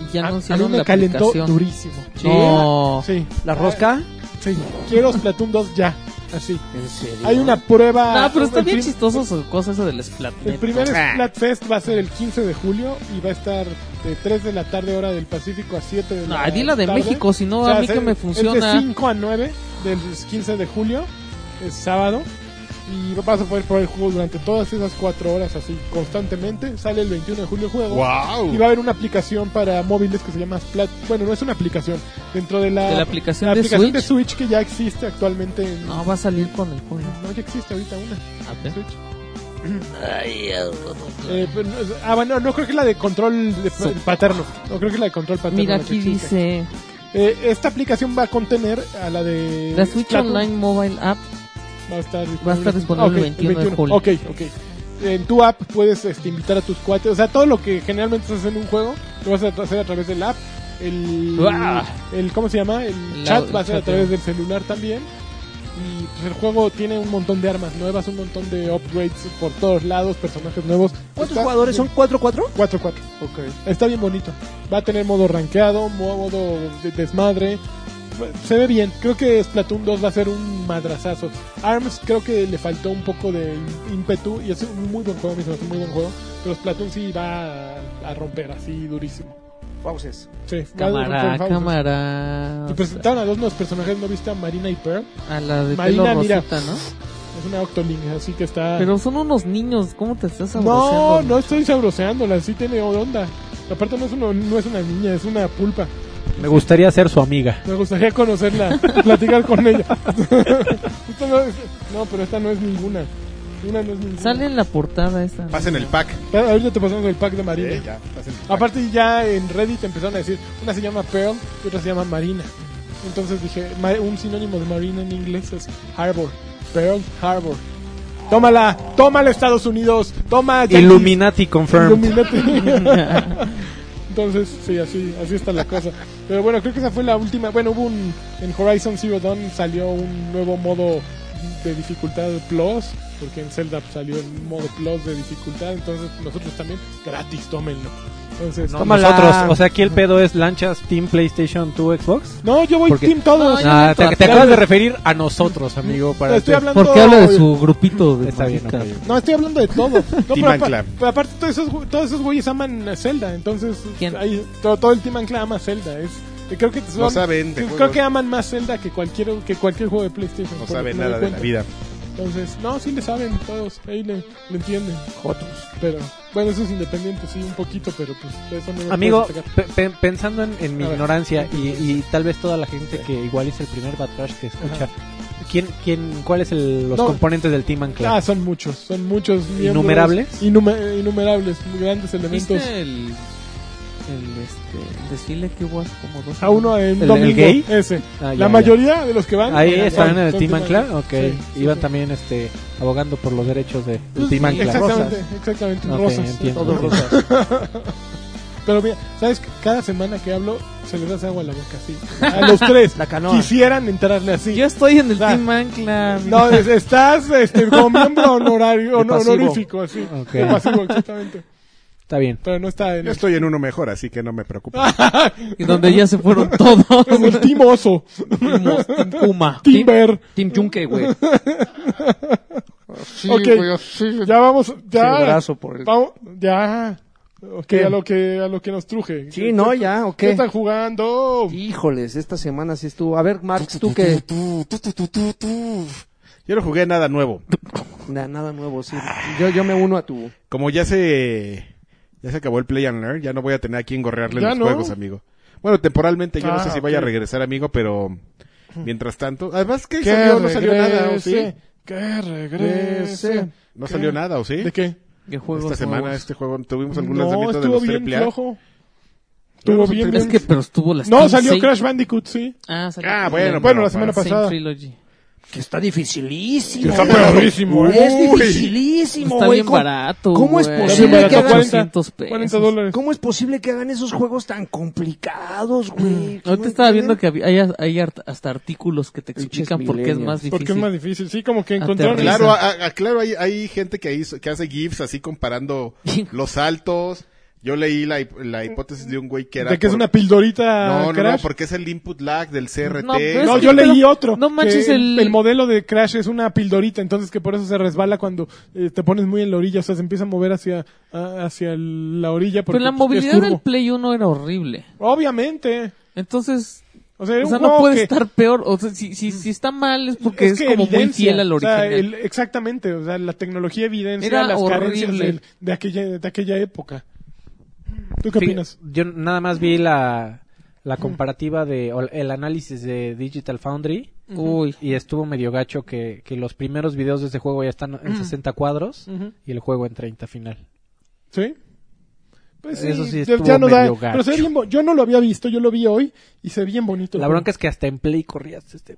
Speaker 5: Y ya
Speaker 3: A- a, mí
Speaker 5: anunciaron
Speaker 3: me
Speaker 5: la
Speaker 3: calentó
Speaker 5: aplicación.
Speaker 3: durísimo.
Speaker 5: No.
Speaker 3: Sí,
Speaker 4: ¿La rosca?
Speaker 3: sí. Quiero Splatoon 2 ya. Así.
Speaker 5: ¿En serio?
Speaker 3: Hay una prueba.
Speaker 5: No, Ah, pero está
Speaker 3: el
Speaker 5: bien
Speaker 3: prim-
Speaker 5: chistoso su cosa esa del
Speaker 3: El
Speaker 5: Splatnet.
Speaker 3: primer
Speaker 1: Ah.
Speaker 3: Splatfest va a ser el 15 de julio y va a estar de 3 de la tarde hora del Pacífico a 7 de la
Speaker 5: No, di la de
Speaker 3: tarde.
Speaker 5: México, si no,
Speaker 3: O sea,
Speaker 5: a mí que
Speaker 3: es-
Speaker 5: me funciona.
Speaker 3: Es de 5 a 9 del 15 de julio, es sábado. Y vas a poder probar el juego durante todas esas 4 horas así constantemente. Sale el 21 de julio el juego.
Speaker 1: ¡Wow!
Speaker 3: Y va a haber una aplicación para móviles que se llama Splat. Bueno, no es una aplicación. Dentro de la,
Speaker 5: ¿De la aplicación
Speaker 3: la
Speaker 5: de
Speaker 3: aplicación
Speaker 5: Switch?
Speaker 3: que ya existe actualmente. En,
Speaker 5: No, va a salir con el juego.
Speaker 3: no, ya existe ahorita una.
Speaker 5: A ver.
Speaker 3: Switch. Eh, pero no, es- ah, bueno, no creo que la de control de-
Speaker 5: Su-
Speaker 3: paterno. No creo que la de control paterno.
Speaker 5: Mira,
Speaker 3: la que
Speaker 5: aquí
Speaker 3: existe.
Speaker 5: dice:
Speaker 3: Eh, esta aplicación va a contener a la de.
Speaker 5: La Switch
Speaker 3: Splatoon.
Speaker 5: Online Mobile App
Speaker 3: Va a estar disponible,
Speaker 5: Va a estar disponible el
Speaker 3: Ah, ok,
Speaker 5: 21 de julio.
Speaker 3: Ok, ok. En tu app puedes este, invitar a tus cuates. O sea, todo lo que generalmente haces en un juego lo vas a hacer a través del app. El,
Speaker 5: Uah.
Speaker 3: el ¿Cómo se llama? El
Speaker 5: El
Speaker 3: chat
Speaker 5: au-
Speaker 3: va a ser a
Speaker 5: chat,
Speaker 3: través
Speaker 5: eh.
Speaker 3: del celular también. Y pues, el juego tiene un montón de armas nuevas, un montón de upgrades por todos lados, personajes nuevos.
Speaker 4: ¿Cuántos
Speaker 3: Está-
Speaker 4: jugadores son? ¿Cuatro, cuatro?
Speaker 3: 4-4. Está bien bonito. Va a tener modo rankeado, modo de- desmadre. Se ve bien. Creo que Splatoon 2 va a ser un madrazazo. ARMS creo que le faltó un poco de ímpetu. Y es un muy buen juego, mismo, es un muy buen juego. Pero Splatoon sí va a, a romper así durísimo.
Speaker 4: Pauses.
Speaker 3: Sí, va a
Speaker 5: Cámara,
Speaker 3: romper fauces.
Speaker 5: cámara.
Speaker 3: Y presentaron a dos nuevos personajes, ¿no viste a Marina y Pearl?
Speaker 5: A la de
Speaker 3: Marina,
Speaker 5: pelo
Speaker 3: mira.
Speaker 5: rosita, ¿no?
Speaker 3: Es una Octoling, así que está...
Speaker 5: Pero son unos niños, ¿cómo te estás
Speaker 3: No,
Speaker 5: abroceando?
Speaker 3: no estoy sabroseándola, sí tiene onda. Aparte no es, uno- no es una niña, es una pulpa.
Speaker 2: Me gustaría ser su amiga.
Speaker 3: Me gustaría conocerla, platicar con ella. Esta no, es- no, pero esta no es ninguna. Una no es ninguna.
Speaker 5: Sale en la portada esta.
Speaker 1: Pasen el pack.
Speaker 3: Pero ahorita te pasamos el pack de Marina.
Speaker 1: Eh, ya, pasen el pack.
Speaker 3: Aparte ya en Reddit empezaron a decir, una se llama Pearl y otra se llama Marina. Entonces dije, ma- un sinónimo de Marina en inglés es Harbor. Pearl Harbor. Tómala, tómala Estados Unidos, toma Yankees.
Speaker 2: Illuminati confirmed.
Speaker 3: Illuminati. Entonces, sí, así, así está la cosa. Pero bueno, creo que esa fue la última. Bueno, hubo un. En Horizon Zero Dawn salió un nuevo modo de dificultad plus. Porque en Zelda salió el modo plus de dificultad. Entonces, nosotros también, gratis, tómenlo. Entonces,
Speaker 2: No,
Speaker 3: tómala.
Speaker 2: nosotros, o sea, aquí el pedo es lanchas Team PlayStation 2 Xbox.
Speaker 3: No, yo voy
Speaker 2: Porque-
Speaker 3: Team todos.
Speaker 5: No, yo-
Speaker 2: Ah, te, te acabas de
Speaker 3: Claro.
Speaker 2: referir a nosotros, amigo. Para
Speaker 3: estoy
Speaker 2: hacer-
Speaker 3: hablando.
Speaker 5: ¿Por qué habla de su grupito de
Speaker 2: Está bien,
Speaker 5: maldita?
Speaker 2: ok, ok.
Speaker 3: No, estoy hablando de todo. No,
Speaker 1: Team
Speaker 3: pero, apa-
Speaker 1: Ancla.
Speaker 3: pero aparte, todos esos, gü- todos esos güeyes aman a Zelda. Entonces,
Speaker 5: ¿Quién?
Speaker 3: ahí- todo, todo el Team Ancla ama a Zelda. Es, eh, creo que son-
Speaker 1: No saben de
Speaker 3: pues, creo
Speaker 1: juegos.
Speaker 3: que aman más Zelda que cualquier, que cualquier juego de PlayStation.
Speaker 1: No
Speaker 3: por lo
Speaker 1: saben
Speaker 3: que me
Speaker 1: nada
Speaker 3: doy
Speaker 1: de la
Speaker 3: cuenta.
Speaker 1: vida.
Speaker 3: Entonces, no, sí le saben todos. Ahí le, le entienden. Jotos. Pero, bueno, eso es independiente, sí, un poquito, pero pues de eso no me
Speaker 2: Amigo,
Speaker 3: puedes sacar.
Speaker 2: pe- pe- pensando en, en mi
Speaker 3: A ver.
Speaker 2: ignorancia y, y tal vez toda la gente que igual es el primer Batrash que escucha, ¿quién, quién, ¿cuáles son los
Speaker 3: No.
Speaker 2: componentes del Team Ancla?
Speaker 3: Ah, son muchos, son muchos. miembros.
Speaker 2: ¿Innumerables?
Speaker 3: Inume- innumerables, muy grandes elementos.
Speaker 5: ¿Viste el, el, este, el desfile que hubo hace como dos
Speaker 3: A uno
Speaker 5: años?
Speaker 3: en
Speaker 2: ¿El- el
Speaker 3: domingo,
Speaker 2: gay?
Speaker 3: Ese.
Speaker 2: Ah, ya,
Speaker 3: la
Speaker 2: ya.
Speaker 3: mayoría de los que van.
Speaker 2: Ahí
Speaker 3: eran-
Speaker 2: estaban
Speaker 3: son-
Speaker 2: en el
Speaker 3: son
Speaker 2: Team Ancla, ok.
Speaker 3: Sí, sí,
Speaker 2: Iban
Speaker 3: sí.
Speaker 2: también este, abogando por los derechos de, del
Speaker 3: Pues,
Speaker 2: Team Ancla.
Speaker 3: Exactamente, exactamente.
Speaker 2: Ok,
Speaker 3: rosas.
Speaker 2: entiendo.
Speaker 4: Todos rosas.
Speaker 3: Pero mira, ¿sabes? qué? Cada semana que hablo se les hace agua a la boca, sí. A los tres.
Speaker 4: La canoa.
Speaker 3: Quisieran entrarle así.
Speaker 5: Yo estoy en el
Speaker 3: Da.
Speaker 5: Team Ancla.
Speaker 3: Ah. No, es- estás este, como miembro honorario,
Speaker 2: De pasivo.
Speaker 3: honorífico, así.
Speaker 2: Ok.
Speaker 3: De Pasivo, exactamente.
Speaker 2: Está bien.
Speaker 3: Pero no está en
Speaker 1: Yo estoy en uno mejor, así que no me preocupo.
Speaker 3: Ah.
Speaker 5: Y donde ya se fueron todos.
Speaker 3: en el Team Oso,
Speaker 5: Timos, Team Kuma.
Speaker 3: Team Bear.
Speaker 4: Team Yunque, güey.
Speaker 9: Sí,
Speaker 3: Ok.
Speaker 9: güey, así.
Speaker 3: Ya vamos,
Speaker 9: el
Speaker 3: ya.
Speaker 9: brazo
Speaker 4: pues.
Speaker 9: por el...
Speaker 3: Vamos, ya. Ok, a lo que, a lo que nos truje.
Speaker 4: Sí, no, ya, ok.
Speaker 3: ¿Qué están jugando?
Speaker 4: Híjoles, esta semana sí estuvo. A ver, Max, tú que.
Speaker 1: Tu, tu, tu, tu, tu, tu. Yo no jugué nada nuevo.
Speaker 4: Na- nada nuevo, sí. Yo, yo me uno a tu.
Speaker 1: Como ya se ya se acabó el Play and Learn, ya no voy a tener a quien gorrearle
Speaker 3: Ya
Speaker 1: los
Speaker 3: no.
Speaker 1: juegos, amigo. Bueno, temporalmente yo no
Speaker 3: Ah,
Speaker 1: sé si vaya a
Speaker 3: ok.
Speaker 1: regresar, amigo, pero mientras tanto, además que salió, no salió nada, ¿o sí?
Speaker 3: regrese, Que regrese.
Speaker 1: No salió nada, ¿o sí?
Speaker 3: ¿De qué?
Speaker 5: ¿Qué juegos
Speaker 1: Esta semana
Speaker 5: nuevos?
Speaker 1: este juego tuvimos algún
Speaker 3: No,
Speaker 1: lanzamiento de
Speaker 3: estuvo
Speaker 1: los
Speaker 3: bien
Speaker 1: triple A.
Speaker 3: flojo. Estuvo
Speaker 1: Tuvimos
Speaker 3: bien,
Speaker 1: un
Speaker 5: Es que, pero estuvo la
Speaker 3: No,
Speaker 1: pues,
Speaker 5: Steam
Speaker 3: salió
Speaker 5: Sale.
Speaker 3: Crash Bandicoot, sí.
Speaker 5: Ah, salió
Speaker 1: Ah,
Speaker 5: la
Speaker 1: bueno,
Speaker 3: Bueno, la
Speaker 1: pero-
Speaker 3: semana
Speaker 5: Same
Speaker 3: pasada.
Speaker 5: Trilogy.
Speaker 4: Que está dificilísimo.
Speaker 3: Está pedorrísimo, ¿eh?
Speaker 4: Es dificilísimo,
Speaker 5: Está
Speaker 4: güey.
Speaker 5: bien
Speaker 4: ¿Cómo-
Speaker 5: barato.
Speaker 4: ¿Cómo es
Speaker 5: güey.
Speaker 4: posible
Speaker 3: Está bien
Speaker 4: que
Speaker 3: barato,
Speaker 4: hagan,
Speaker 5: 400
Speaker 1: Pues,
Speaker 5: pesos.
Speaker 3: 40 dólares.
Speaker 4: ¿Cómo es posible que hagan esos juegos tan complicados, güey?
Speaker 5: Ahorita estaba viendo que había- hay, hay hart- hasta artículos que te explican por qué es más difícil.
Speaker 3: Porque es más difícil. Sí, como que encontraron.
Speaker 5: Aterriza.
Speaker 1: Claro, a- a- claro, hay, hay gente que, hizo- que hace GIFs así comparando los saltos, Yo leí la, hip- la hipótesis de un güey que era.
Speaker 3: De que es
Speaker 1: por-
Speaker 3: una pildorita
Speaker 1: No, no, no,
Speaker 3: Crash.
Speaker 1: porque es el input lag del CRT.
Speaker 5: No, pero es
Speaker 3: No, pues,
Speaker 5: que-
Speaker 3: yo leí
Speaker 5: pero-
Speaker 3: otro.
Speaker 5: no
Speaker 3: que
Speaker 5: manches, el-
Speaker 3: modelo de Crash es una pildorita, entonces que por eso se resbala cuando eh, te pones muy en la orilla, o sea, se empieza a mover hacia, a- hacia el- la orilla. Porque
Speaker 5: Pero la
Speaker 3: pues,
Speaker 5: movilidad
Speaker 3: es curvo.
Speaker 5: del Play 1 era horrible.
Speaker 3: Obviamente.
Speaker 5: Entonces,
Speaker 3: O sea, era
Speaker 5: o
Speaker 3: un
Speaker 5: sea,
Speaker 3: juego
Speaker 5: no puede
Speaker 3: que- Mm.
Speaker 5: estar peor. O sea, si, si, si está mal es porque es,
Speaker 3: que
Speaker 5: como muy
Speaker 3: evidencia,
Speaker 5: fiel al
Speaker 3: o sea, el-
Speaker 5: original.
Speaker 3: exactamente, o sea, la tecnología evidencia
Speaker 5: Era
Speaker 3: las carencias
Speaker 5: horrible.
Speaker 3: del- de, aquella, de aquella época. ¿Tú qué
Speaker 2: Sí,
Speaker 3: opinas?
Speaker 2: Yo nada más vi la, la comparativa de o el análisis de Digital Foundry.
Speaker 5: Uy.
Speaker 2: Y estuvo medio gacho que, que los primeros videos de este juego ya están en 60 cuadros
Speaker 3: Ujú.
Speaker 2: y el juego en 30 final.
Speaker 3: ¿Sí? Pues sí,
Speaker 2: Eso sí
Speaker 3: ya-
Speaker 2: estuvo
Speaker 3: ya no da.
Speaker 2: medio gacho.
Speaker 3: Pero se ve bien bo- yo no lo había visto, yo lo vi hoy y se ve bien bonito.
Speaker 2: La bronca es que hasta en Play corrías este,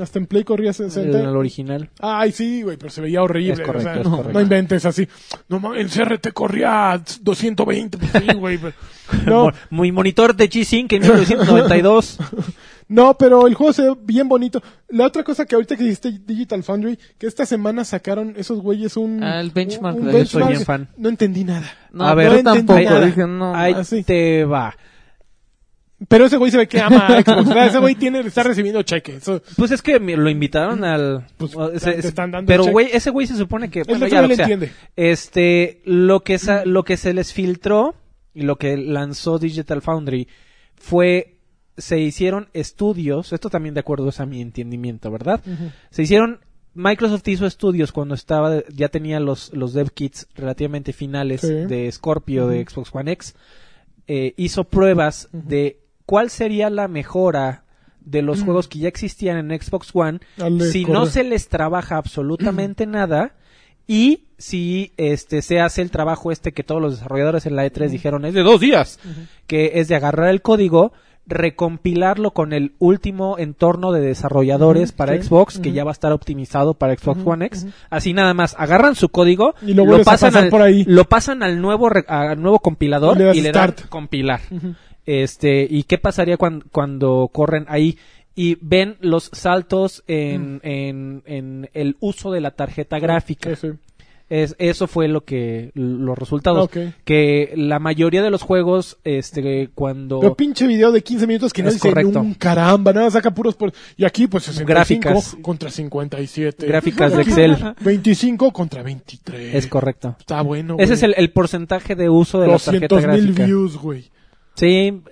Speaker 3: Hasta en Play corría
Speaker 2: en
Speaker 3: 60.
Speaker 2: el original.
Speaker 3: Ay, sí, güey, pero se veía horrible.
Speaker 2: Eh, Es correcto,
Speaker 3: o sea,
Speaker 2: es
Speaker 3: no,
Speaker 2: correcto.
Speaker 3: no inventes así. No mames, el CRT corría a 220. pues sí, güey. pero- No,
Speaker 2: Mo- Mi monitor de G-Sync en 1992.
Speaker 3: no, pero el juego se ve bien bonito. La otra cosa que ahorita que dijiste Digital Foundry, que esta semana sacaron esos güeyes un.
Speaker 5: Ah, el benchmark
Speaker 3: un- un
Speaker 5: de- Yo soy
Speaker 3: benchmark.
Speaker 2: bien fan.
Speaker 3: No entendí nada.
Speaker 5: No,
Speaker 2: A ver,
Speaker 5: yo
Speaker 3: no entendí
Speaker 5: tampoco.
Speaker 3: nada. Ah,
Speaker 5: Dije, no.
Speaker 2: Ahí
Speaker 3: así.
Speaker 2: te va.
Speaker 3: Pero ese güey se ve que ama a Xbox. o sea, ese güey tiene, está recibiendo cheque. Eso-
Speaker 2: Pues es que me- lo invitaron al.
Speaker 3: Pues,
Speaker 2: o-
Speaker 3: te están dando
Speaker 2: pero
Speaker 3: check.
Speaker 2: güey, ese güey se supone que. bueno,
Speaker 3: otro
Speaker 2: ya lo
Speaker 3: güey le
Speaker 2: que sea.
Speaker 3: entiende.
Speaker 2: Este, lo que sa- lo que se les filtró y lo que lanzó Digital Foundry fue se hicieron estudios. Esto también de acuerdo es a mi entendimiento, ¿verdad? Se hicieron Microsoft hizo estudios cuando estaba ya tenía los los dev kits relativamente finales
Speaker 3: Sí.
Speaker 2: de Scorpio de Xbox One X eh, hizo pruebas de cuál sería la mejora de los juegos que ya existían en Xbox One
Speaker 3: Dale,
Speaker 2: si
Speaker 3: corre.
Speaker 2: no se les trabaja absolutamente nada y si este se hace el trabajo este que todos los desarrolladores en la E3 dijeron es de dos días, que es de agarrar el código, recompilarlo con el último entorno de desarrolladores
Speaker 3: Ujú,
Speaker 2: para
Speaker 3: sí.
Speaker 2: Xbox, que ya va a estar optimizado para Xbox One X, así nada más, agarran su código,
Speaker 3: Y lo vuelves a pasar
Speaker 2: al,
Speaker 3: por ahí.
Speaker 2: lo pasan al nuevo re- al nuevo compilador
Speaker 3: Y le das
Speaker 2: y le dan
Speaker 3: start.
Speaker 2: compilar. Este, ¿y qué pasaría cuan- cuando corren ahí y ven los saltos en,
Speaker 3: Mm.
Speaker 2: en, en el uso de la tarjeta
Speaker 3: Ah,
Speaker 2: gráfica?
Speaker 3: Sí, sí.
Speaker 2: Es, eso fue lo que los resultados
Speaker 3: Ok.
Speaker 2: que la mayoría de los juegos este cuando
Speaker 3: Pero pinche video de 15 minutos que no
Speaker 2: Es
Speaker 3: dice
Speaker 2: correcto.
Speaker 3: un caramba, nada, saca puros por... Y aquí pues 65
Speaker 2: Gráficas.
Speaker 3: contra 57.
Speaker 2: Gráficas de
Speaker 3: Aquí,
Speaker 2: Excel.
Speaker 3: 25 contra 23.
Speaker 2: es correcto.
Speaker 3: Está bueno, güey.
Speaker 2: Ese es el, el porcentaje de uso de la tarjeta
Speaker 3: 200 mil
Speaker 2: gráfica.
Speaker 3: views, güey.
Speaker 2: Sí.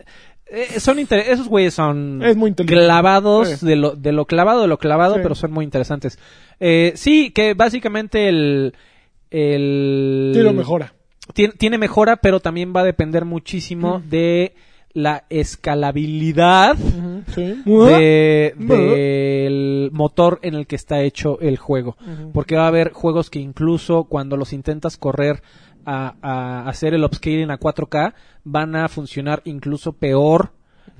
Speaker 2: eh, son inter- esos güeyes son
Speaker 3: Es muy inteligente.
Speaker 2: clavados
Speaker 3: Sí.
Speaker 2: de lo de lo clavado de lo clavado
Speaker 3: Sí.
Speaker 2: pero son muy interesantes Eh, sí que básicamente el el
Speaker 3: Sí lo mejora.
Speaker 2: Tien- tiene mejora, pero también va a depender muchísimo
Speaker 3: Mm.
Speaker 2: de la escalabilidad
Speaker 3: Sí.
Speaker 2: de- del
Speaker 3: Ujú.
Speaker 2: motor en el que está hecho el juego. Porque va a haber juegos que incluso cuando los intentas correr a, a hacer el upscaling a 4K, van a funcionar incluso peor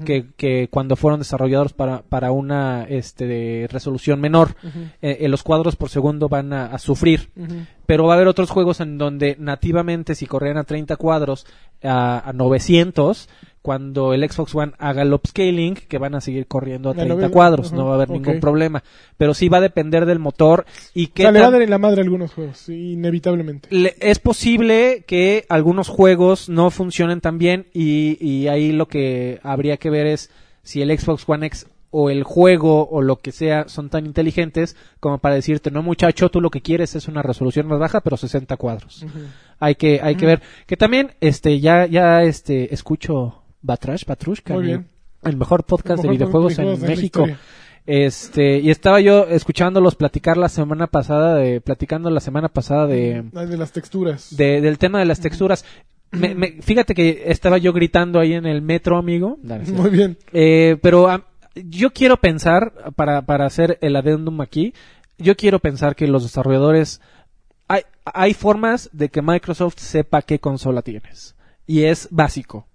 Speaker 2: que, que cuando fueron desarrollados para, para una este, de resolución menor. Eh, eh, los cuadros por segundo van a, a sufrir. Pero va a haber otros juegos en donde nativamente si corrían a 30 cuadros a, a 900, cuando el Xbox One haga el upscaling, que van a seguir corriendo a
Speaker 3: A
Speaker 2: 30
Speaker 3: 900,
Speaker 2: cuadros, no
Speaker 3: ajá,
Speaker 2: va a haber
Speaker 3: ok.
Speaker 2: ningún problema. Pero sí va a depender del motor y
Speaker 3: O
Speaker 2: que...
Speaker 3: sea, le va a dar en la madre a algunos juegos, sí, inevitablemente.
Speaker 2: Le- es posible que algunos juegos no funcionen tan bien y, y ahí lo que habría que ver es si el Xbox One X o el juego o lo que sea son tan inteligentes como para decirte, no muchacho, tú lo que quieres es una resolución más baja, pero 60 cuadros. Hay que, hay que
Speaker 3: Mm.
Speaker 2: ver. Que también, este, ya, ya, este, escucho Batrash, Batrushka.
Speaker 3: Muy
Speaker 2: mi-
Speaker 3: bien.
Speaker 2: El mejor podcast
Speaker 3: Mejor
Speaker 2: de videojuegos en
Speaker 3: videojuegos la
Speaker 2: México.
Speaker 3: historia.
Speaker 2: Este, y estaba yo escuchándolos platicar la semana pasada de, platicando la semana pasada de,
Speaker 3: Ah, De las texturas.
Speaker 2: de- del tema de las texturas. Me- me- fíjate que estaba yo gritando ahí en el metro, amigo. No, no es cierto.
Speaker 3: Muy bien.
Speaker 2: Eh, pero ah, yo quiero pensar, para, para hacer el adendum aquí, yo quiero pensar que los desarrolladores... Hay, hay formas de que Microsoft sepa qué consola tienes. Y es básico.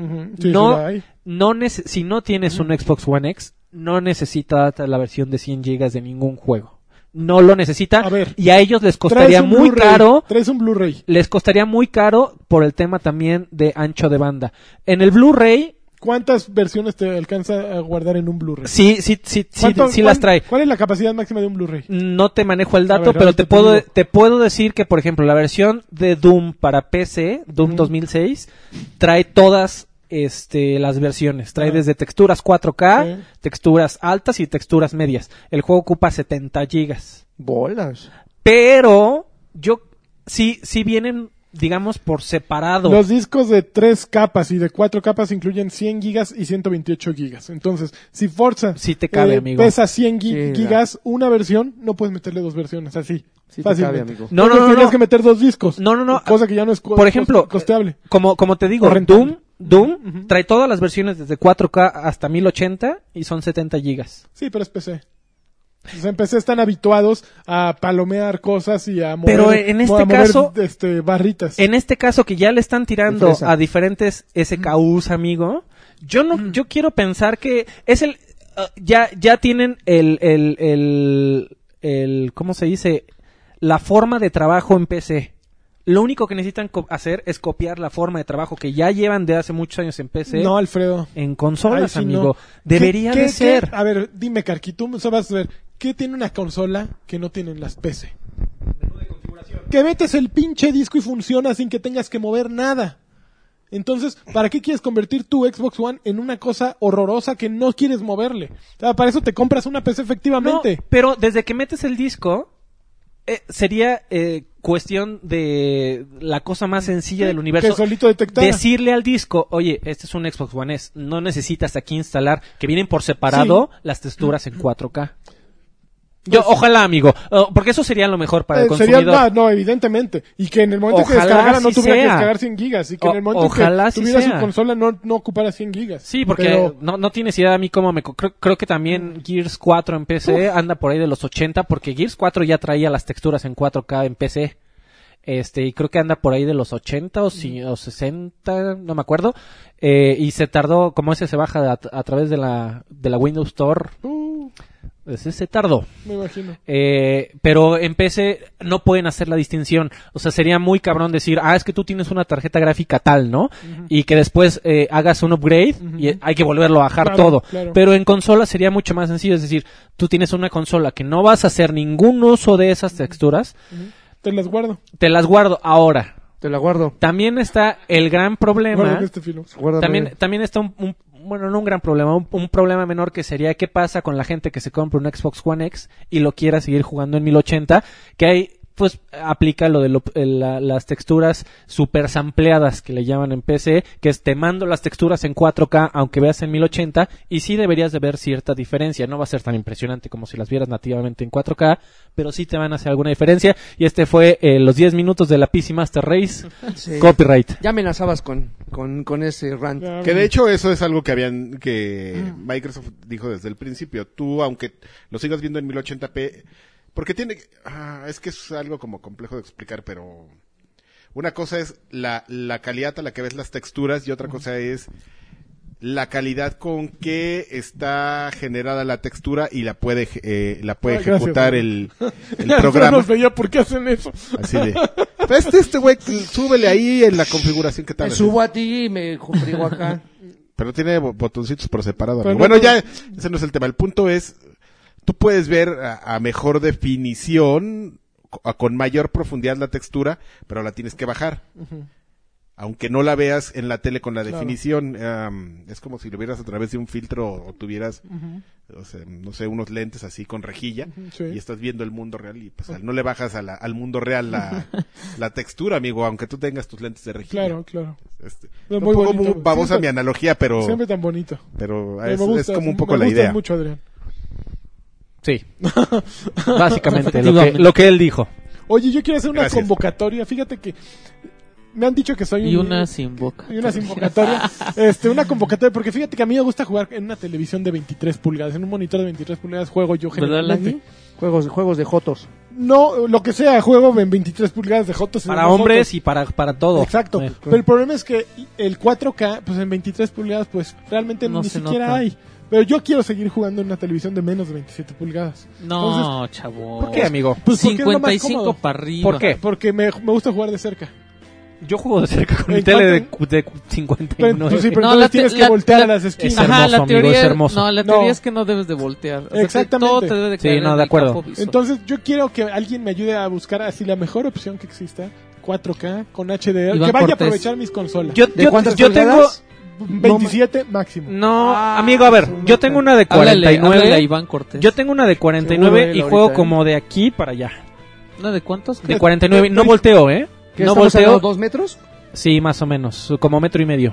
Speaker 3: Ujú, sí,
Speaker 2: No.
Speaker 3: sí la hay.
Speaker 2: No nece- si no tienes un Xbox One X, no necesita la versión de 100 GB de ningún juego. No lo necesita.
Speaker 3: A ver.
Speaker 2: y a ellos les costaría
Speaker 3: Traes un
Speaker 2: muy
Speaker 3: Blu-ray,
Speaker 2: caro
Speaker 3: Traes un Blu-ray.
Speaker 2: les costaría muy caro por el tema también de ancho de banda. En el Blu-ray
Speaker 3: ¿Cuántas versiones te alcanza a guardar en un Blu-ray?
Speaker 2: Sí, sí, sí, sí,
Speaker 3: ¿Cuánto-
Speaker 2: sí las
Speaker 3: cuán-
Speaker 2: trae.
Speaker 3: ¿Cuál es la capacidad máxima de un Blu-ray?
Speaker 2: No te manejo el
Speaker 3: A
Speaker 2: dato,
Speaker 3: ver,
Speaker 2: pero te
Speaker 3: ahorita te
Speaker 2: puedo,
Speaker 3: digo.
Speaker 2: te puedo decir que, por ejemplo, la versión de Doom para PC, Doom 2006, trae todas este, las versiones. Trae
Speaker 3: Ah.
Speaker 2: desde texturas 4K,
Speaker 3: Sí.
Speaker 2: texturas altas y texturas medias. El juego ocupa 70 gigas.
Speaker 4: Bolas.
Speaker 2: Pero yo sí, sí vienen, digamos, por separado.
Speaker 3: Los discos de tres capas y de cuatro capas incluyen 100 gigas y 128 gigas. Entonces, si Forza
Speaker 2: Sí te cabe, amigo.
Speaker 3: eh, pesa 100 gi-
Speaker 4: Sí,
Speaker 3: gigas una versión, no puedes meterle dos versiones así.
Speaker 4: Sí te
Speaker 3: fácilmente.
Speaker 4: cabe, amigo.
Speaker 2: No, no,
Speaker 3: Entonces,
Speaker 2: no,
Speaker 3: Tienes
Speaker 2: no.
Speaker 3: que meter dos discos.
Speaker 2: No, no, no.
Speaker 3: Cosa que ya no es co-
Speaker 2: Por ejemplo,
Speaker 3: costeable.
Speaker 2: Como, como te digo,
Speaker 3: Correcto.
Speaker 2: Doom, Doom
Speaker 3: Ujú.
Speaker 2: trae todas las versiones desde 4K hasta 1080 y son 70 gigas.
Speaker 3: Sí, pero es PC. Los en PC están habituados a palomear cosas y a mover,
Speaker 2: Pero en este
Speaker 3: a mover,
Speaker 2: caso-
Speaker 3: este, barritas.
Speaker 2: En este caso que ya le están tirando
Speaker 4: Fresa.
Speaker 2: a diferentes SKUs, amigo, yo no, yo quiero pensar que es el, ah, ya, ya tienen el, el, el, el, ¿cómo se dice? La forma de trabajo en PC. Lo único que necesitan co- hacer es copiar la forma de trabajo que ya llevan de hace muchos años en PC.
Speaker 3: No, Alfredo.
Speaker 2: en consolas,
Speaker 3: Ay, sí,
Speaker 2: amigo.
Speaker 3: no.
Speaker 2: Debería
Speaker 3: ¿Qué-
Speaker 2: de
Speaker 3: qué-
Speaker 2: ser.
Speaker 3: qué- a ver, dime, Carqui, tú sabes ver, ¿qué tiene una consola que no tienen las PC? Que metes el pinche disco y funciona sin que tengas que mover nada. Entonces, ¿para qué quieres convertir tu Xbox One en una cosa horrorosa que no quieres moverle? O sea, para eso te compras una PC efectivamente.
Speaker 2: No, pero desde que metes el disco, eh, sería eh, cuestión de la cosa más sencilla del universo.
Speaker 3: que solito detectara.
Speaker 2: Decirle al disco, oye, este es un Xbox One S, no necesitas aquí instalar, que vienen por separado las texturas en 4K. Yo, ojalá, amigo, oh, porque eso sería lo mejor para el
Speaker 3: Eh, sería-
Speaker 2: consumidor.
Speaker 3: no, no, evidentemente. Y que en el momento que
Speaker 2: Ojalá
Speaker 3: descargara no
Speaker 2: así
Speaker 3: tuviera que
Speaker 2: sea.
Speaker 3: descargar 100 gigas. Y que en
Speaker 2: O-
Speaker 3: el momento
Speaker 2: ojalá
Speaker 3: que
Speaker 2: así
Speaker 3: tuviera su
Speaker 2: sea.
Speaker 3: consola no, no ocupara 100 gigas.
Speaker 2: Sí, porque
Speaker 3: Pero-
Speaker 2: no, no tienes idea a mí cómo me... co- Creo, creo que también Gears 4 en PC anda por ahí de los 80, porque Gears 4 ya traía las texturas en 4K en PC. Este, y creo que anda por ahí de los 80 o, si- o 60, no me acuerdo. Eh, y se tardó, como ese se baja a, a través de la, de la Windows Store,
Speaker 3: Uh,
Speaker 2: ese se tardó.
Speaker 3: me imagino.
Speaker 2: Eh, pero en PC no pueden hacer la distinción. O sea, sería muy cabrón decir, ah, es que tú tienes una tarjeta gráfica tal, ¿no? Y que después eh, hagas un upgrade y eh, hay que volverlo a bajar
Speaker 3: Claro,
Speaker 2: todo.
Speaker 3: claro.
Speaker 2: Pero en consola sería mucho más sencillo. Es decir, tú tienes una consola que no vas a hacer ningún uso de esas texturas,
Speaker 3: Te las guardo.
Speaker 2: te las guardo ahora.
Speaker 4: Te la guardo.
Speaker 2: También está el gran problema.
Speaker 3: Guárdame este filo.
Speaker 4: Guárdame.
Speaker 2: También, también está un, un- bueno, no un gran problema, un, un problema menor que sería qué pasa con la gente que se compra un Xbox One X y lo quiera seguir jugando en 1080, que ahí pues aplica lo de lo- eh, la- las texturas super sampleadas que le llaman en PC, que es te mando las texturas en 4K aunque veas en 1080 y sí deberías de ver cierta diferencia, no va a ser tan impresionante como si las vieras nativamente en 4K, pero sí te van a hacer alguna diferencia y este fue eh, los 10 minutos de la PC Master Race,
Speaker 4: Sí.
Speaker 2: copyright.
Speaker 4: Ya amenazabas con, con, con ese rant.
Speaker 3: Ya,
Speaker 1: Que de hecho eso es algo que habían que Microsoft dijo desde el principio. Tú aunque lo sigas viendo en 1080p porque tiene ah, es que es algo como complejo de explicar, pero una cosa es la la calidad a la que ves las texturas y otra cosa es la calidad con que está generada la textura y la puede eje- eh, la puede
Speaker 3: Ay, gracias.
Speaker 1: ejecutar el, el
Speaker 3: Alfredo
Speaker 1: programa.
Speaker 3: nos veía por qué hacen eso.
Speaker 1: Así de, este este güey súbele ahí en la configuración que tal.
Speaker 4: Me subo a ti y me frigo acá.
Speaker 1: Pero tiene bo- botoncitos por separado.
Speaker 3: Pero
Speaker 1: amigo.
Speaker 3: no,
Speaker 1: bueno,
Speaker 3: no.
Speaker 1: ya ese no es el tema. El punto es, tú puedes ver a, a mejor definición, co- a- con mayor profundidad la textura, pero la tienes que bajar. Aunque no la veas en la tele con la
Speaker 3: Claro.
Speaker 1: definición, am, es como si lo vieras a través de un filtro o tuvieras, o sea, no sé, unos lentes así con rejilla
Speaker 3: sí.
Speaker 1: y estás viendo el mundo real y pues al- no le bajas a la- al mundo real la, la textura, amigo, aunque tú tengas tus lentes de rejilla.
Speaker 3: Claro, claro.
Speaker 1: Este,
Speaker 3: No,
Speaker 1: un
Speaker 3: muy
Speaker 1: poco
Speaker 3: bonito.
Speaker 1: muy babosa mi
Speaker 3: Siempre-
Speaker 1: analogía, pero
Speaker 3: Siempre tan bonito.
Speaker 1: pero
Speaker 3: Pero
Speaker 1: Oh. Ah, es,
Speaker 3: me
Speaker 1: es
Speaker 3: gusta,
Speaker 1: como un poco
Speaker 3: me
Speaker 1: la
Speaker 3: gustas
Speaker 1: idea.
Speaker 3: mucho, Adrián.
Speaker 2: Sí. Básicamente, lo que, lo que él dijo.
Speaker 3: Oye, yo quiero hacer una
Speaker 1: Gracias.
Speaker 3: convocatoria. Fíjate que me han dicho que soy
Speaker 5: Y
Speaker 3: un-
Speaker 5: una sin boca.
Speaker 3: y una sin convocatoria. este, una convocatoria, porque fíjate que a mí me gusta jugar en una televisión de 23 pulgadas, en un monitor de 23 pulgadas juego yo
Speaker 5: ¿Verdad,
Speaker 3: generalmente.
Speaker 5: Lani?
Speaker 4: Juegos, juegos de Jotos.
Speaker 3: No, lo que sea, juego en 23 pulgadas de Jotos. en
Speaker 2: Para
Speaker 3: unos
Speaker 2: hombres
Speaker 3: Jotos.
Speaker 2: y para, para todo.
Speaker 3: Exacto.
Speaker 2: Eh,
Speaker 3: Pero el problema es que el 4K, pues en 23 pulgadas, pues realmente
Speaker 5: No
Speaker 3: ni
Speaker 5: se
Speaker 3: siquiera
Speaker 5: nota.
Speaker 3: hay. Pero yo quiero seguir jugando en una televisión de menos de 27 pulgadas.
Speaker 5: No, chavo.
Speaker 2: ¿Por qué, amigo?
Speaker 3: Pues porque es lo más
Speaker 5: 55
Speaker 3: cómodo.
Speaker 5: para arriba.
Speaker 2: ¿Por qué?
Speaker 3: Porque me, me gusta jugar de cerca.
Speaker 2: Yo juego de cerca con mi
Speaker 3: ¿En
Speaker 2: tele de,
Speaker 3: cuánto?
Speaker 2: cu- de cu- 59.
Speaker 3: Pero tú sí, pero- entonces
Speaker 5: la
Speaker 3: tienes
Speaker 5: te-
Speaker 3: que voltear a las esquinas.
Speaker 2: Es hermoso, amigo, es hermoso.
Speaker 5: No, la
Speaker 3: No.
Speaker 5: teoría es que no debes de voltear. O sea, que
Speaker 3: Exactamente.
Speaker 5: todo te debe de
Speaker 2: Sí,
Speaker 5: caer
Speaker 2: no,
Speaker 5: en
Speaker 2: de
Speaker 5: el
Speaker 2: acuerdo.
Speaker 5: campo visual.
Speaker 3: Entonces yo quiero que alguien me ayude a buscar así la mejor opción que exista. 4K con HDR.
Speaker 5: Iván
Speaker 3: que vaya a
Speaker 5: Cortés.
Speaker 3: aprovechar mis consolas.
Speaker 2: Yo,
Speaker 4: ¿De
Speaker 2: yo-
Speaker 4: cuántas
Speaker 2: yo tengo...
Speaker 4: pulgadas?
Speaker 3: 27 máximo.
Speaker 2: No, amigo, a ver, yo tengo una de
Speaker 5: Háblale-
Speaker 2: 49.
Speaker 5: háblale a Iván Cortés.
Speaker 2: Yo tengo una de 49
Speaker 4: Seguro él
Speaker 2: y juego
Speaker 4: ahorita, ¿eh?
Speaker 2: como de aquí para allá.
Speaker 5: ¿Una de cuántos?
Speaker 2: De 49, no volteo, ¿eh?
Speaker 4: ¿Qué,
Speaker 2: No
Speaker 4: estamos hablando de
Speaker 2: volteo.
Speaker 4: dos metros?
Speaker 2: Sí, más o menos, como metro y medio.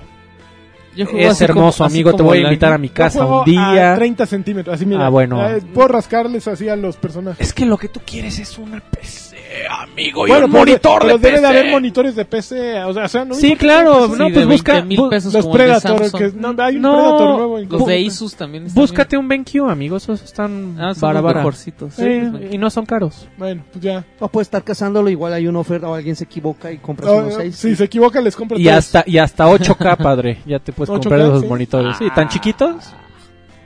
Speaker 5: Yo juego
Speaker 2: Es
Speaker 5: así
Speaker 2: hermoso,
Speaker 5: como- así
Speaker 2: amigo, te
Speaker 5: como
Speaker 2: voy a
Speaker 5: el
Speaker 2: invitar a
Speaker 5: año.
Speaker 2: mi
Speaker 3: Yo
Speaker 2: casa
Speaker 3: juego
Speaker 2: un día.
Speaker 3: A 30 centímetros, así mira.
Speaker 2: Ah, bueno.
Speaker 3: Eh, puedo rascarles así a los personajes.
Speaker 2: Es que lo que tú quieres es una PC, amigo,
Speaker 3: Bueno,
Speaker 2: y un
Speaker 3: pero-
Speaker 2: monitor de
Speaker 3: pero debe
Speaker 2: PC.
Speaker 3: de haber monitores de PC. O sea, o sea, no
Speaker 2: Sí,
Speaker 3: importa.
Speaker 2: claro,
Speaker 5: Sí,
Speaker 2: no,
Speaker 5: de
Speaker 2: pues busca
Speaker 5: 20,000
Speaker 2: bu-
Speaker 5: pesos
Speaker 3: Los
Speaker 5: como el de
Speaker 3: Predator.
Speaker 5: Samsung.
Speaker 3: Que, no, hay un
Speaker 2: No,
Speaker 3: Predator nuevo. en
Speaker 5: Los
Speaker 3: Coca.
Speaker 5: de Isus también están
Speaker 2: Búscate un BenQ, amigo, esos están
Speaker 5: bien. Ah, son
Speaker 2: bara,
Speaker 5: los
Speaker 2: bara.
Speaker 5: mejorcitos.
Speaker 2: Sí,
Speaker 5: Sí, los mejores.
Speaker 2: y no son caros.
Speaker 3: Bueno, pues ya.
Speaker 4: O puede estar cazándolo, igual hay una oferta o alguien se equivoca y compras
Speaker 3: No,
Speaker 4: unos
Speaker 3: no,
Speaker 4: seis.
Speaker 3: si se equivoca, les compro
Speaker 2: Y
Speaker 3: tres.
Speaker 2: hasta y hasta 8K, padre. Ya te puedes
Speaker 3: 8K,
Speaker 2: comprar esos
Speaker 3: sí.
Speaker 2: monitores. Sí, tan chiquitos.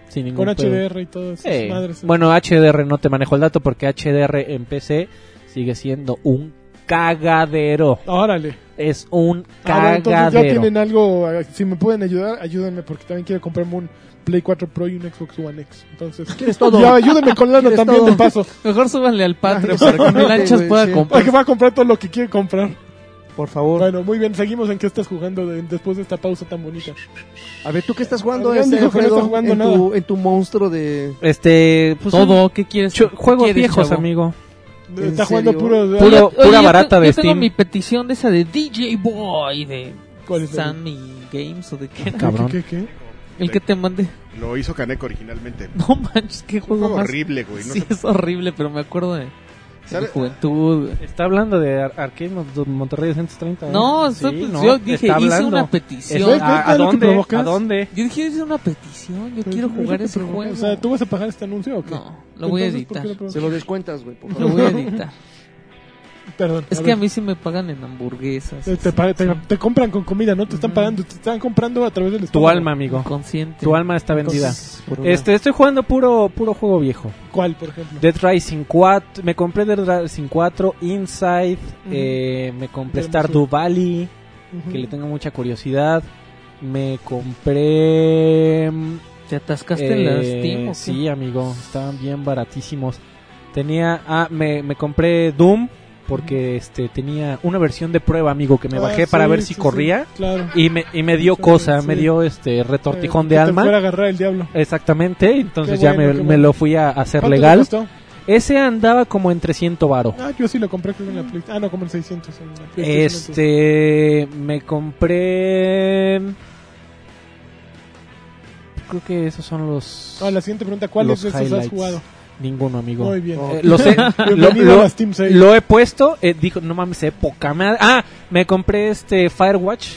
Speaker 2: Sin ningún
Speaker 3: Con
Speaker 2: pedo.
Speaker 3: HDR y todo eso.
Speaker 2: Sí.
Speaker 3: Madres.
Speaker 2: pues, eh, Bueno, HDR no te manejo el dato porque HDR en PC sigue siendo un cagadero.
Speaker 3: Órale.
Speaker 2: Es un
Speaker 3: Ah, bueno, entonces ya
Speaker 2: cagadero.
Speaker 3: tienen algo. eh, Si me pueden ayudar, ayúdenme porque también quiero comprarme un Play 4 Pro y un Xbox One X. Entonces,
Speaker 4: ¿Quieres todo?
Speaker 3: Ya, ayúdenme con lana
Speaker 4: ¿Quieres
Speaker 3: también
Speaker 4: todo?
Speaker 3: de paso.
Speaker 5: Mejor súbanle al Patreon para que
Speaker 4: exactamente,
Speaker 5: Milanchas
Speaker 4: güey,
Speaker 5: pueda
Speaker 4: sí.
Speaker 5: comprar.
Speaker 3: Para que va a comprar todo lo que quiere comprar.
Speaker 4: Por favor.
Speaker 3: Bueno, muy bien. Seguimos en qué estás jugando de- después de esta pausa tan bonita.
Speaker 4: A ver, ¿tú qué estás jugando,
Speaker 3: Adrián
Speaker 4: este,
Speaker 3: dijo que no
Speaker 4: Alfredo,
Speaker 3: está jugando
Speaker 4: en, tu, en tu monstruo de...
Speaker 2: Este, pues,
Speaker 5: Todo, ¿qué quieres?
Speaker 2: Chu- juegos
Speaker 5: ¿Quieres,
Speaker 2: viejos,
Speaker 5: chavo?
Speaker 2: amigo.
Speaker 4: ¿En
Speaker 3: Está jugando
Speaker 4: serio?
Speaker 3: puro.
Speaker 2: Puro-
Speaker 5: Oye,
Speaker 2: pura
Speaker 5: yo
Speaker 2: barata
Speaker 5: te-
Speaker 2: de
Speaker 5: yo tengo
Speaker 2: Steam.
Speaker 5: mi petición de esa de DJ Boy de
Speaker 3: ¿Cuál es?
Speaker 5: Sammy Games o de qué.
Speaker 3: ¿Qué,
Speaker 2: Cabrón.
Speaker 3: ¿Qué, qué, qué?
Speaker 5: El que te mandé.
Speaker 1: Lo hizo Caneco originalmente.
Speaker 3: Pues
Speaker 5: No manches, qué
Speaker 1: Un
Speaker 5: juego
Speaker 1: juego
Speaker 5: más.
Speaker 1: horrible, güey. No
Speaker 5: sí,
Speaker 1: sé-
Speaker 5: es horrible, pero me acuerdo de, de mi
Speaker 1: ¿Sabe-
Speaker 5: juventud. güey.
Speaker 2: Está hablando de Ar- Arcade Mon- de Monterrey
Speaker 3: Ah,
Speaker 2: 230. ¿eh?
Speaker 5: No,
Speaker 2: Sí,
Speaker 5: estoy- pues,
Speaker 2: no,
Speaker 5: yo dije,
Speaker 2: está
Speaker 5: hice
Speaker 2: hablando.
Speaker 5: una
Speaker 2: Eso-
Speaker 5: petición.
Speaker 3: Ve, ve,
Speaker 2: ¿A,
Speaker 3: ve
Speaker 2: a
Speaker 3: lo que
Speaker 2: dónde?
Speaker 3: provocas.
Speaker 2: ¿A dónde?
Speaker 5: Yo dije, hice una petición. Yo quiero jugar ese juego.
Speaker 3: O sea, ¿tú vas a pagar este anuncio o qué?
Speaker 5: No, lo voy a
Speaker 3: Entonces, ¿por
Speaker 5: editar.
Speaker 3: qué lo
Speaker 4: Se
Speaker 3: provocas?
Speaker 4: lo descuentas, güey. por favor.
Speaker 5: Lo voy a editar.
Speaker 3: Perdón.
Speaker 5: Es
Speaker 3: a
Speaker 5: que a
Speaker 3: ver.
Speaker 5: mí sí me pagan en hamburguesas.
Speaker 3: Te, te
Speaker 5: así,
Speaker 3: pa- te- te compran con comida, ¿no? Te están pagando, te están comprando a través del
Speaker 2: Tu
Speaker 3: estómago.
Speaker 2: alma, amigo.
Speaker 5: Consciente.
Speaker 2: Tu alma está vendida.
Speaker 4: Entonces, por una-
Speaker 2: Este, estoy jugando puro puro juego viejo.
Speaker 3: ¿Cuál, por ejemplo?
Speaker 2: Dead Rising 4, me compré Dead Rising 4, Inside,
Speaker 3: Ujú.
Speaker 2: eh, me compré
Speaker 3: Hermoso.
Speaker 2: Stardew Valley,
Speaker 3: Ujú.
Speaker 2: que le tengo mucha curiosidad. Me compré mm,
Speaker 5: ¿Te atascaste en la
Speaker 2: Eh,
Speaker 5: Steam? o qué?
Speaker 2: Sí, amigo, estaban bien baratísimos. Tenía, ah, me, me compré Doom porque este tenía una versión de prueba, amigo, que me
Speaker 3: Ah,
Speaker 2: bajé para
Speaker 3: sí,
Speaker 2: ver
Speaker 3: sí,
Speaker 2: si
Speaker 3: sí,
Speaker 2: corría
Speaker 3: claro.
Speaker 2: y me y me dio
Speaker 3: Sí,
Speaker 2: cosa, me
Speaker 3: sí.
Speaker 2: dio este retortijón
Speaker 3: Eh,
Speaker 2: de
Speaker 3: que
Speaker 2: alma.
Speaker 3: Te fuera a agarrar el diablo.
Speaker 2: Exactamente, entonces
Speaker 3: Qué
Speaker 2: ya
Speaker 3: bueno,
Speaker 2: me,
Speaker 3: qué
Speaker 2: me
Speaker 3: bueno.
Speaker 2: lo fui a hacer
Speaker 3: ¿Cuánto te
Speaker 2: legal.
Speaker 3: costó?
Speaker 2: Ese andaba como en 300 varo.
Speaker 3: Ah, yo sí lo compré creo en la Play. Ah, no, como en 600. en la PlayStation Network.
Speaker 2: Este, me compré Creo que esos son los
Speaker 3: Ah, la siguiente pregunta, ¿cuál
Speaker 2: los
Speaker 3: es de esos has
Speaker 2: highlights.
Speaker 3: jugado?
Speaker 2: Ninguno, amigo.
Speaker 3: Muy bien.
Speaker 2: Eh, lo sé, lo,
Speaker 3: Bienvenido
Speaker 2: lo-
Speaker 3: a las Team 6.
Speaker 2: lo he puesto, eh, dijo, no mames, eh, poca madre. Ah, me compré este Firewatch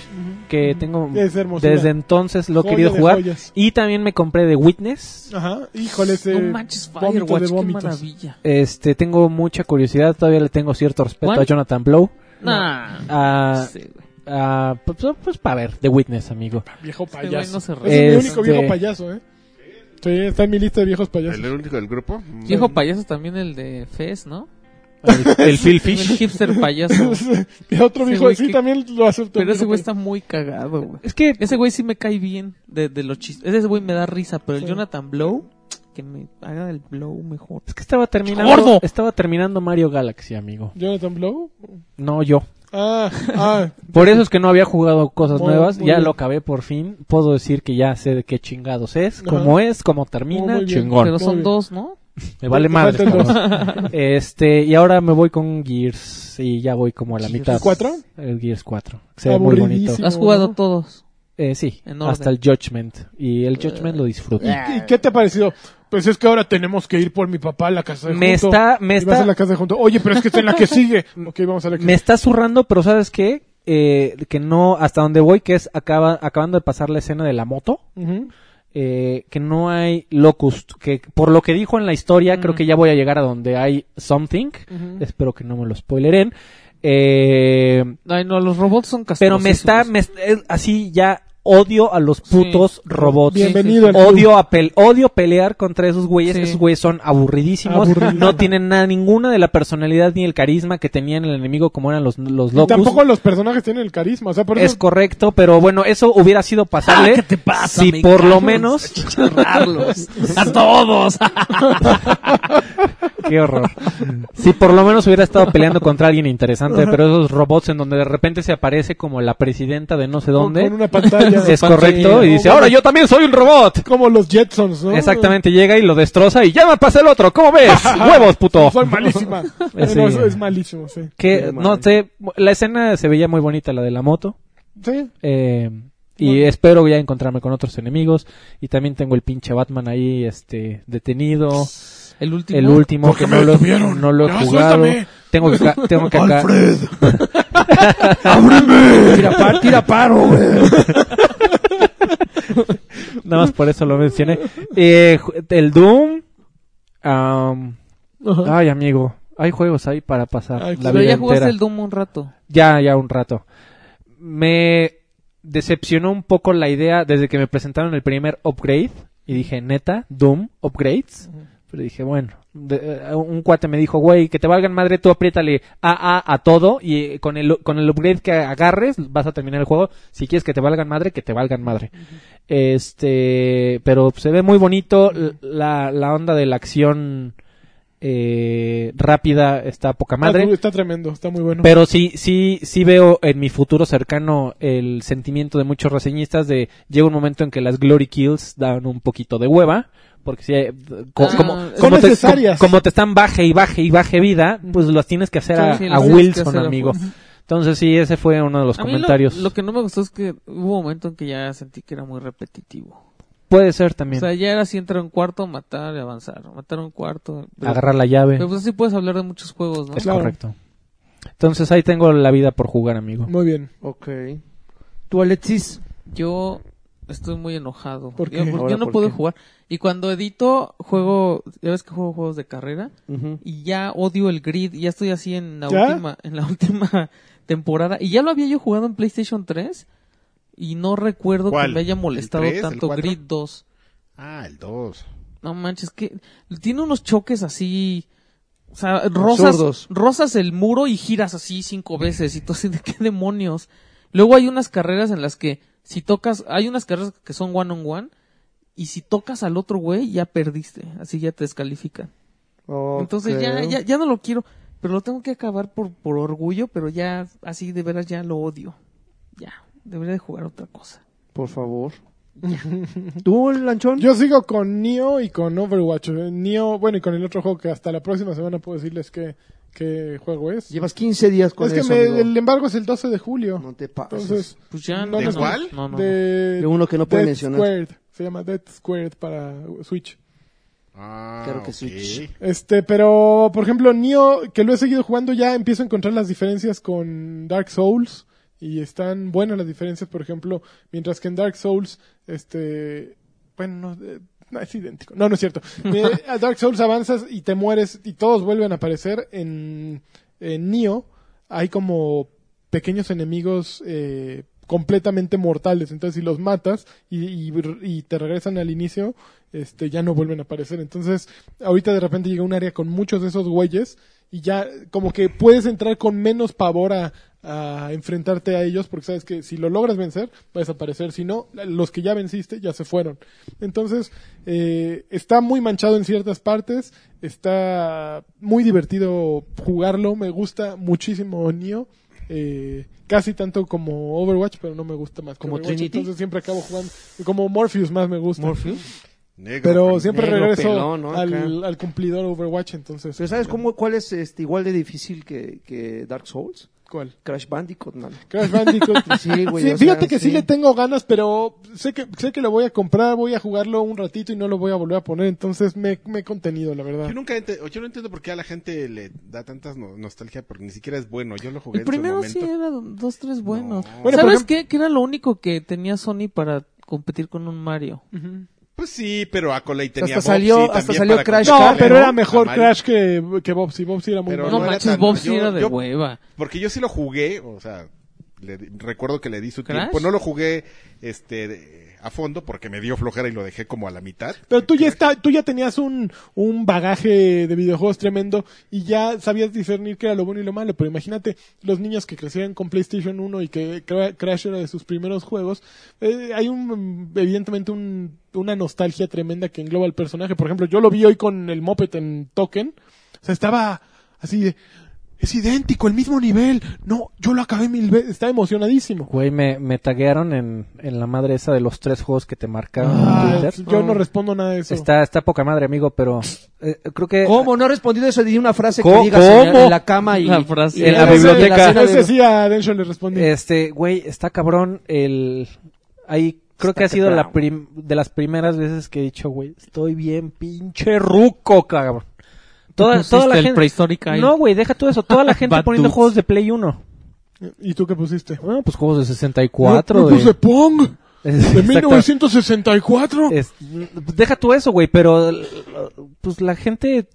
Speaker 2: que tengo
Speaker 3: Es hermoso.
Speaker 2: desde entonces lo he querido jugar y también me compré The Witness.
Speaker 3: Ajá, híjole, ese
Speaker 5: No manches,
Speaker 3: vómito
Speaker 5: Firewatch,
Speaker 3: de
Speaker 5: qué
Speaker 3: vómitos.
Speaker 5: maravilla.
Speaker 2: Este, tengo mucha curiosidad, todavía le tengo cierto respeto
Speaker 5: ¿Cuál?
Speaker 2: a Jonathan Blow.
Speaker 5: Nah.
Speaker 3: Ah,
Speaker 2: A,
Speaker 5: Sí, güey.
Speaker 2: a- pues, para ver, The Witness, amigo.
Speaker 3: viejo
Speaker 5: Este güey
Speaker 3: payaso.
Speaker 5: no se
Speaker 3: Ese Es mi
Speaker 2: Este-
Speaker 3: único viejo payaso, ¿eh? Sí, está en mi lista de viejos payasos.
Speaker 1: ¿El único del grupo? Mm.
Speaker 5: Viejo payaso también el de Fez, ¿no?
Speaker 2: El, el Phil
Speaker 5: El
Speaker 2: Fish.
Speaker 5: hipster payaso.
Speaker 3: Y otro
Speaker 5: Ese
Speaker 3: viejo,
Speaker 5: güey
Speaker 3: sí,
Speaker 5: que-
Speaker 3: también lo acepto.
Speaker 5: Pero ese güey está muy cagado, güey.
Speaker 2: Es que
Speaker 5: Ese güey sí me cae bien de, de los chistes. Ese güey me da risa, pero el
Speaker 3: Sí.
Speaker 5: Jonathan Blow, que me haga el Blow mejor.
Speaker 2: es que estaba terminando
Speaker 5: ¡Gordo!
Speaker 2: estaba terminando Mario Galaxy, amigo.
Speaker 3: Jonathan Blow.
Speaker 2: No yo.
Speaker 3: Ah, ah,
Speaker 2: Por eso es que no había jugado cosas
Speaker 3: Muy-
Speaker 2: nuevas.
Speaker 3: muy
Speaker 2: ya
Speaker 3: bien.
Speaker 2: lo acabé por fin. Puedo decir que ya sé de qué chingados es,
Speaker 3: Ajá.
Speaker 2: cómo es, cómo
Speaker 3: Muy,
Speaker 2: termina.
Speaker 3: muy bien.
Speaker 2: Chingón.
Speaker 5: pero
Speaker 3: muy
Speaker 5: son
Speaker 3: bien.
Speaker 5: dos, ¿no?
Speaker 2: Me vale
Speaker 3: Te
Speaker 2: madre.
Speaker 3: faltan dos.
Speaker 2: cabrón. este, y ahora me voy con Gears. Y ya voy como a la
Speaker 5: Gears
Speaker 2: mitad.
Speaker 3: ¿Cuatro?
Speaker 2: El Gears 4. Se ve muy bonito.
Speaker 3: Aburridísimo. Sí,
Speaker 5: Has
Speaker 3: no,
Speaker 5: jugado
Speaker 3: no.
Speaker 5: todos.
Speaker 2: Eh, sí,
Speaker 5: En orden.
Speaker 2: hasta el Judgment. Y
Speaker 3: Eh,
Speaker 2: el Judgment lo disfruto.
Speaker 3: ¿Y, y qué te ha parecido? Pues es que ahora tenemos que ir por mi papá a la casa de
Speaker 2: Me
Speaker 3: junto.
Speaker 2: está- me
Speaker 3: Y vas
Speaker 2: está-
Speaker 3: a la casa de junto. Oye, pero es que está en la que sigue. ok, vamos a la que
Speaker 2: Me está zurrando, pero ¿sabes qué? Eh, que no, hasta donde voy, que es acaba, acabando de pasar la escena de la moto.
Speaker 3: Ujú.
Speaker 2: eh, que no hay locust, que por lo que dijo en la historia, creo que ya voy a llegar a donde hay something. Espero que no me lo spoileren. Eh,
Speaker 5: Ay, no, los robots son
Speaker 2: pero me está,
Speaker 5: castrosísimos.
Speaker 2: me est- eh, así ya odio a los putos robots.
Speaker 3: Bienvenido al club.
Speaker 2: Odio a pel- odio pelear contra esos güeyes.
Speaker 5: Sí.
Speaker 2: Esos güeyes son aburridísimos.
Speaker 3: Aburrido.
Speaker 2: No tienen nada, ninguna de la personalidad ni el carisma que tenían el enemigo como eran los, los
Speaker 3: Y
Speaker 2: locus.
Speaker 3: tampoco los personajes tienen el carisma, o sea, por eso
Speaker 2: Es correcto, pero bueno, eso hubiera sido pasable
Speaker 5: Ah, ¿Qué te pasa?
Speaker 2: si
Speaker 5: Me
Speaker 2: por lo
Speaker 5: cago en
Speaker 2: menos
Speaker 5: achicharrarlos. a todos.
Speaker 2: Qué horror. Si por lo menos hubiera estado peleando contra alguien interesante, pero esos robots en donde de repente se aparece como la presidenta de no sé
Speaker 3: con,
Speaker 2: dónde,
Speaker 3: con una pantalla.
Speaker 2: es correcto,
Speaker 3: Sí,
Speaker 2: y
Speaker 3: ¿no?
Speaker 2: dice, ahora yo también soy un robot.
Speaker 3: Como los Jetsons, ¿no?
Speaker 2: Exactamente, llega y lo destroza y ya me pasa el otro, ¿cómo ves? Huevos, puto.
Speaker 3: Soy malísima.
Speaker 2: Sí.
Speaker 3: No, eso es malísimo, sí.
Speaker 2: Que, no sé, la escena se veía muy bonita, la de la moto.
Speaker 3: Sí.
Speaker 2: eh, y espero ya encontrarme con otros enemigos. Y también tengo el pinche Batman ahí, este, detenido.
Speaker 5: El último.
Speaker 2: El último que no lo, no lo he
Speaker 3: Ya,
Speaker 2: jugado.
Speaker 3: suéltame.
Speaker 2: Tengo que, ca- tengo que ca-
Speaker 4: Tira, par- tira paro, güey.
Speaker 2: Nada más por eso lo mencioné. Eh, ju- el Doom. am,
Speaker 3: Ajá.
Speaker 2: ay, amigo. Hay juegos ahí para pasar
Speaker 3: Ay,
Speaker 2: la
Speaker 5: Pero
Speaker 2: vida
Speaker 5: ya jugaste
Speaker 2: entera.
Speaker 5: el Doom un rato.
Speaker 2: Ya, ya un rato. Me decepcionó un poco la idea desde que me presentaron el primer upgrade. Y dije, neta, Doom, upgrades. Pero dije, bueno, de- eh, un cuate me dijo, güey, que te valgan madre, tú apriétale AA a todo y eh, con el, con el upgrade que agarres vas a terminar el juego. Si quieres que te valgan madre, que te valgan madre. Este, pero se ve muy bonito l- la, la onda de la acción eh, rápida, está poca madre.
Speaker 3: Ah, está tremendo, está muy bueno.
Speaker 2: Pero sí, sí, sí veo en mi futuro cercano el sentimiento de muchos reseñistas de llega un momento en que las glory kills dan un poquito de hueva. Porque si, eh, co-
Speaker 5: Ah,
Speaker 2: como,
Speaker 5: son
Speaker 2: como te,
Speaker 3: necesarias.
Speaker 2: como- como te están baje y baje y baje vida, pues las tienes que hacer a,
Speaker 5: Sí, sí,
Speaker 2: a
Speaker 5: las tienes que
Speaker 2: Wilson,
Speaker 5: hacer a
Speaker 2: amigo.
Speaker 5: fuerza.
Speaker 2: Entonces sí, ese fue uno de los
Speaker 5: A mí lo-
Speaker 2: comentarios.
Speaker 5: Lo, que no me gustó es que hubo un momento en que ya sentí que era muy repetitivo.
Speaker 2: Puede ser también
Speaker 5: O sea, ya era así entrar a un cuarto, matar y avanzar. Matar a un cuarto. Pero,
Speaker 2: agarrar la llave.
Speaker 5: pero pues así puedes hablar de muchos juegos, ¿no?
Speaker 2: es
Speaker 3: claro.
Speaker 2: correcto. Entonces ahí tengo la vida por jugar, amigo.
Speaker 3: Muy bien.
Speaker 4: Ok. Tú, Alexis.
Speaker 5: Yo estoy muy enojado.
Speaker 3: ¿Por qué?
Speaker 5: Yo, porque
Speaker 4: Ahora,
Speaker 5: yo no
Speaker 4: ¿por
Speaker 5: puedo
Speaker 4: qué?
Speaker 5: jugar. Y cuando edito, juego, ya ves que juego juegos de carrera. Y ya odio el grid. Ya estoy así en la
Speaker 3: ¿Ya?
Speaker 5: última, en la última temporada. Y ya lo había yo jugado en PlayStation 3. Y no recuerdo
Speaker 1: ¿Cuál?
Speaker 5: que me haya
Speaker 1: ¿El
Speaker 5: molestado
Speaker 1: 3, el
Speaker 5: tanto
Speaker 1: 4?
Speaker 5: grid 2.
Speaker 1: Ah, el 2.
Speaker 5: No manches, que tiene unos choques así. O sea, rozas,
Speaker 4: Absurdos.
Speaker 5: rozas el muro y giras así cinco veces. Y tú así, ¿de qué demonios? Luego hay unas carreras en las que si tocas, hay unas carreras que son one on one. Y si tocas al otro güey, ya perdiste. Así ya te descalifican. Entonces ya, ya, ya no lo quiero. Pero lo tengo que acabar por, por orgullo. Pero ya, así de veras ya lo odio. Ya, debería de jugar otra cosa.
Speaker 4: Por favor. ¿Tú, Lanchón?
Speaker 3: Yo sigo con Neo y con Overwatch. Eh, Neo, bueno, y con el otro juego que hasta la próxima semana puedo decirles qué, qué juego es.
Speaker 4: Llevas 15 días con
Speaker 3: es que
Speaker 4: eso,
Speaker 3: me-
Speaker 4: amigo.
Speaker 3: el embargo es el 12 de julio.
Speaker 4: No te pases.
Speaker 3: Entonces,
Speaker 5: Pues ya
Speaker 3: No,
Speaker 5: no.
Speaker 3: ¿de
Speaker 5: no, no,
Speaker 1: cuál?
Speaker 5: No, no.
Speaker 3: de,
Speaker 4: De uno que no puede
Speaker 3: Death
Speaker 4: mencionar.
Speaker 3: Squared. Se llama Dead Squared para Switch.
Speaker 1: Ah,
Speaker 4: Claro que
Speaker 1: ok.
Speaker 4: Switch.
Speaker 3: Este, pero por ejemplo, Neo, que lo he seguido jugando, ya empiezo a encontrar las diferencias con Dark Souls. Y están buenas las diferencias, por ejemplo, mientras que en Dark Souls, este, bueno, no, eh, no, es idéntico. No, no es cierto. Eh, a Dark Souls avanzas y te mueres y todos vuelven a aparecer. En, en Neo hay como pequeños enemigos eh, completamente mortales. Entonces, si los matas y, y- y te regresan al inicio, este, ya no vuelven a aparecer. Entonces, ahorita de repente llega un área con muchos de esos güeyes y ya como que puedes entrar con menos pavor a, a enfrentarte a ellos porque sabes que si lo logras vencer va a desaparecer si no la- los que ya venciste ya se fueron entonces eh, está muy manchado en ciertas partes está muy divertido jugarlo me gusta muchísimo Neo eh, casi tanto como Overwatch pero no me gusta más que
Speaker 4: ¿Como
Speaker 3: Overwatch,
Speaker 4: Trinity?
Speaker 3: entonces siempre acabo jugando como Morpheus más me gusta
Speaker 1: Negro,
Speaker 3: pero
Speaker 1: con-
Speaker 3: siempre
Speaker 4: Negro,
Speaker 3: regreso
Speaker 4: pelón, ¿no?
Speaker 3: al,
Speaker 4: Acá.
Speaker 3: al cumplidor Overwatch entonces
Speaker 4: Pero ¿sabes cómo, cuál es este, igual de difícil que, que Dark Souls?
Speaker 3: ¿cuál?
Speaker 4: Crash Bandicoot, man.
Speaker 3: Crash Bandicoot.
Speaker 4: Sí, güey,
Speaker 3: Sí,
Speaker 4: o sea,
Speaker 3: fíjate que sí.
Speaker 4: sí.
Speaker 3: le tengo ganas, pero sé que sé que lo voy a comprar, voy a jugarlo un ratito y no lo voy a volver a poner, entonces me, me he contenido, la verdad.
Speaker 1: Yo nunca ente- yo no entiendo por qué a la gente le da tantas no- nostalgia porque ni siquiera es bueno. Yo lo jugué
Speaker 5: El primero
Speaker 1: en
Speaker 5: sí
Speaker 1: su momento.
Speaker 5: era dos, tres buenos.
Speaker 1: No.
Speaker 3: Bueno, por
Speaker 5: ¿Sabes
Speaker 3: ejem-
Speaker 5: qué? Que era lo único que tenía Sony para competir con un Mario.
Speaker 1: Pues sí, pero Acola y tenía
Speaker 4: Hasta salió-
Speaker 1: Bobsy
Speaker 4: hasta
Speaker 1: también
Speaker 4: salió
Speaker 1: para
Speaker 4: Crash
Speaker 3: No,
Speaker 1: competirle,
Speaker 4: Car,
Speaker 3: pero era mejor
Speaker 1: A Mario.
Speaker 3: Crash que, que Bobsy, Bobsy era muy
Speaker 1: Pero
Speaker 3: malo.
Speaker 5: no
Speaker 1: no era
Speaker 5: manches,
Speaker 1: tan-
Speaker 5: Bob sí
Speaker 1: yo-
Speaker 5: era de
Speaker 1: yo-
Speaker 5: hueva.
Speaker 1: Porque yo sí lo jugué, o sea, Le di- recuerdo que le di su
Speaker 5: ¿Crash?
Speaker 1: tiempo. No lo jugué este de- a fondo porque me dio flojera y lo dejé como a la mitad.
Speaker 3: Pero tú ya,
Speaker 4: Este,
Speaker 3: está, tú ya tenías un, un bagaje de videojuegos tremendo y ya sabías discernir qué era lo bueno y lo malo. Pero imagínate los niños que crecieron con PlayStation 1 y que Cra- Crash era de sus primeros juegos. eh, hay un, evidentemente un- una nostalgia tremenda que engloba al personaje. Por ejemplo, yo lo vi hoy con el Moped en Token. O sea, estaba así de... Es idéntico, el mismo nivel. No, yo lo acabé mil veces. Estaba emocionadísimo.
Speaker 2: Güey, me, me taguearon en, en la madre esa de los tres juegos que te marcaron en
Speaker 3: Ah,
Speaker 2: Twitter.
Speaker 3: yo no respondo nada de eso.
Speaker 2: Está, está poca madre, amigo, pero eh, creo que...
Speaker 4: ¿Cómo? No ha respondido eso de una frase que
Speaker 2: ¿Cómo?
Speaker 4: digas en la- en la cama y...
Speaker 5: La frase.
Speaker 4: y
Speaker 2: En la
Speaker 4: la
Speaker 3: Ese-
Speaker 2: biblioteca.
Speaker 4: en la
Speaker 3: Ese
Speaker 4: cena-
Speaker 3: sí a Densho le respondí.
Speaker 2: Este, güey, está cabrón el... Ahí creo que ha sido la prim- de las primeras veces que he dicho, güey, estoy bien pinche ruco, cabrón. Toda, toda la
Speaker 5: Pusiste el
Speaker 2: gente...
Speaker 5: Prehistoric ahí.
Speaker 2: No, güey, deja todo eso. Toda la gente
Speaker 5: Bad
Speaker 2: poniendo
Speaker 5: dudes.
Speaker 2: juegos de Play 1.
Speaker 3: ¿Y tú qué pusiste?
Speaker 2: Bueno, pues juegos de 64.
Speaker 3: No,
Speaker 2: de...
Speaker 3: me Ah, puse Pong de
Speaker 2: Exacto.
Speaker 3: 1964.
Speaker 2: Es- pues, deja tú eso, güey, pero pues la gente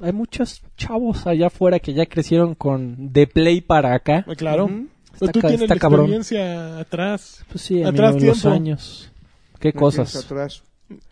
Speaker 2: hay muchos chavos allá afuera que ya crecieron con de play para acá.
Speaker 3: Ah, claro.
Speaker 2: Está
Speaker 3: Pero tú
Speaker 2: ca-
Speaker 3: tienes
Speaker 2: está
Speaker 3: la
Speaker 2: cabrón.
Speaker 3: experiencia atrás.
Speaker 2: Pues sí, amigo,
Speaker 3: Atrás
Speaker 2: en los
Speaker 3: tiempo.
Speaker 2: años. Qué cosas.
Speaker 1: Atrás.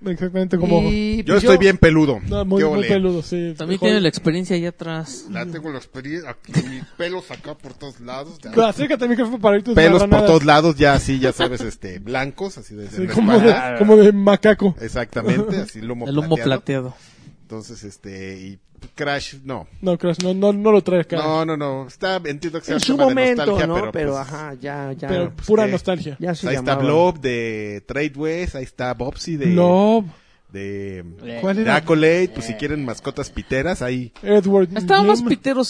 Speaker 3: Exactamente como.
Speaker 4: Y,
Speaker 1: Yo
Speaker 4: pues,
Speaker 1: estoy bien peludo.
Speaker 3: No, muy,
Speaker 1: Yo
Speaker 3: muy
Speaker 1: le-
Speaker 3: peludo, sí.
Speaker 5: También
Speaker 3: Joder.
Speaker 5: tiene la experiencia allá atrás.
Speaker 1: La tengo los peli- aquí, mis pelos acá por todos lados. ya.
Speaker 3: Acércate al micrófono para oír tus
Speaker 1: Pelos por
Speaker 3: marranadas.
Speaker 1: todos lados, ya así, ya sabes, este, blancos, así de,
Speaker 3: Sí,
Speaker 1: en la
Speaker 3: como,
Speaker 1: espalda.
Speaker 3: de, como de macaco.
Speaker 1: Exactamente, así lomo
Speaker 5: El lomo
Speaker 1: plateado.
Speaker 5: plateado.
Speaker 1: Entonces, este, y Crash, no.
Speaker 3: No, Crash, no, no, no lo traes, cara.
Speaker 1: No, no, no. Está, entiendo que sea
Speaker 4: En
Speaker 1: un
Speaker 4: su
Speaker 1: tema de
Speaker 4: momento,
Speaker 1: nostalgia,
Speaker 4: ¿no? Pero,
Speaker 1: pues,
Speaker 4: ajá, ya, ya.
Speaker 3: pero
Speaker 1: pues,
Speaker 3: pura
Speaker 1: ¿qué?
Speaker 3: nostalgia.
Speaker 4: ya se
Speaker 1: Ahí está
Speaker 4: llamaba.
Speaker 1: Blob de Trade West, ahí está Bobsy de,
Speaker 3: No,
Speaker 1: de,
Speaker 3: ¿Cuál
Speaker 1: de
Speaker 3: era?
Speaker 1: Accolade, pues
Speaker 5: Eh.
Speaker 1: si quieren mascotas piteras, ahí.
Speaker 3: Edward.
Speaker 5: Estaba
Speaker 3: Jim.
Speaker 5: más pitero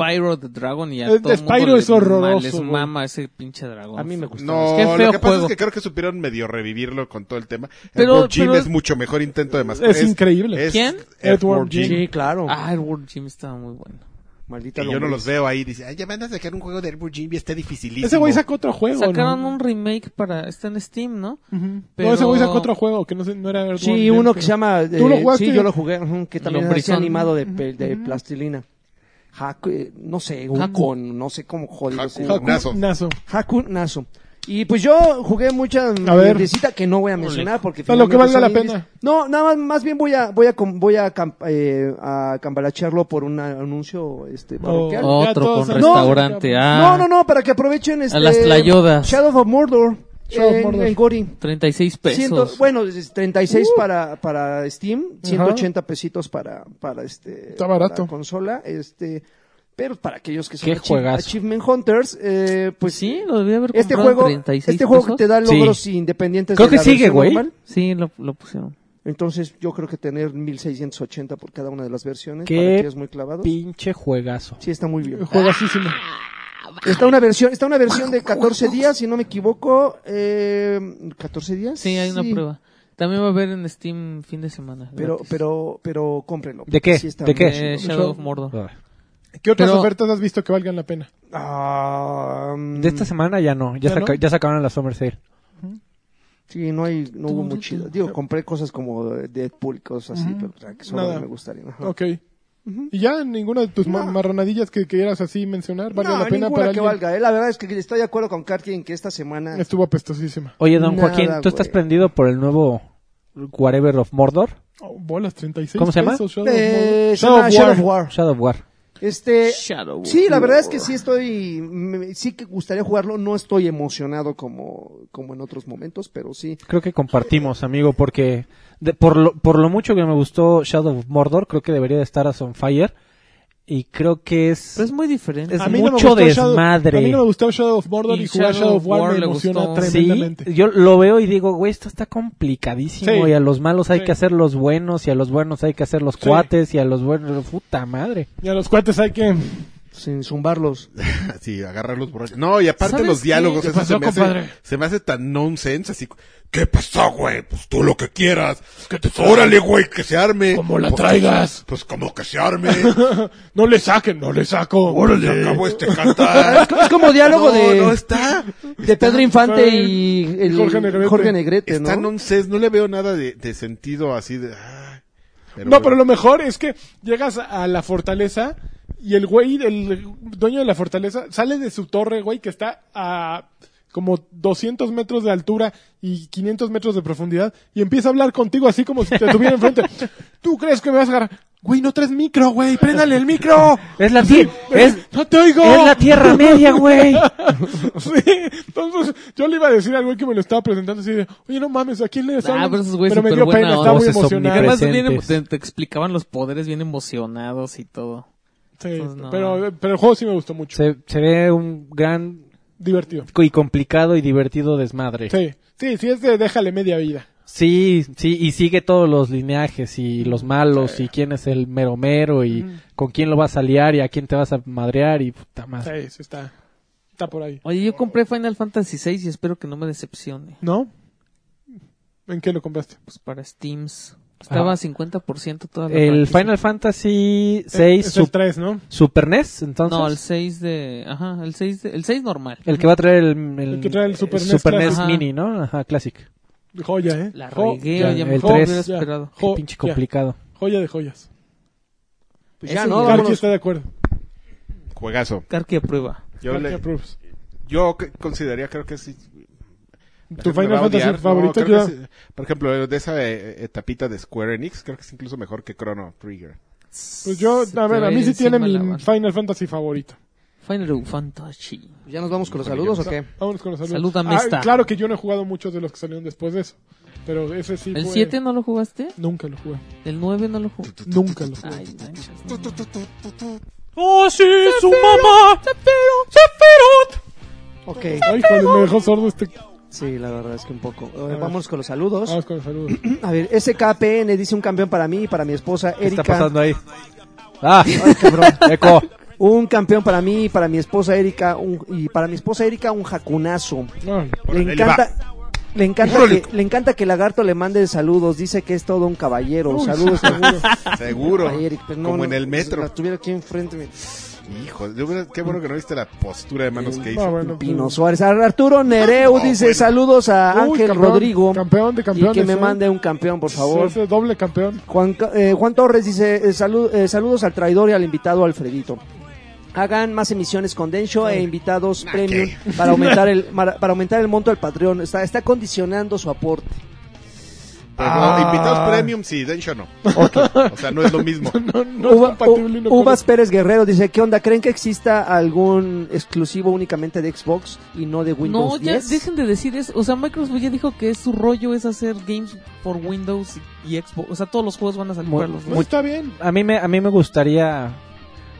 Speaker 5: Spyro the Dragon y a
Speaker 3: El
Speaker 5: todo el
Speaker 3: Spyro
Speaker 5: mundo
Speaker 3: es
Speaker 5: le ma-
Speaker 3: horroroso,
Speaker 5: Les
Speaker 3: güey.
Speaker 5: mama ese pinche dragón.
Speaker 4: A mí me gustó.
Speaker 1: No,
Speaker 5: Qué
Speaker 1: lo
Speaker 5: feo
Speaker 1: que pasa
Speaker 5: juego.
Speaker 1: es que creo que supieron medio revivirlo con todo el tema.
Speaker 5: Pero-
Speaker 1: Edward Jim
Speaker 5: pero-
Speaker 1: es mucho mejor intento de mascotas.
Speaker 3: Es increíble.
Speaker 5: ¿Quién?
Speaker 1: Edward
Speaker 3: Edward
Speaker 1: Jim.
Speaker 4: Sí, claro.
Speaker 5: Ah, el World Gym estaba muy bueno.
Speaker 4: Maldita
Speaker 1: Que yo no
Speaker 4: lombriz.
Speaker 1: los veo ahí. Dice, "Ay, ya van a sacar un juego de Edward Jim y está dificilísimo.
Speaker 3: Ese güey sacó otro juego.
Speaker 5: Sacaron
Speaker 3: ¿no?
Speaker 5: un remake para... Está en Steam, ¿no?
Speaker 3: Ujú.
Speaker 5: pero-
Speaker 3: No, ese güey sacó otro juego que no, sé, no era Edward
Speaker 4: Sí,
Speaker 3: Jim,
Speaker 4: uno
Speaker 3: pero-
Speaker 4: que se llama...
Speaker 3: ¿Tú lo
Speaker 4: eh,
Speaker 3: jugaste?
Speaker 4: Sí, yo lo jugué, ujú, que también es
Speaker 5: Lombriz.
Speaker 4: animado de, pe- de plastilina. Haku, eh, no sé, un
Speaker 5: Haku.
Speaker 4: con, no sé cómo jodido.
Speaker 1: Haku.
Speaker 4: se llama.
Speaker 3: Haku-
Speaker 1: Nazo.
Speaker 3: Nazo.
Speaker 4: Haku Nazo. Y pues yo jugué muchas
Speaker 3: A ver.
Speaker 4: mierdecitas que no voy a mencionar porque
Speaker 3: Pero lo que
Speaker 4: finalmente
Speaker 3: valga
Speaker 4: son
Speaker 3: la
Speaker 4: indies.
Speaker 3: pena.
Speaker 4: No, nada más, más bien voy a voy a com- voy a, cam- eh, a cambalachearlo por un anuncio este parroquial.
Speaker 3: Oh. Ya
Speaker 5: Otro
Speaker 3: todos
Speaker 5: con
Speaker 3: saben.
Speaker 5: restaurante.
Speaker 3: No,
Speaker 5: ah,
Speaker 4: No, no, no, para que aprovechen este
Speaker 5: las tlayodas.
Speaker 4: Shadow of Mordor
Speaker 3: Shadow of
Speaker 4: en,
Speaker 3: Mordor.
Speaker 4: en Gori.
Speaker 5: 36
Speaker 4: Ciento-
Speaker 5: pesos.
Speaker 4: bueno, es 36 para, para Steam,
Speaker 3: Ajá.
Speaker 4: 180 pesitos para, para este
Speaker 3: Está barato.
Speaker 4: la consola, este pero para aquellos que son
Speaker 2: Qué
Speaker 4: achie-
Speaker 2: juegazo.
Speaker 4: Achievement Hunters, eh, pues
Speaker 5: sí, lo debí haber
Speaker 4: este
Speaker 5: comprado
Speaker 4: juego,
Speaker 5: en 36
Speaker 4: este juego que
Speaker 5: pesos.
Speaker 4: te da logros
Speaker 2: Sí.
Speaker 4: independientes
Speaker 2: Creo
Speaker 4: de
Speaker 2: que
Speaker 4: la
Speaker 2: sigue,
Speaker 4: versión
Speaker 2: güey.
Speaker 4: normal.
Speaker 5: Sí, lo, lo pusieron.
Speaker 4: Entonces, yo creo que tener 1680 por cada una de las versiones
Speaker 2: Qué
Speaker 4: para que es muy clavado.
Speaker 2: Pinche juegazo.
Speaker 4: Sí, está muy bien.
Speaker 3: Juegasísimo.
Speaker 4: Está una versión, está una versión de 14 días, si no me equivoco, eh, 14 días.
Speaker 5: Sí, hay una prueba. También va a haber en Steam fin de semana.
Speaker 4: Pero
Speaker 5: gratis.
Speaker 4: pero pero cómprenlo.
Speaker 2: ¿De qué?
Speaker 4: Sí está
Speaker 2: ¿De
Speaker 4: muy
Speaker 2: qué?
Speaker 5: Eh,
Speaker 4: chido.
Speaker 5: Shadow of Mordor.
Speaker 3: ¿Qué otras
Speaker 5: Pero-
Speaker 3: ofertas has visto que valgan la pena?
Speaker 4: Ah, mm,
Speaker 2: De esta semana ya no, ya,
Speaker 3: ¿Ya
Speaker 2: se, aca-
Speaker 3: no?
Speaker 2: ya se acabaron las Summer Sale.
Speaker 4: Sí, no hay no hubo mucho. Digo, compré cosas como Deadpool y cosas así, pero o sea, que solo
Speaker 3: Nada.
Speaker 4: me gustaría. ajá.
Speaker 3: Ok. ¿Y ya ninguna de tus ma- marranadillas que quieras así mencionar vale la pena
Speaker 4: ninguna
Speaker 3: para
Speaker 4: que
Speaker 3: alguien?
Speaker 4: valga. eh. La verdad es que estoy de acuerdo con Karki en que esta semana
Speaker 3: Estuvo apestosísima.
Speaker 2: Oye, don
Speaker 4: Nada,
Speaker 2: Joaquín, ¿tú estás
Speaker 4: güey.
Speaker 2: prendido por el nuevo Whatever of Mordor?
Speaker 3: Oh, bolas, 36
Speaker 2: ¿Cómo se llama?
Speaker 3: pesos, Shadow of
Speaker 4: Eh,
Speaker 3: Mordor.
Speaker 4: se
Speaker 3: Shadow
Speaker 4: llama
Speaker 3: of
Speaker 4: Shadow of
Speaker 3: War.
Speaker 4: War.
Speaker 2: Shadow of War.
Speaker 4: Este,
Speaker 5: Shadow
Speaker 4: sí, la
Speaker 5: War.
Speaker 4: verdad es que sí estoy, me- sí que gustaría jugarlo. No estoy emocionado como, como en otros momentos, pero sí.
Speaker 2: Creo que compartimos, amigo, porque de- por, lo, por lo mucho que me gustó Shadow of Mordor, creo que debería de estar a on fire. Y creo que es...
Speaker 5: Pero es muy diferente.
Speaker 2: Es
Speaker 3: A mí no me
Speaker 2: mucho
Speaker 3: gustó Shadow-
Speaker 2: desmadre.
Speaker 3: a mí no me gustó Shadow of Mordor y,
Speaker 5: Y
Speaker 3: jugar Shadow of War, me
Speaker 5: le
Speaker 3: emociona
Speaker 5: gustó.
Speaker 2: Sí,
Speaker 3: tremendamente.
Speaker 2: yo lo veo y digo, güey, esto está complicadísimo
Speaker 3: Sí.
Speaker 2: y a los malos hay
Speaker 3: Sí.
Speaker 2: que hacer los buenos y a los buenos hay que hacer los
Speaker 3: Sí.
Speaker 2: cuates y a los buenos, puta madre.
Speaker 3: Y a los cuates hay que...
Speaker 4: Sin zumbarlos.
Speaker 1: Sí, agarrar los borrachos. No, y aparte
Speaker 5: ¿Sabes
Speaker 1: los
Speaker 5: qué?
Speaker 1: diálogos,
Speaker 5: ¿Qué
Speaker 1: eso se
Speaker 3: pasó,
Speaker 1: me, hace,
Speaker 3: compadre?
Speaker 1: se me hace tan nonsense, así, ¿qué pasó, güey? Pues tú lo que quieras. Pues, órale, güey, que se arme.
Speaker 3: Como la
Speaker 1: Pues,
Speaker 3: traigas.
Speaker 1: Pues como que se arme.
Speaker 3: no le saquen, no le saco.
Speaker 1: Órale. Se acabó este cantar.
Speaker 4: Es como diálogo
Speaker 1: no,
Speaker 4: de,
Speaker 1: no está.
Speaker 4: de Pedro Infante
Speaker 3: Está-
Speaker 4: Este y
Speaker 5: eh,
Speaker 4: el-
Speaker 3: Jorge Negrete.
Speaker 4: Jorge Negrete,
Speaker 1: Está
Speaker 4: ¿no?
Speaker 1: nonsense, no le veo nada de, de sentido así de... ah,
Speaker 3: no, pero
Speaker 1: bueno.
Speaker 3: lo mejor es que llegas a la fortaleza Y el güey, el dueño de la fortaleza, sale de su torre, güey, que está a como 200 metros de altura y 500 metros de profundidad, y empieza a hablar contigo así como si te tuviera enfrente. ¿Tú crees que me vas a agarrar? Güey, no traes micro, güey, préndale el micro.
Speaker 2: Es la tie- es-
Speaker 3: no te oigo.
Speaker 2: Es la Tierra Media, güey.
Speaker 3: Sí, entonces yo le iba a decir al güey que me lo estaba presentando así de, oye, no mames, ¿a quién le
Speaker 5: Ah,
Speaker 3: hablo?"
Speaker 5: pero esos güeyes
Speaker 3: me dio
Speaker 5: superbuena
Speaker 3: pena,
Speaker 5: onda.
Speaker 3: estaba muy
Speaker 2: Voces
Speaker 3: emocionado.
Speaker 2: omnipresentes.
Speaker 5: Además, bien emo-
Speaker 2: presentes.
Speaker 5: te, te explicaban los poderes bien emocionados y todo.
Speaker 3: Sí,
Speaker 5: Pues no.
Speaker 3: pero, pero el juego sí me gustó mucho.
Speaker 2: Se, se ve un gran
Speaker 3: Divertido.
Speaker 2: y complicado y divertido desmadre.
Speaker 3: Sí, sí, sí es de déjale media vida.
Speaker 2: Sí, sí, y sigue todos los lineajes y los malos y quién es el mero mero y
Speaker 3: Mm.
Speaker 2: con quién lo vas a liar y a quién te vas a madrear y puta
Speaker 5: Ah.
Speaker 2: madre.
Speaker 3: Sí, sí está, está por ahí.
Speaker 5: Oye, yo compré Final Fantasy VI y espero que no me decepcione.
Speaker 3: ¿No? ¿En qué lo compraste?
Speaker 5: Pues para Steams. Estaba
Speaker 2: Ah.
Speaker 5: a 50% toda la
Speaker 2: El
Speaker 5: franquicia.
Speaker 2: Final Fantasy
Speaker 3: Eh,
Speaker 2: VI
Speaker 3: es
Speaker 2: Sup-
Speaker 3: el 3, ¿no?
Speaker 2: Super NES, entonces.
Speaker 5: No, el 6 de... Ajá, el 6, de- el 6 normal.
Speaker 2: El que va a traer el,
Speaker 3: El que trae el Super NES
Speaker 2: Super
Speaker 3: Classic.
Speaker 2: NES
Speaker 5: Ajá.
Speaker 2: Mini, ¿no? Ajá, Classic.
Speaker 3: Joya, ¿eh?
Speaker 5: La
Speaker 3: Jo-
Speaker 5: regué,
Speaker 2: ya,
Speaker 5: oye,
Speaker 2: el
Speaker 5: mejor
Speaker 2: tres.
Speaker 5: hubiera
Speaker 3: ya,
Speaker 5: esperado.
Speaker 3: jo-
Speaker 2: Pinche
Speaker 3: ya,
Speaker 2: complicado.
Speaker 3: joya de joyas.
Speaker 4: Pues ya,
Speaker 5: Ese
Speaker 4: ¿no?
Speaker 5: ya.
Speaker 3: Karki
Speaker 4: Vámonos.
Speaker 3: está de acuerdo.
Speaker 1: Juegazo.
Speaker 5: Karki aprueba.
Speaker 1: Yo,
Speaker 3: Karki
Speaker 1: le-
Speaker 3: approves.
Speaker 1: yo c- consideraría, creo que sí. la
Speaker 3: ¿Tu
Speaker 1: gente me va
Speaker 3: Final
Speaker 1: a
Speaker 3: Fantasy
Speaker 1: odiar. No,
Speaker 3: favorito?
Speaker 1: creo
Speaker 3: yo-
Speaker 1: que sí. Por ejemplo, de esa eh, etapita de Square Enix, creo que es incluso mejor que Chrono Trigger.
Speaker 3: Pues yo,
Speaker 5: Se
Speaker 3: a
Speaker 5: te
Speaker 3: ver,
Speaker 5: va
Speaker 3: a
Speaker 5: ir
Speaker 3: mí sí
Speaker 5: encima
Speaker 3: tiene mi
Speaker 5: la banda.
Speaker 3: Final Fantasy favorito.
Speaker 5: Final Fantasy.
Speaker 4: ¿Ya nos vamos con los saludos o qué?
Speaker 3: Vámonos con los saludos.
Speaker 5: Salúdame
Speaker 3: Ah,
Speaker 5: esta.
Speaker 3: claro que yo no he jugado muchos de los que salieron después de eso. Pero ese sí
Speaker 5: ¿El
Speaker 3: fue-
Speaker 5: 7 no lo jugaste?
Speaker 3: Nunca lo jugué.
Speaker 5: ¿El 9 no lo jugué?
Speaker 3: Nunca lo jugué.
Speaker 5: Ay, manches, no.
Speaker 2: ¡Oh, sí! ¡Su mamá!
Speaker 4: Ok.
Speaker 3: Ay, joder, me dejó sordo este...
Speaker 4: Sí, la verdad es que un poco. Eh, Vámonos con los saludos.
Speaker 3: Vamos con los saludos.
Speaker 4: A ver, SKPN dice un campeón para mí y para mi esposa
Speaker 2: ¿Qué
Speaker 4: Erika.
Speaker 2: está pasando ahí? ¡Ah!
Speaker 4: Ay, cabrón.
Speaker 2: ¡Eco!
Speaker 4: Un campeón para mí, y para mi esposa Erika, un- y para mi esposa Erika un jacunazo.
Speaker 3: Ay,
Speaker 4: Le
Speaker 1: Órale,
Speaker 4: encanta, le encanta,
Speaker 1: Órale.
Speaker 4: que, le encanta que Lagarto le mande saludos. Dice que es todo un caballero.
Speaker 3: Uy,
Speaker 4: saludos, seguro.
Speaker 1: Seguro.
Speaker 4: Ah, Ay, Eric, pues no,
Speaker 1: como
Speaker 4: no,
Speaker 1: en el metro.
Speaker 4: La tuviera aquí enfrente. me-
Speaker 1: Hijo, yo hubiera- qué bueno que no viste la postura de manos que
Speaker 3: ah,
Speaker 1: hizo.
Speaker 3: bueno.
Speaker 4: Pino Suárez. Arturo Nereu
Speaker 1: Ah, No,
Speaker 4: dice
Speaker 1: bueno.
Speaker 4: saludos a
Speaker 3: Uy,
Speaker 4: Ángel
Speaker 3: campeón,
Speaker 4: Rodrigo.
Speaker 3: Campeón de
Speaker 4: Y
Speaker 3: campeones.
Speaker 4: que me
Speaker 3: ¿eh?
Speaker 4: mande un campeón, por favor.
Speaker 3: Ese doble campeón.
Speaker 4: Juan, Ca- eh, Juan Torres dice eh, salu- eh, saludos al traidor y al invitado Alfredito. Hagan más emisiones con Densho e invitados premium para aumentar el para, para aumentar el monto del Patreon. Está, está condicionando su aporte.
Speaker 1: Pero
Speaker 3: Ah.
Speaker 1: invitados premium, sí, Densho no. O sea, no es lo mismo.
Speaker 3: No, no
Speaker 4: Uva-
Speaker 3: es compatible
Speaker 4: U-
Speaker 3: uno con
Speaker 4: Uvas
Speaker 3: otro.
Speaker 4: Pérez Guerrero dice, ¿qué onda? ¿Creen que exista algún exclusivo únicamente de Xbox y no de Windows
Speaker 5: No, ya
Speaker 4: 10?
Speaker 5: dejen de decir eso. O sea, Microsoft ya dijo que su rollo es hacer games por Windows y y Xbox. O sea, todos los juegos van a salir
Speaker 2: Mu-
Speaker 5: para los
Speaker 3: No,
Speaker 5: dos.
Speaker 3: está bien.
Speaker 2: A mí, me, a mí me gustaría...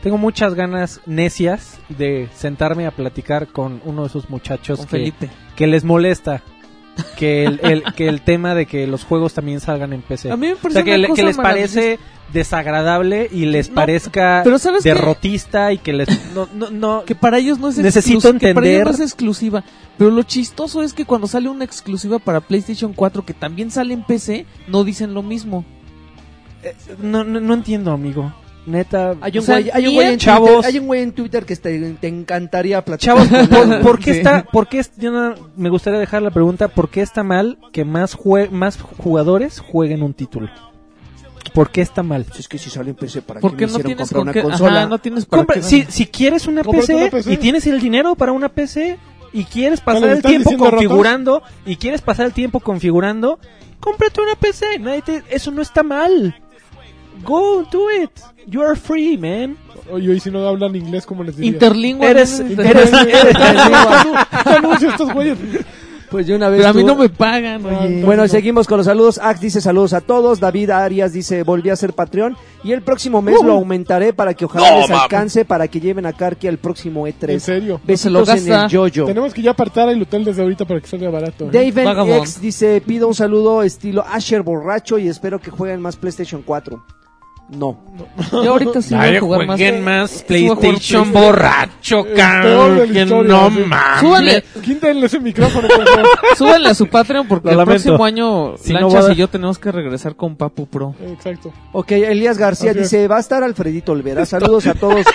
Speaker 2: Tengo muchas ganas necias de sentarme a platicar con uno de esos muchachos
Speaker 5: Con
Speaker 2: que,
Speaker 5: Felipe.
Speaker 2: que les molesta que el, el- que el tema de que los juegos también salgan en PC.
Speaker 5: A mí me
Speaker 2: o
Speaker 5: parece
Speaker 2: sea, que,
Speaker 5: una
Speaker 2: le- que
Speaker 5: cosa
Speaker 2: les parece desagradable y les
Speaker 5: No,
Speaker 2: parezca
Speaker 5: pero ¿sabes qué?
Speaker 2: derrotista y que les... No, no, no.
Speaker 5: Que para ellos no es
Speaker 2: Necesito
Speaker 5: exclus- que para ellos
Speaker 2: entender-
Speaker 5: no es exclusiva. Pero lo chistoso es que cuando sale una exclusiva para PlayStation 4 que también sale en PC, no dicen lo mismo.
Speaker 2: No, no, no entiendo, amigo. Neta.
Speaker 4: Hay un
Speaker 2: o sea,
Speaker 4: güey hay un
Speaker 2: bien,
Speaker 4: güey en,
Speaker 2: chavos,
Speaker 4: Twitter- hay un güey en Twitter que te, te encantaría platicar.
Speaker 2: Chavos, ¿por, por qué
Speaker 4: Sí.
Speaker 2: está, por qué es- yo no- me gustaría dejar la pregunta, ¿por qué está mal que más jue- más jugadores jueguen un título? ¿Por qué está mal?
Speaker 4: Pues Es que si sale en PC, ¿para qué
Speaker 5: Porque no
Speaker 4: me hicieron
Speaker 5: tienes
Speaker 4: comprar
Speaker 5: con
Speaker 4: una
Speaker 5: qué-
Speaker 4: consola?
Speaker 5: ajá, no tienes para
Speaker 2: Compra-
Speaker 5: qué-
Speaker 2: si, si quieres una
Speaker 3: Cómprate
Speaker 2: PC,
Speaker 3: una PC.
Speaker 2: y tienes el dinero para una PC y quieres pasar
Speaker 3: ¿le
Speaker 2: el
Speaker 3: estás
Speaker 2: tiempo
Speaker 3: diciendo
Speaker 2: configurando y quieres pasar el tiempo configurando, cómprate una PC. Nadie te- eso no está mal. Go do it. You are free, man.
Speaker 3: Oye, hoy si no hablan inglés, ¿cómo les diría?
Speaker 5: Interlingua.
Speaker 2: Eres-
Speaker 5: ¿no?
Speaker 3: Inter-
Speaker 2: eres- eres-
Speaker 3: Saludos a estos güeyes.
Speaker 4: Pues yo una vez
Speaker 5: Pero a mí
Speaker 4: tuve-
Speaker 5: no me pagan. oye.
Speaker 3: Ay,
Speaker 4: Bueno,
Speaker 3: no.
Speaker 4: seguimos con los saludos. Ax dice saludos a todos. David Arias dice volví a ser Patreon. Y el próximo mes lo aumentaré para que ojalá les alcance para que lleven a Karki al próximo
Speaker 3: En
Speaker 4: E3.
Speaker 3: serio.
Speaker 4: Besitos
Speaker 5: No se lo
Speaker 4: en el
Speaker 5: gasta.
Speaker 4: yoyo.
Speaker 3: Tenemos que ya apartar el hotel desde ahorita para que salga barato. ¿eh?
Speaker 4: Dave
Speaker 5: Vagabond.
Speaker 4: X dice pido un saludo estilo Asher borracho y espero que jueguen más PlayStation 4. No.
Speaker 5: Yo ahorita sí voy a jugar más. PlayStation
Speaker 2: borracho,
Speaker 3: Es peor de Eh, la historia, sí.
Speaker 5: Súbanle,
Speaker 3: Quítenle ese micrófono, por favor.
Speaker 5: súbanle a su Patreon porque
Speaker 2: Lo
Speaker 5: el
Speaker 2: lamento.
Speaker 5: próximo año
Speaker 2: Si no
Speaker 5: Lanchas
Speaker 2: va a-
Speaker 5: y yo tenemos que regresar con Papu Pro.
Speaker 3: Exacto.
Speaker 4: Ok, Elías García
Speaker 3: Así es.
Speaker 4: dice va a estar Alfredito Olvera. Saludos a todos.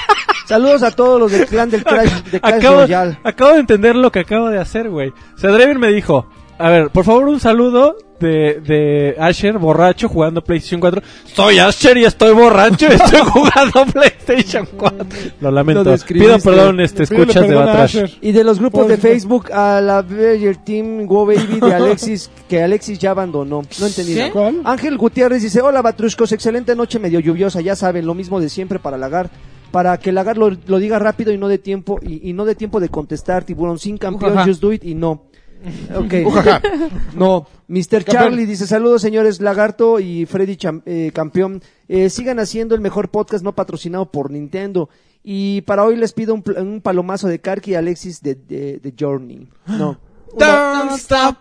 Speaker 4: Saludos a todos los del clan del Crash, de Clash
Speaker 2: Acabo,
Speaker 4: Royale.
Speaker 2: acabo de entender lo que acabo de hacer, güey. O sea, Draven me dijo, a ver, por favor un saludo de, de Asher borracho jugando PlayStation 4. Soy Asher y estoy borracho y estoy jugando PlayStation 4. Lo lamento.
Speaker 4: Lo describiste.
Speaker 2: Pido perdón, este,
Speaker 3: Pídele
Speaker 2: escuchas de
Speaker 3: perdón a
Speaker 2: Batrash.
Speaker 3: Asher.
Speaker 4: Y de los grupos
Speaker 3: Por
Speaker 4: de
Speaker 3: favor.
Speaker 4: Facebook a la Berger Team Go Baby de Alexis, que Alexis ya abandonó. No entendí
Speaker 5: ¿Sí?
Speaker 4: nada.
Speaker 3: ¿Cuál?
Speaker 4: Ángel Gutiérrez dice, hola Batruscos, excelente noche medio lluviosa, ya saben, lo mismo de siempre para Lagar. Para que Lagar lo, lo diga rápido y no de tiempo, y, y no de tiempo de contestar, tiburón sin campeón,
Speaker 5: Ujaja.
Speaker 4: just do it y no. Ok.
Speaker 1: Ujaja.
Speaker 4: No,
Speaker 3: Campeón.
Speaker 4: Mr. Charlie dice saludos señores Lagarto y Freddy Cham- eh, Campeón. Eh, sigan haciendo el mejor podcast no patrocinado por Nintendo. Y para hoy les pido un, pl- un palomazo de Karki y Alexis de, de, de Journey. No.
Speaker 2: Don't stop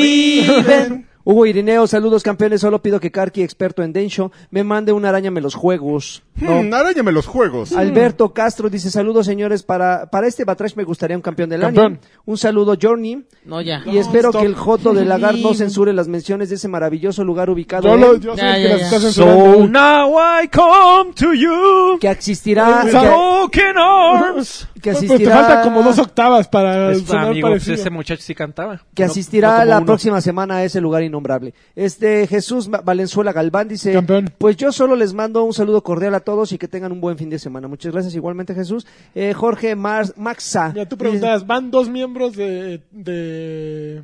Speaker 2: believing.
Speaker 4: Hugo Irineo, saludos campeones. Solo pido que Karki, experto en Densho, me mande una araña me los juegos. No.
Speaker 1: Hmm, aráñame los juegos.
Speaker 4: Alberto Castro dice saludos señores. Para, para este Batrash me gustaría un campeón del
Speaker 3: Campeón.
Speaker 4: año. Un saludo Journey.
Speaker 5: No, ya.
Speaker 4: Y espero
Speaker 3: stop.
Speaker 4: que el Joto de Lagar no censure las menciones de ese maravilloso lugar ubicado
Speaker 3: Yo,
Speaker 4: en-
Speaker 3: lo, yo soy
Speaker 5: Ya,
Speaker 3: el
Speaker 5: ya,
Speaker 3: que las
Speaker 5: ya.
Speaker 3: está censurando.
Speaker 2: So now I come to you.
Speaker 4: que asistirá
Speaker 3: Oye,
Speaker 4: que,
Speaker 2: Broken arms.
Speaker 4: que
Speaker 3: Pues, pues, te
Speaker 4: asistirá
Speaker 3: falta como dos octavas para
Speaker 2: Es-
Speaker 3: sonar
Speaker 2: amigo, pues,
Speaker 3: parecido.
Speaker 2: ese muchacho sí cantaba.
Speaker 4: que
Speaker 2: No-
Speaker 4: asistirá
Speaker 2: no como
Speaker 4: la
Speaker 2: uno.
Speaker 4: próxima semana a ese lugar innombrable. Este Jesús Ma- Valenzuela Galván dice,
Speaker 3: Campeón.
Speaker 4: pues yo solo les mando un saludo cordial a todos y que tengan un buen fin de semana. Muchas gracias igualmente Jesús. Eh, Jorge Mar- Maxa.
Speaker 3: Mira, tú
Speaker 4: dice,
Speaker 3: preguntabas, van dos miembros de, de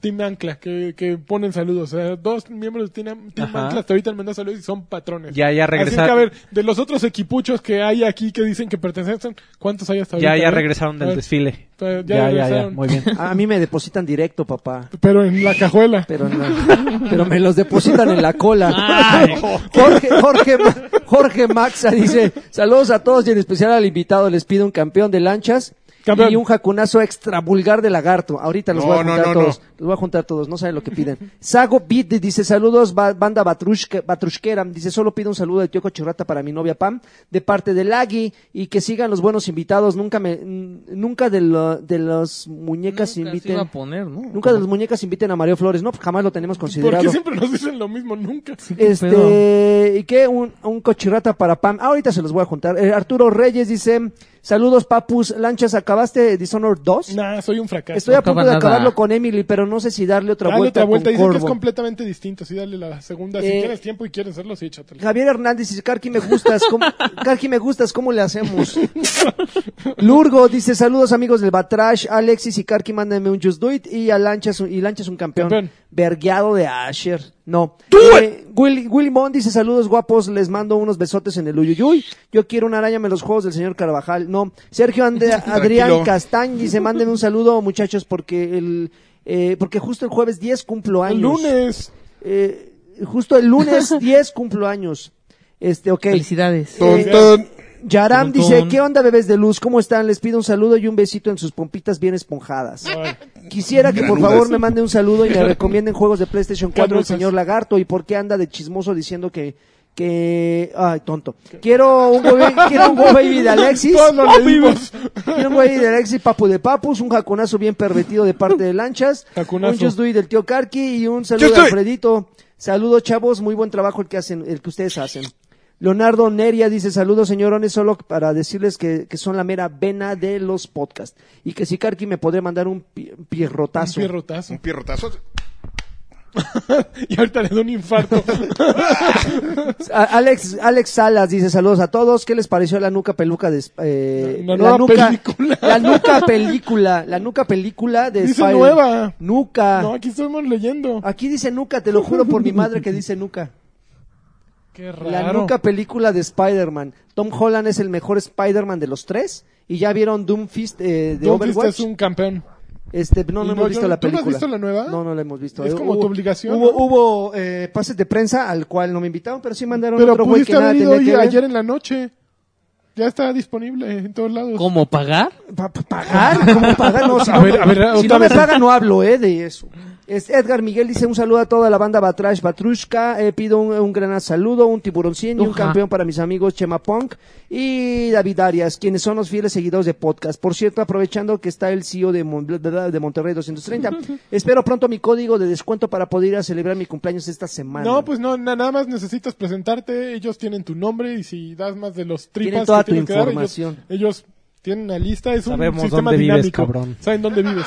Speaker 3: Team Ancla que, que ponen saludos. O sea, dos miembros de Team, Team
Speaker 2: Ajá.
Speaker 3: Ancla hasta ahorita han mandado saludos y son patrones.
Speaker 2: Ya, ya
Speaker 3: Así que, a
Speaker 2: regresaron.
Speaker 3: ver, de los otros equipuchos que hay aquí que dicen que pertenecen, ¿cuántos hay hasta ahorita?
Speaker 2: Ya,
Speaker 3: A
Speaker 2: ya
Speaker 3: ver,
Speaker 2: regresaron
Speaker 3: a
Speaker 2: del
Speaker 3: ver,
Speaker 2: desfile.
Speaker 3: pero ya
Speaker 2: Ya, ya, ya.
Speaker 3: regresaron.
Speaker 2: Muy bien.
Speaker 4: A mí me depositan directo, papá.
Speaker 3: Pero en la cajuela.
Speaker 4: Pero, no- pero me los depositan en la cola.
Speaker 5: Ay.
Speaker 4: Jorge, Jorge, Ma- Jorge Maxa dice, saludos a todos y en especial al invitado. Les pido un campeón de lanchas
Speaker 3: Campeón.
Speaker 4: y un jacunazo extra vulgar de lagarto. Ahorita los
Speaker 1: No,
Speaker 4: voy a
Speaker 1: no,
Speaker 4: juntar
Speaker 1: no, no.
Speaker 4: todos. Los voy a juntar todos, no saben lo que piden. Sago Beat dice, saludos ba- banda batrushque- batrushquera. Dice, solo pido un saludo de Tioco Churrata para mi novia Pam, de parte de Lagui, y que sigan los buenos invitados. Nunca me, n- nunca de, lo- de las muñecas
Speaker 5: Nunca se
Speaker 4: inviten.
Speaker 5: iba a poner, ¿no?
Speaker 4: Nunca de las muñecas inviten a Mario Flores, no, pues jamás lo tenemos
Speaker 3: ¿Por
Speaker 4: considerado.
Speaker 3: qué siempre nos dicen lo mismo? Nunca.
Speaker 4: Este, ¿y qué? Un, un cochirrata para Pam. Ah, ahorita se los voy a juntar. Eh, Arturo Reyes dice, saludos papus, lanchas, ¿acabaste Dishonored 2?
Speaker 3: Nah, soy un fracaso.
Speaker 4: Estoy a
Speaker 5: no
Speaker 4: punto
Speaker 5: acaba
Speaker 4: de
Speaker 5: nada.
Speaker 4: acabarlo con Emily, pero no sé si darle otra
Speaker 3: Dale
Speaker 4: vuelta,
Speaker 3: otra vuelta.
Speaker 4: con
Speaker 3: Dicen que es
Speaker 4: Corvo.
Speaker 3: completamente distinto. Sí, dale la segunda. Si
Speaker 4: Eh,
Speaker 3: tienes tiempo y quieres hacerlo, sí, échatelo.
Speaker 4: Javier Hernández dice, Carqui, me gustas, ¿cómo, Karki, me gustas, ¿cómo le hacemos? Lurgo dice, saludos amigos del Batrash, Alexis y Carqui, mándenme un Just Do It y a Lanchas, un- y Lanchas un campeón.
Speaker 3: Campeón.
Speaker 4: Vergueado de Asher. No. Eh, Willy, Willy Mon dice, saludos guapos, les mando unos besotes en el Uyuyuy. Yo quiero una araña en los juegos del señor Carvajal. No. Sergio Ande- Adrián
Speaker 1: Tranquilo.
Speaker 4: Castañ dice, mándenme un saludo muchachos porque el... eh, porque justo el jueves 10 cumplo años.
Speaker 3: El lunes.
Speaker 4: Eh, justo el lunes 10 cumplo años. Este, ok.
Speaker 5: Felicidades.
Speaker 1: Ton, ton.
Speaker 4: Yaram
Speaker 5: Tum,
Speaker 4: dice,
Speaker 5: tum.
Speaker 4: ¿qué onda bebés de luz? ¿Cómo están? Les pido un saludo y un besito en sus pompitas bien esponjadas.
Speaker 3: Ay.
Speaker 4: Quisiera que por
Speaker 1: Granudas.
Speaker 4: favor me mande un saludo y me recomienden juegos de PlayStation 4 el
Speaker 3: Granuzas.
Speaker 4: señor Lagarto y por qué anda de chismoso diciendo que que ay tonto quiero un güey quiero un güey baby de Alexis
Speaker 3: Todos lo leímos.
Speaker 4: quiero un güey de Alexis papu de papus un jaconazo bien pervertido de parte de lanchas
Speaker 3: Jaconazo.
Speaker 4: un just do it del tío Karki y un
Speaker 1: Just
Speaker 4: saludo
Speaker 1: do
Speaker 4: a
Speaker 1: it.
Speaker 4: Alfredito saludos chavos muy buen trabajo el que hacen el que ustedes hacen Leonardo Neria dice saludos señorones solo para decirles que, que son la mera vena de los podcasts y que si Karki me podría mandar un pi-
Speaker 3: Un
Speaker 4: pierrotazo
Speaker 3: pierrotazo.
Speaker 1: Un pierrotazo.
Speaker 3: Y ahorita le da un infarto.
Speaker 4: A- Alex, Alex Salas dice saludos a todos. ¿Qué les pareció la nuca peluca de Sp- eh,
Speaker 3: La- la nueva
Speaker 4: la nuca
Speaker 3: película.
Speaker 4: La nuca película, la nuca película de
Speaker 3: Dice
Speaker 4: Spider-
Speaker 3: nueva.
Speaker 4: Nuca.
Speaker 3: No, aquí estamos leyendo.
Speaker 4: Aquí dice nuca, te lo juro por mi madre que dice nuca.
Speaker 3: Qué raro.
Speaker 4: La nuca película de Spider-Man. Tom Holland es el mejor Spider-Man de los tres. Y ya vieron Doom Fist eh, de
Speaker 3: Don Fist
Speaker 4: Overwatch.
Speaker 3: es un campeón.
Speaker 4: Este, no,
Speaker 3: Y
Speaker 4: no
Speaker 3: no,
Speaker 4: hemos
Speaker 3: yo-
Speaker 4: visto la
Speaker 3: ¿tú no has
Speaker 4: película.
Speaker 3: visto la nueva?
Speaker 4: No, no la hemos visto.
Speaker 3: Es
Speaker 4: Eh,
Speaker 3: como tu obligación,
Speaker 4: Hubo,
Speaker 3: ¿no?
Speaker 4: hubo eh, pases de prensa al cual no me invitaron, pero sí mandaron
Speaker 3: Pero
Speaker 4: otro güey
Speaker 3: pudiste
Speaker 4: que nada
Speaker 3: haber ido
Speaker 4: tenía
Speaker 3: hoy-
Speaker 4: que ver.
Speaker 3: ayer en la noche. Ya está disponible en todos lados.
Speaker 5: ¿Cómo pagar?
Speaker 4: Pa- pa- ¿Pagar? ¿Cómo pagar? No, si
Speaker 3: A
Speaker 4: no,
Speaker 3: ver, a ver,
Speaker 4: si
Speaker 3: otra
Speaker 4: no me
Speaker 3: vez.
Speaker 4: pagan, no hablo, ¿eh? De eso. Es Edgar Miguel dice un saludo a toda la banda Batrash Batrushka. eh, pido un, un gran saludo, un tiburoncín y un
Speaker 5: Uja.
Speaker 4: campeón para mis amigos Chema Punk y David Arias, quienes son los fieles seguidores de podcast. Por cierto, aprovechando que está el CEO de, Mon- de Monterrey 230, espero pronto mi código de descuento para poder ir a celebrar mi cumpleaños esta semana.
Speaker 3: No, pues no, na- nada más necesitas presentarte, ellos tienen tu nombre y si das más de los tripas
Speaker 4: toda
Speaker 3: que
Speaker 4: tu
Speaker 3: tienes que dar, ellos-
Speaker 4: información.
Speaker 3: ellos, Tienen una lista, es un
Speaker 2: Sabemos
Speaker 3: sistema
Speaker 2: dónde vives,
Speaker 3: dinámico.
Speaker 2: cabrón.
Speaker 3: Saben dónde vives.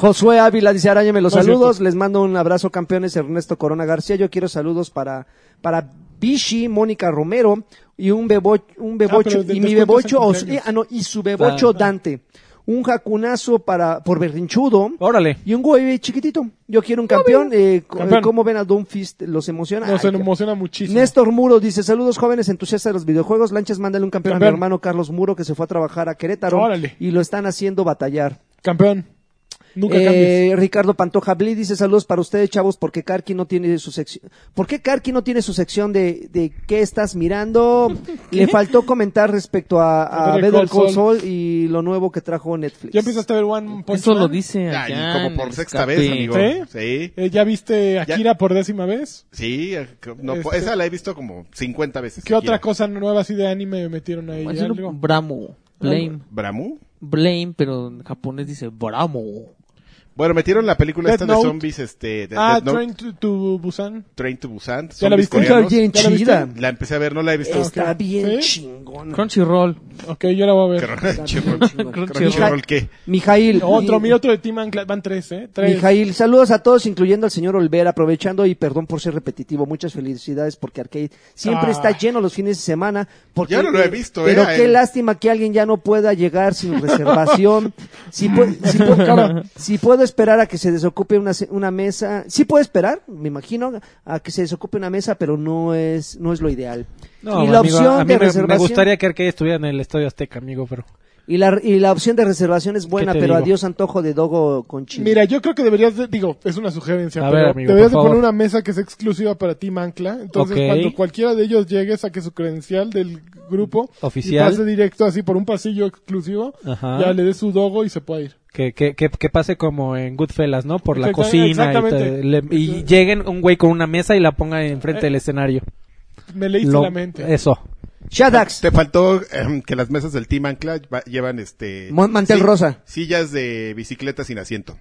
Speaker 4: Josué Ávila dice, Aráñame los
Speaker 3: No es
Speaker 4: saludos, les mando un abrazo campeones, Ernesto Corona García, yo quiero saludos para, para Vichy, Mónica Romero, y un bebocho, un bebocho,
Speaker 3: Ah, pero de-
Speaker 4: y mi
Speaker 3: descuentos en
Speaker 4: bebocho, o-
Speaker 3: cumpleaños.
Speaker 4: ah, no, y su bebocho Dante, un jacunazo para, por berrinchudo,
Speaker 3: Oh.
Speaker 2: Órale.
Speaker 4: y un güey chiquitito, yo quiero un campeón, eh, co-
Speaker 3: Campeón.
Speaker 4: ¿cómo ven a Don Fist? ¿Los emociona?
Speaker 3: Nos
Speaker 4: Ay, qué-
Speaker 3: emociona muchísimo.
Speaker 4: Néstor Muro dice, saludos jóvenes entusiastas de los videojuegos, Lanchas, mándale un campeón, a
Speaker 3: Campeón.
Speaker 4: mi hermano Carlos Muro que se fue a trabajar a Querétaro,
Speaker 3: Órale.
Speaker 4: y lo están haciendo batallar.
Speaker 3: Campeón. Nunca
Speaker 4: Eh,
Speaker 3: cambies.
Speaker 4: Ricardo Pantoja Bli dice saludos para ustedes, chavos, porque Karki no tiene su sección. ¿Por qué Karki no tiene su sección de, de qué estás mirando? Le faltó comentar respecto a, a
Speaker 3: Better
Speaker 4: Better
Speaker 3: Call
Speaker 4: Call Saul y lo nuevo que trajo Netflix.
Speaker 3: ¿Ya empezaste a ver One Punch
Speaker 5: Eso lo
Speaker 3: Man?
Speaker 5: dice
Speaker 1: Ay,
Speaker 5: allá
Speaker 1: como
Speaker 5: en el
Speaker 1: por sexta
Speaker 5: escape.
Speaker 1: vez, amigo. Sí.
Speaker 3: Eh, ¿Ya viste Akira por décima vez?
Speaker 1: Sí, eh, no, po-
Speaker 3: Este-
Speaker 1: esa la he visto como 50 veces.
Speaker 3: ¿Qué otra
Speaker 1: siquiera.
Speaker 3: cosa nueva así de anime me metieron ahí?
Speaker 5: Así lo-
Speaker 3: Algo.
Speaker 5: Bramo. Blame.
Speaker 1: ¿Bramu?
Speaker 5: Blame, pero en japonés dice Bramo.
Speaker 1: Bueno, metieron la película
Speaker 3: Death
Speaker 1: esta de
Speaker 3: Note.
Speaker 1: zombies, este... de-
Speaker 3: Ah,
Speaker 1: Death Note,
Speaker 3: Train to, to Busan.
Speaker 1: Train to Busan.
Speaker 3: ¿Ya la
Speaker 1: zombies
Speaker 3: viste?
Speaker 1: coreanos.
Speaker 4: bien
Speaker 3: ¿Ya la viste?
Speaker 4: chida.
Speaker 1: La empecé a ver, no la he visto.
Speaker 4: Está
Speaker 3: ok.
Speaker 4: bien
Speaker 3: ¿Sí?
Speaker 4: chingón.
Speaker 5: Crunchyroll.
Speaker 3: Ok, yo la voy a ver.
Speaker 1: Crunchyroll, ¿qué?
Speaker 4: Mijail.
Speaker 3: Otro,
Speaker 4: y-
Speaker 3: mira otro de Team Ancla- Van tres, ¿eh? Tres.
Speaker 4: Mijail, saludos a todos, incluyendo al señor Olvera, aprovechando y perdón por ser repetitivo, muchas felicidades porque Arcade siempre
Speaker 3: Ah.
Speaker 4: está lleno los fines de semana. Porque,
Speaker 1: Ya no lo he visto,
Speaker 4: Pero
Speaker 1: eh,
Speaker 4: qué
Speaker 1: el-
Speaker 4: lástima que alguien ya no pueda llegar sin reservación. si, pue- si pue- si puedo esperar a que se desocupe una, se- una mesa, sí puedo esperar, me imagino, a que se desocupe una mesa, pero no es, no es lo ideal. y
Speaker 2: amigo,
Speaker 4: la opción
Speaker 2: a mí
Speaker 4: de
Speaker 2: me-
Speaker 4: reservación.
Speaker 2: Me gustaría que Arcade estuviera en el Estadio Azteca, amigo, pero...
Speaker 4: Y la, y la opción de reservación es buena,
Speaker 2: te
Speaker 4: pero
Speaker 2: digo?
Speaker 4: adiós antojo de dogo con chile.
Speaker 3: Mira, yo creo que deberías, de- digo, es una sugerencia,
Speaker 2: A
Speaker 3: pero
Speaker 2: ver, amigo,
Speaker 3: deberías de
Speaker 2: por
Speaker 3: poner
Speaker 2: favor.
Speaker 3: una mesa que es exclusiva para Team Ancla. Entonces,
Speaker 2: Ok.
Speaker 3: cuando cualquiera de ellos llegue, saque su credencial del grupo.
Speaker 2: Oficial.
Speaker 3: Y pase directo así por un pasillo exclusivo.
Speaker 2: Ajá.
Speaker 3: Ya le dé su dogo y se puede ir.
Speaker 2: Que, que, que, que pase como en Goodfellas, ¿no? Por la
Speaker 3: Exacta-
Speaker 2: cocina y,
Speaker 3: exactamente.
Speaker 2: te- le- y lleguen un güey con una mesa y la ponga enfrente del escenario.
Speaker 3: Me leíste
Speaker 2: Lo-
Speaker 3: la mente.
Speaker 2: Eso.
Speaker 4: Shadax.
Speaker 1: Te faltó eh, que las mesas del Team Ancla va- llevan este...
Speaker 4: Mon- mantel rosa.
Speaker 1: Sillas de bicicleta sin asiento.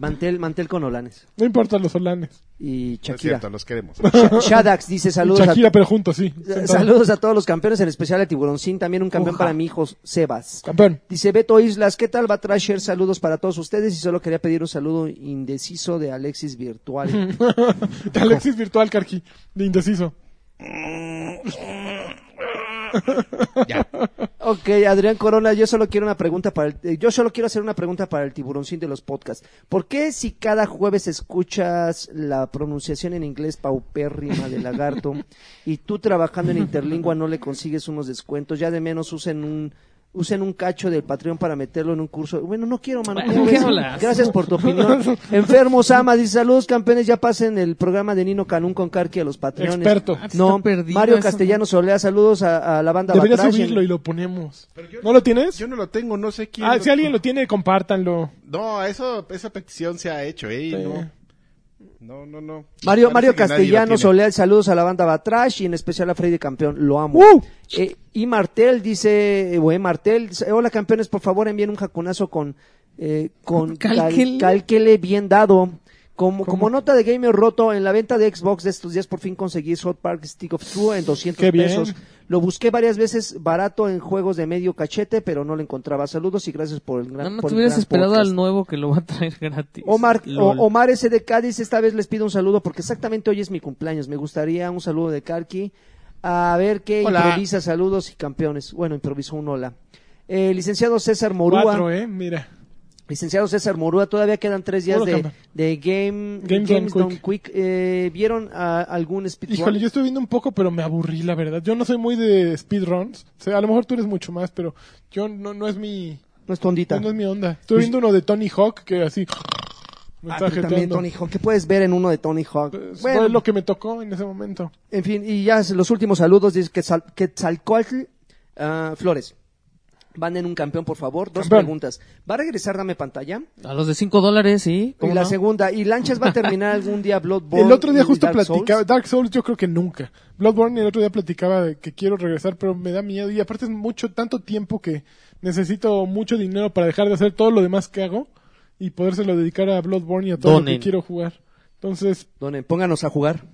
Speaker 4: Mantel, mantel con olanes.
Speaker 3: No importa los solanes.
Speaker 4: y
Speaker 1: No es
Speaker 4: Shakira.
Speaker 1: cierto, los queremos.
Speaker 4: Sha- Shadax dice saludos a,
Speaker 3: Shakira, pero juntos, sí.
Speaker 4: eh,
Speaker 3: Sentado.
Speaker 4: saludos a todos los campeones, en especial a Tiburoncín, también un campeón para mi hijo Sebas.
Speaker 3: Campeón.
Speaker 4: Dice Beto Islas, ¿qué tal va Trasher? Saludos para todos ustedes y solo quería pedir un saludo indeciso de Alexis Virtual.
Speaker 3: De Alexis Virtual Carqui, de indeciso.
Speaker 1: ya.
Speaker 4: ok, Adrián Corona, yo solo quiero una pregunta para el, eh, yo solo quiero hacer una pregunta para el Tiburoncín de los podcasts. ¿Por qué si cada jueves escuchas la pronunciación en inglés paupérrima de lagarto y tú trabajando en interlingua no le consigues unos descuentos? Ya de menos usen un usen un cacho del Patreon para meterlo en un curso. Bueno, no quiero, mano.
Speaker 5: Bueno,
Speaker 4: ¿cómo
Speaker 5: ¿qué
Speaker 4: ves?
Speaker 5: hablas?
Speaker 4: Gracias por tu opinión. Enfermo Sama dice, saludos campeones, ya pasen el programa de Nino Canún con Carqui a los patrones.
Speaker 3: Experto.
Speaker 5: Ah,
Speaker 4: No,
Speaker 5: está perdido
Speaker 4: Mario
Speaker 5: eso.
Speaker 4: Castellano Solea, saludos a, a la banda
Speaker 3: Deberías
Speaker 4: Batrash.
Speaker 3: subirlo y lo ponemos. ¿No lo tienes?
Speaker 1: Yo no lo tengo, no sé quién.
Speaker 3: Ah,
Speaker 1: lo-
Speaker 3: si alguien lo tiene, compártanlo.
Speaker 1: No, eso, esa petición se ha hecho, ¿eh? y No. No, no, no.
Speaker 4: Mario,
Speaker 1: Parece
Speaker 4: Mario
Speaker 1: que nadie lo
Speaker 4: Castellano
Speaker 1: tiene.
Speaker 4: Solea, saludos a la banda Batrash y en especial a Freddy Campeón, lo amo.
Speaker 3: ¡Uh!
Speaker 4: Eh, y Martel dice, o E. Martel, dice, hola campeones, por favor envíen un jacunazo con, eh, con cal-
Speaker 5: Cálquele.
Speaker 4: cálquele bien dado. Como, como nota de gamer roto, en la venta de Xbox de estos días por fin conseguí Hot Park Stick of True en 200
Speaker 3: Qué bien.
Speaker 4: pesos. Lo busqué varias veces barato en juegos de medio cachete, pero no lo encontraba. Saludos y gracias por el gran
Speaker 5: Nada más
Speaker 4: por
Speaker 5: te
Speaker 4: el
Speaker 5: hubieras
Speaker 4: gran
Speaker 5: esperado
Speaker 4: podcast.
Speaker 5: al nuevo que lo va a traer gratis.
Speaker 4: Omar,
Speaker 5: Lol.
Speaker 4: o- Omar S. de Cádiz, esta vez les pido un saludo porque exactamente hoy es mi cumpleaños. Me gustaría un saludo de Karki. A ver qué
Speaker 1: Hola.
Speaker 4: improvisa, saludos y campeones. Bueno, improvisó un hola. Eh, licenciado César Morúa.
Speaker 3: Cuatro, ¿eh? Mira.
Speaker 4: Licenciado César Morúa, todavía quedan tres días
Speaker 3: Hola,
Speaker 4: de,
Speaker 3: campeón.
Speaker 4: de Game,
Speaker 3: Games
Speaker 4: Games
Speaker 3: Done
Speaker 4: Done Quick. Eh, ¿Vieron ah, algún speedrun?
Speaker 3: Híjole, yo estuve viendo un poco, pero me aburrí, la verdad. Yo no soy muy de speedruns. O sea, a lo mejor tú eres mucho más, pero yo no, no es mi
Speaker 4: No es tondita.
Speaker 3: no es mi onda. Estuve viendo uno de Tony Hawk que así me
Speaker 4: Ah,
Speaker 3: está
Speaker 4: pero también
Speaker 3: jeteando.
Speaker 4: Tony Hawk. ¿Qué puedes ver en uno de Tony Hawk?
Speaker 3: Pues,
Speaker 4: Bueno,
Speaker 3: Fue lo que me tocó en ese momento.
Speaker 4: En fin, y ya los últimos saludos dice que Quetzalcoatl ah, Flores. Van en un campeón, por favor. Dos
Speaker 3: Campeón.
Speaker 4: preguntas. ¿Va a regresar Dame Pantalla?
Speaker 5: A los de 5 dólares, sí.
Speaker 4: Y
Speaker 5: ¿cómo
Speaker 4: la
Speaker 5: no?
Speaker 4: segunda, ¿y Lanchas va a terminar algún día Bloodborne?
Speaker 3: El otro día
Speaker 4: y
Speaker 3: justo
Speaker 4: Dark Souls?
Speaker 3: platicaba Dark Souls, yo creo que nunca. Bloodborne el otro día platicaba de que quiero regresar, pero me da miedo y aparte es mucho tanto tiempo que necesito mucho dinero para dejar de hacer todo lo demás que hago y podérselo dedicar a Bloodborne y a todo lo
Speaker 5: Donen.
Speaker 3: que quiero jugar. Entonces,
Speaker 4: Donen, pónganos a jugar.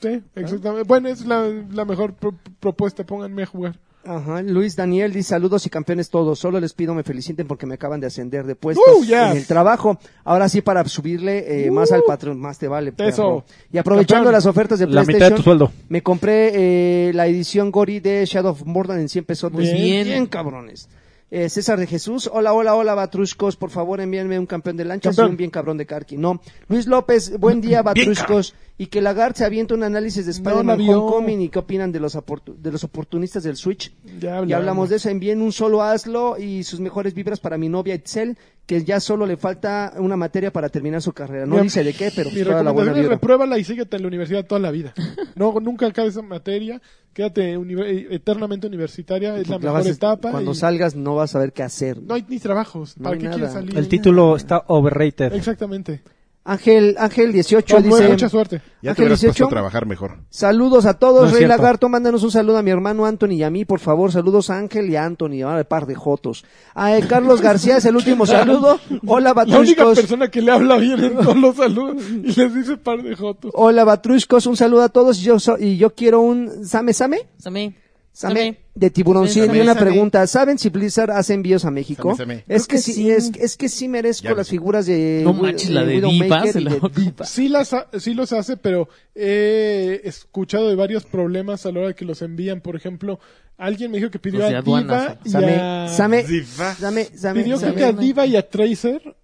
Speaker 3: sí, exactamente. Bueno, es la, la mejor pro- propuesta, pónganme a jugar.
Speaker 4: Ajá, Luis Daniel dice saludos y campeones todos. Solo les pido me feliciten porque me acaban de ascender de puestos
Speaker 3: Uh, yes.
Speaker 4: en el trabajo. Ahora sí para subirle eh, más al patrón, más te vale. perro.
Speaker 3: ¡Uh! Eso.
Speaker 4: Y aprovechando
Speaker 3: Campeón.
Speaker 4: las ofertas de
Speaker 2: La mitad de
Speaker 4: PlayStation,
Speaker 2: tu sueldo.
Speaker 4: me compré eh, la edición Gori de Shadow of Mordor en 100 pesos.
Speaker 3: Bien.
Speaker 4: Bien, bien cabrones. Eh, César de Jesús, hola, hola, hola, Batruscos, por favor envíenme un campeón de lanchas
Speaker 3: Campeón. Mm,
Speaker 4: y un bien cabrón de Karki. No, Luis López, buen día, Batruscos, y que Lagarde se avienta un análisis de
Speaker 3: No la
Speaker 4: Spider-Man
Speaker 3: vio.
Speaker 4: Homecoming y qué opinan de los, aportu- de los oportunistas del Switch.
Speaker 3: Ya hablamos.
Speaker 4: Y hablamos de eso, envíen un solo hazlo y sus mejores vibras para mi novia Itzel, que ya solo le falta una materia para terminar su carrera. No
Speaker 3: Mi-
Speaker 4: dice de qué, pero pues,
Speaker 3: Mi
Speaker 4: toda la buena
Speaker 3: recomendación es
Speaker 4: vibra.
Speaker 3: repruébala y síguete en la universidad toda la vida. No, nunca acabes esa materia. Quédate univer- eh, eternamente universitaria. Es la
Speaker 4: Porque
Speaker 3: mejor
Speaker 4: vas a-
Speaker 3: etapa.
Speaker 4: Cuando
Speaker 3: y
Speaker 4: salgas no vas a saber qué hacer.
Speaker 3: No hay ni trabajos.
Speaker 4: No
Speaker 3: ¿Para
Speaker 4: hay
Speaker 3: qué
Speaker 4: nada.
Speaker 3: quieres salir?
Speaker 2: El título está overrated.
Speaker 3: Exactamente.
Speaker 4: Ángel, Ángel 18
Speaker 3: Juan,
Speaker 4: dice...
Speaker 3: mucha suerte.
Speaker 1: Ya te
Speaker 4: Ángel
Speaker 1: hubieras puesto
Speaker 4: 18.
Speaker 1: a trabajar mejor.
Speaker 4: Saludos a todos,
Speaker 2: No es
Speaker 4: Rey
Speaker 2: cierto.
Speaker 4: Lagarto, mándanos un saludo a mi hermano Anthony y a mí, por favor, saludos a Ángel y a Anthony, ahora de par de jotos. A eh, Carlos García es el último saludo. Hola,
Speaker 3: La única
Speaker 4: Batruscos.
Speaker 3: persona que le habla bien en todos los saludos y les dice par de jotos.
Speaker 4: Hola, Batruscos, un saludo a todos. Yo so- y yo quiero un same same.
Speaker 5: Samé.
Speaker 4: Same
Speaker 5: Same.
Speaker 4: de tiburoncín
Speaker 5: Same,
Speaker 4: y una
Speaker 5: same.
Speaker 4: pregunta, ¿saben si Blizzard hace envíos a México?
Speaker 1: Same, same.
Speaker 4: Es que,
Speaker 5: Creo que
Speaker 4: sí,
Speaker 5: sí.
Speaker 4: Es, es que sí merezco
Speaker 1: Ya
Speaker 4: las
Speaker 1: ves.
Speaker 4: figuras de
Speaker 5: No
Speaker 4: Wi-
Speaker 5: manches,
Speaker 4: de
Speaker 5: la de
Speaker 4: Widowmaker
Speaker 5: Diva se
Speaker 4: eh, y
Speaker 5: la
Speaker 4: de-
Speaker 5: va a ocupar.
Speaker 3: Sí, las ha- sí los hace, pero he escuchado de varios problemas a la hora que los envían. Por ejemplo, alguien me dijo que pidió
Speaker 5: Los de
Speaker 3: a Diva
Speaker 5: aduanas.
Speaker 3: y a...
Speaker 4: Same, same,
Speaker 1: Diva.
Speaker 4: same, same,
Speaker 3: Pidió creo
Speaker 4: same.
Speaker 3: que a Diva y a Tracer.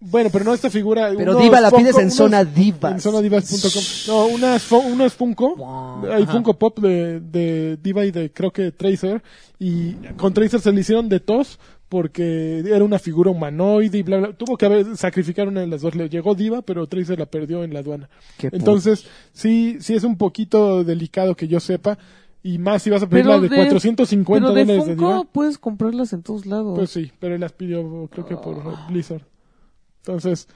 Speaker 3: Bueno, pero no esta figura.
Speaker 4: Pero
Speaker 3: unos
Speaker 4: Diva la pides en
Speaker 3: unos-
Speaker 4: Zona Divas.
Speaker 3: En zonadivas.com. No, unas, fu- unas Funko.
Speaker 5: Wow.
Speaker 3: Hay
Speaker 5: Ajá.
Speaker 3: Funko Pop de, de Diva y de creo que Tracer. Y con Tracer se le hicieron de tos porque era una figura humanoide y bla, bla. Tuvo que haber, sacrificar una de las dos. Le llegó Diva, pero Tracer la perdió en la aduana.
Speaker 4: Qué puto.
Speaker 3: Entonces, sí, sí es un poquito delicado que yo sepa. Y más si vas a pedir
Speaker 5: Pero
Speaker 3: la de,
Speaker 5: de-
Speaker 3: 450
Speaker 5: Pero de
Speaker 3: dólares de Diva.
Speaker 5: Funko puedes comprarlas en todos lados.
Speaker 3: Pues sí, pero él las pidió, creo que por Blizzard. Entonces,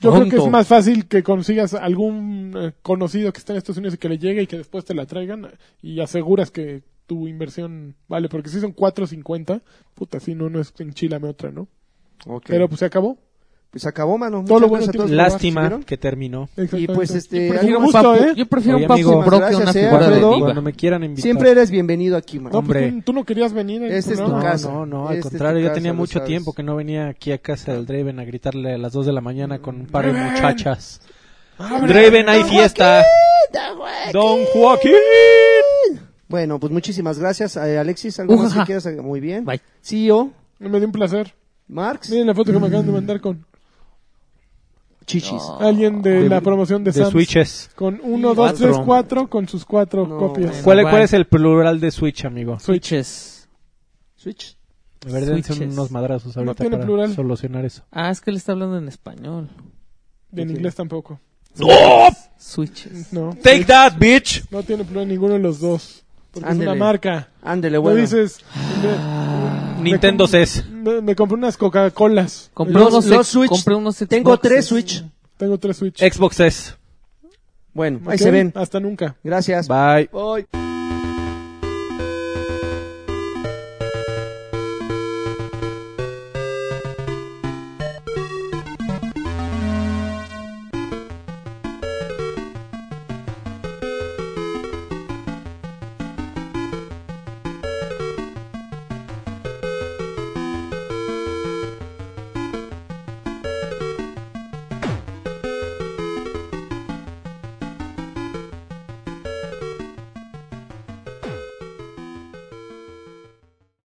Speaker 3: yo creo que
Speaker 2: Tonto.
Speaker 3: es más fácil que consigas algún eh, conocido que está en Estados Unidos y que le llegue y que después te la traigan eh, y aseguras que tu inversión vale, porque si son 4.50, puta, si no, no es enchilame otra, ¿no?
Speaker 4: Ok.
Speaker 3: Pero pues se acabó.
Speaker 4: Pues acabó, mano.
Speaker 3: Todo lo bueno
Speaker 4: Muchas gracias a
Speaker 3: tiene-
Speaker 4: todos por
Speaker 2: Lástima
Speaker 4: participar.
Speaker 2: que terminó.
Speaker 4: Y pues,
Speaker 3: Exactamente.
Speaker 4: este,
Speaker 3: por
Speaker 4: algo
Speaker 3: un
Speaker 4: más-
Speaker 3: gusto, ¿eh?
Speaker 5: Yo prefiero
Speaker 2: Oye,
Speaker 5: un Papu
Speaker 2: amigo,
Speaker 5: Bro que una
Speaker 4: gracias, eh,
Speaker 5: figura de
Speaker 4: Alfredo.
Speaker 5: Diva.
Speaker 2: Cuando me quieran invitar.
Speaker 4: Siempre eres bienvenido aquí, mano.
Speaker 3: No,
Speaker 2: hombre.
Speaker 3: pues, tú, tú no querías venir. eh,
Speaker 4: Este es
Speaker 3: ¿no?
Speaker 4: tu
Speaker 2: No,
Speaker 4: casa.
Speaker 2: no, no,
Speaker 4: Este
Speaker 2: al
Speaker 4: es tu
Speaker 2: contrario, yo
Speaker 4: casa,
Speaker 2: tenía
Speaker 4: lo
Speaker 2: mucho
Speaker 4: sabes.
Speaker 2: tiempo que no venía aquí a casa del Draven a gritarle a las 2 de la mañana con un par de muchachas.
Speaker 3: Ah,
Speaker 2: Draven, hay fiesta. Don Joaquín.
Speaker 4: Bueno, pues muchísimas gracias. Eh, Alexis, algo más que
Speaker 5: Ujaja.
Speaker 4: quieras. Muy bien.
Speaker 5: Bye.
Speaker 4: CEO,
Speaker 3: Me dio un placer.
Speaker 4: Marx,
Speaker 3: Miren la foto que me acaban de mandar con
Speaker 4: Chichis.
Speaker 3: alguien de, la promoción de,
Speaker 2: De
Speaker 3: Sam's.
Speaker 2: switches.
Speaker 3: Con 1, 2, 3,
Speaker 5: Cuatro.
Speaker 3: 4, con sus cuatro
Speaker 4: No,
Speaker 3: copias.
Speaker 4: bueno.
Speaker 2: ¿Cuál,
Speaker 5: Bueno.
Speaker 2: cuál es el plural de switch, amigo?
Speaker 5: Switches.
Speaker 4: Switch.
Speaker 2: A ver, dense
Speaker 5: Switches.
Speaker 2: unos madrazos
Speaker 3: No
Speaker 2: ahorita
Speaker 3: tiene
Speaker 2: para
Speaker 3: plural.
Speaker 2: solucionar eso.
Speaker 5: Ah, es que él está hablando en español.
Speaker 3: En inglés tampoco.
Speaker 5: Switches.
Speaker 3: No.
Speaker 2: Take that, bitch.
Speaker 3: No tiene plural ninguno de los dos. Porque es
Speaker 4: Ándele.
Speaker 3: una marca.
Speaker 4: Ándele,
Speaker 3: No
Speaker 4: bueno.
Speaker 3: dices. me-
Speaker 2: Nintendo E
Speaker 3: me comp-
Speaker 2: CES.
Speaker 3: Me, me compré unas Coca-Colas.
Speaker 5: Compré
Speaker 4: Los-
Speaker 5: unos,
Speaker 4: los
Speaker 5: ex-
Speaker 4: Switch.
Speaker 5: compré unos Xboxes.
Speaker 4: Tengo
Speaker 3: pues
Speaker 4: tres Switch.
Speaker 3: Tengo tres Switch.
Speaker 2: Xbox E CES.
Speaker 4: Bueno, ahí
Speaker 3: Ok,
Speaker 4: se ven.
Speaker 3: Hasta nunca.
Speaker 4: Gracias.
Speaker 2: Bye.
Speaker 4: Bye.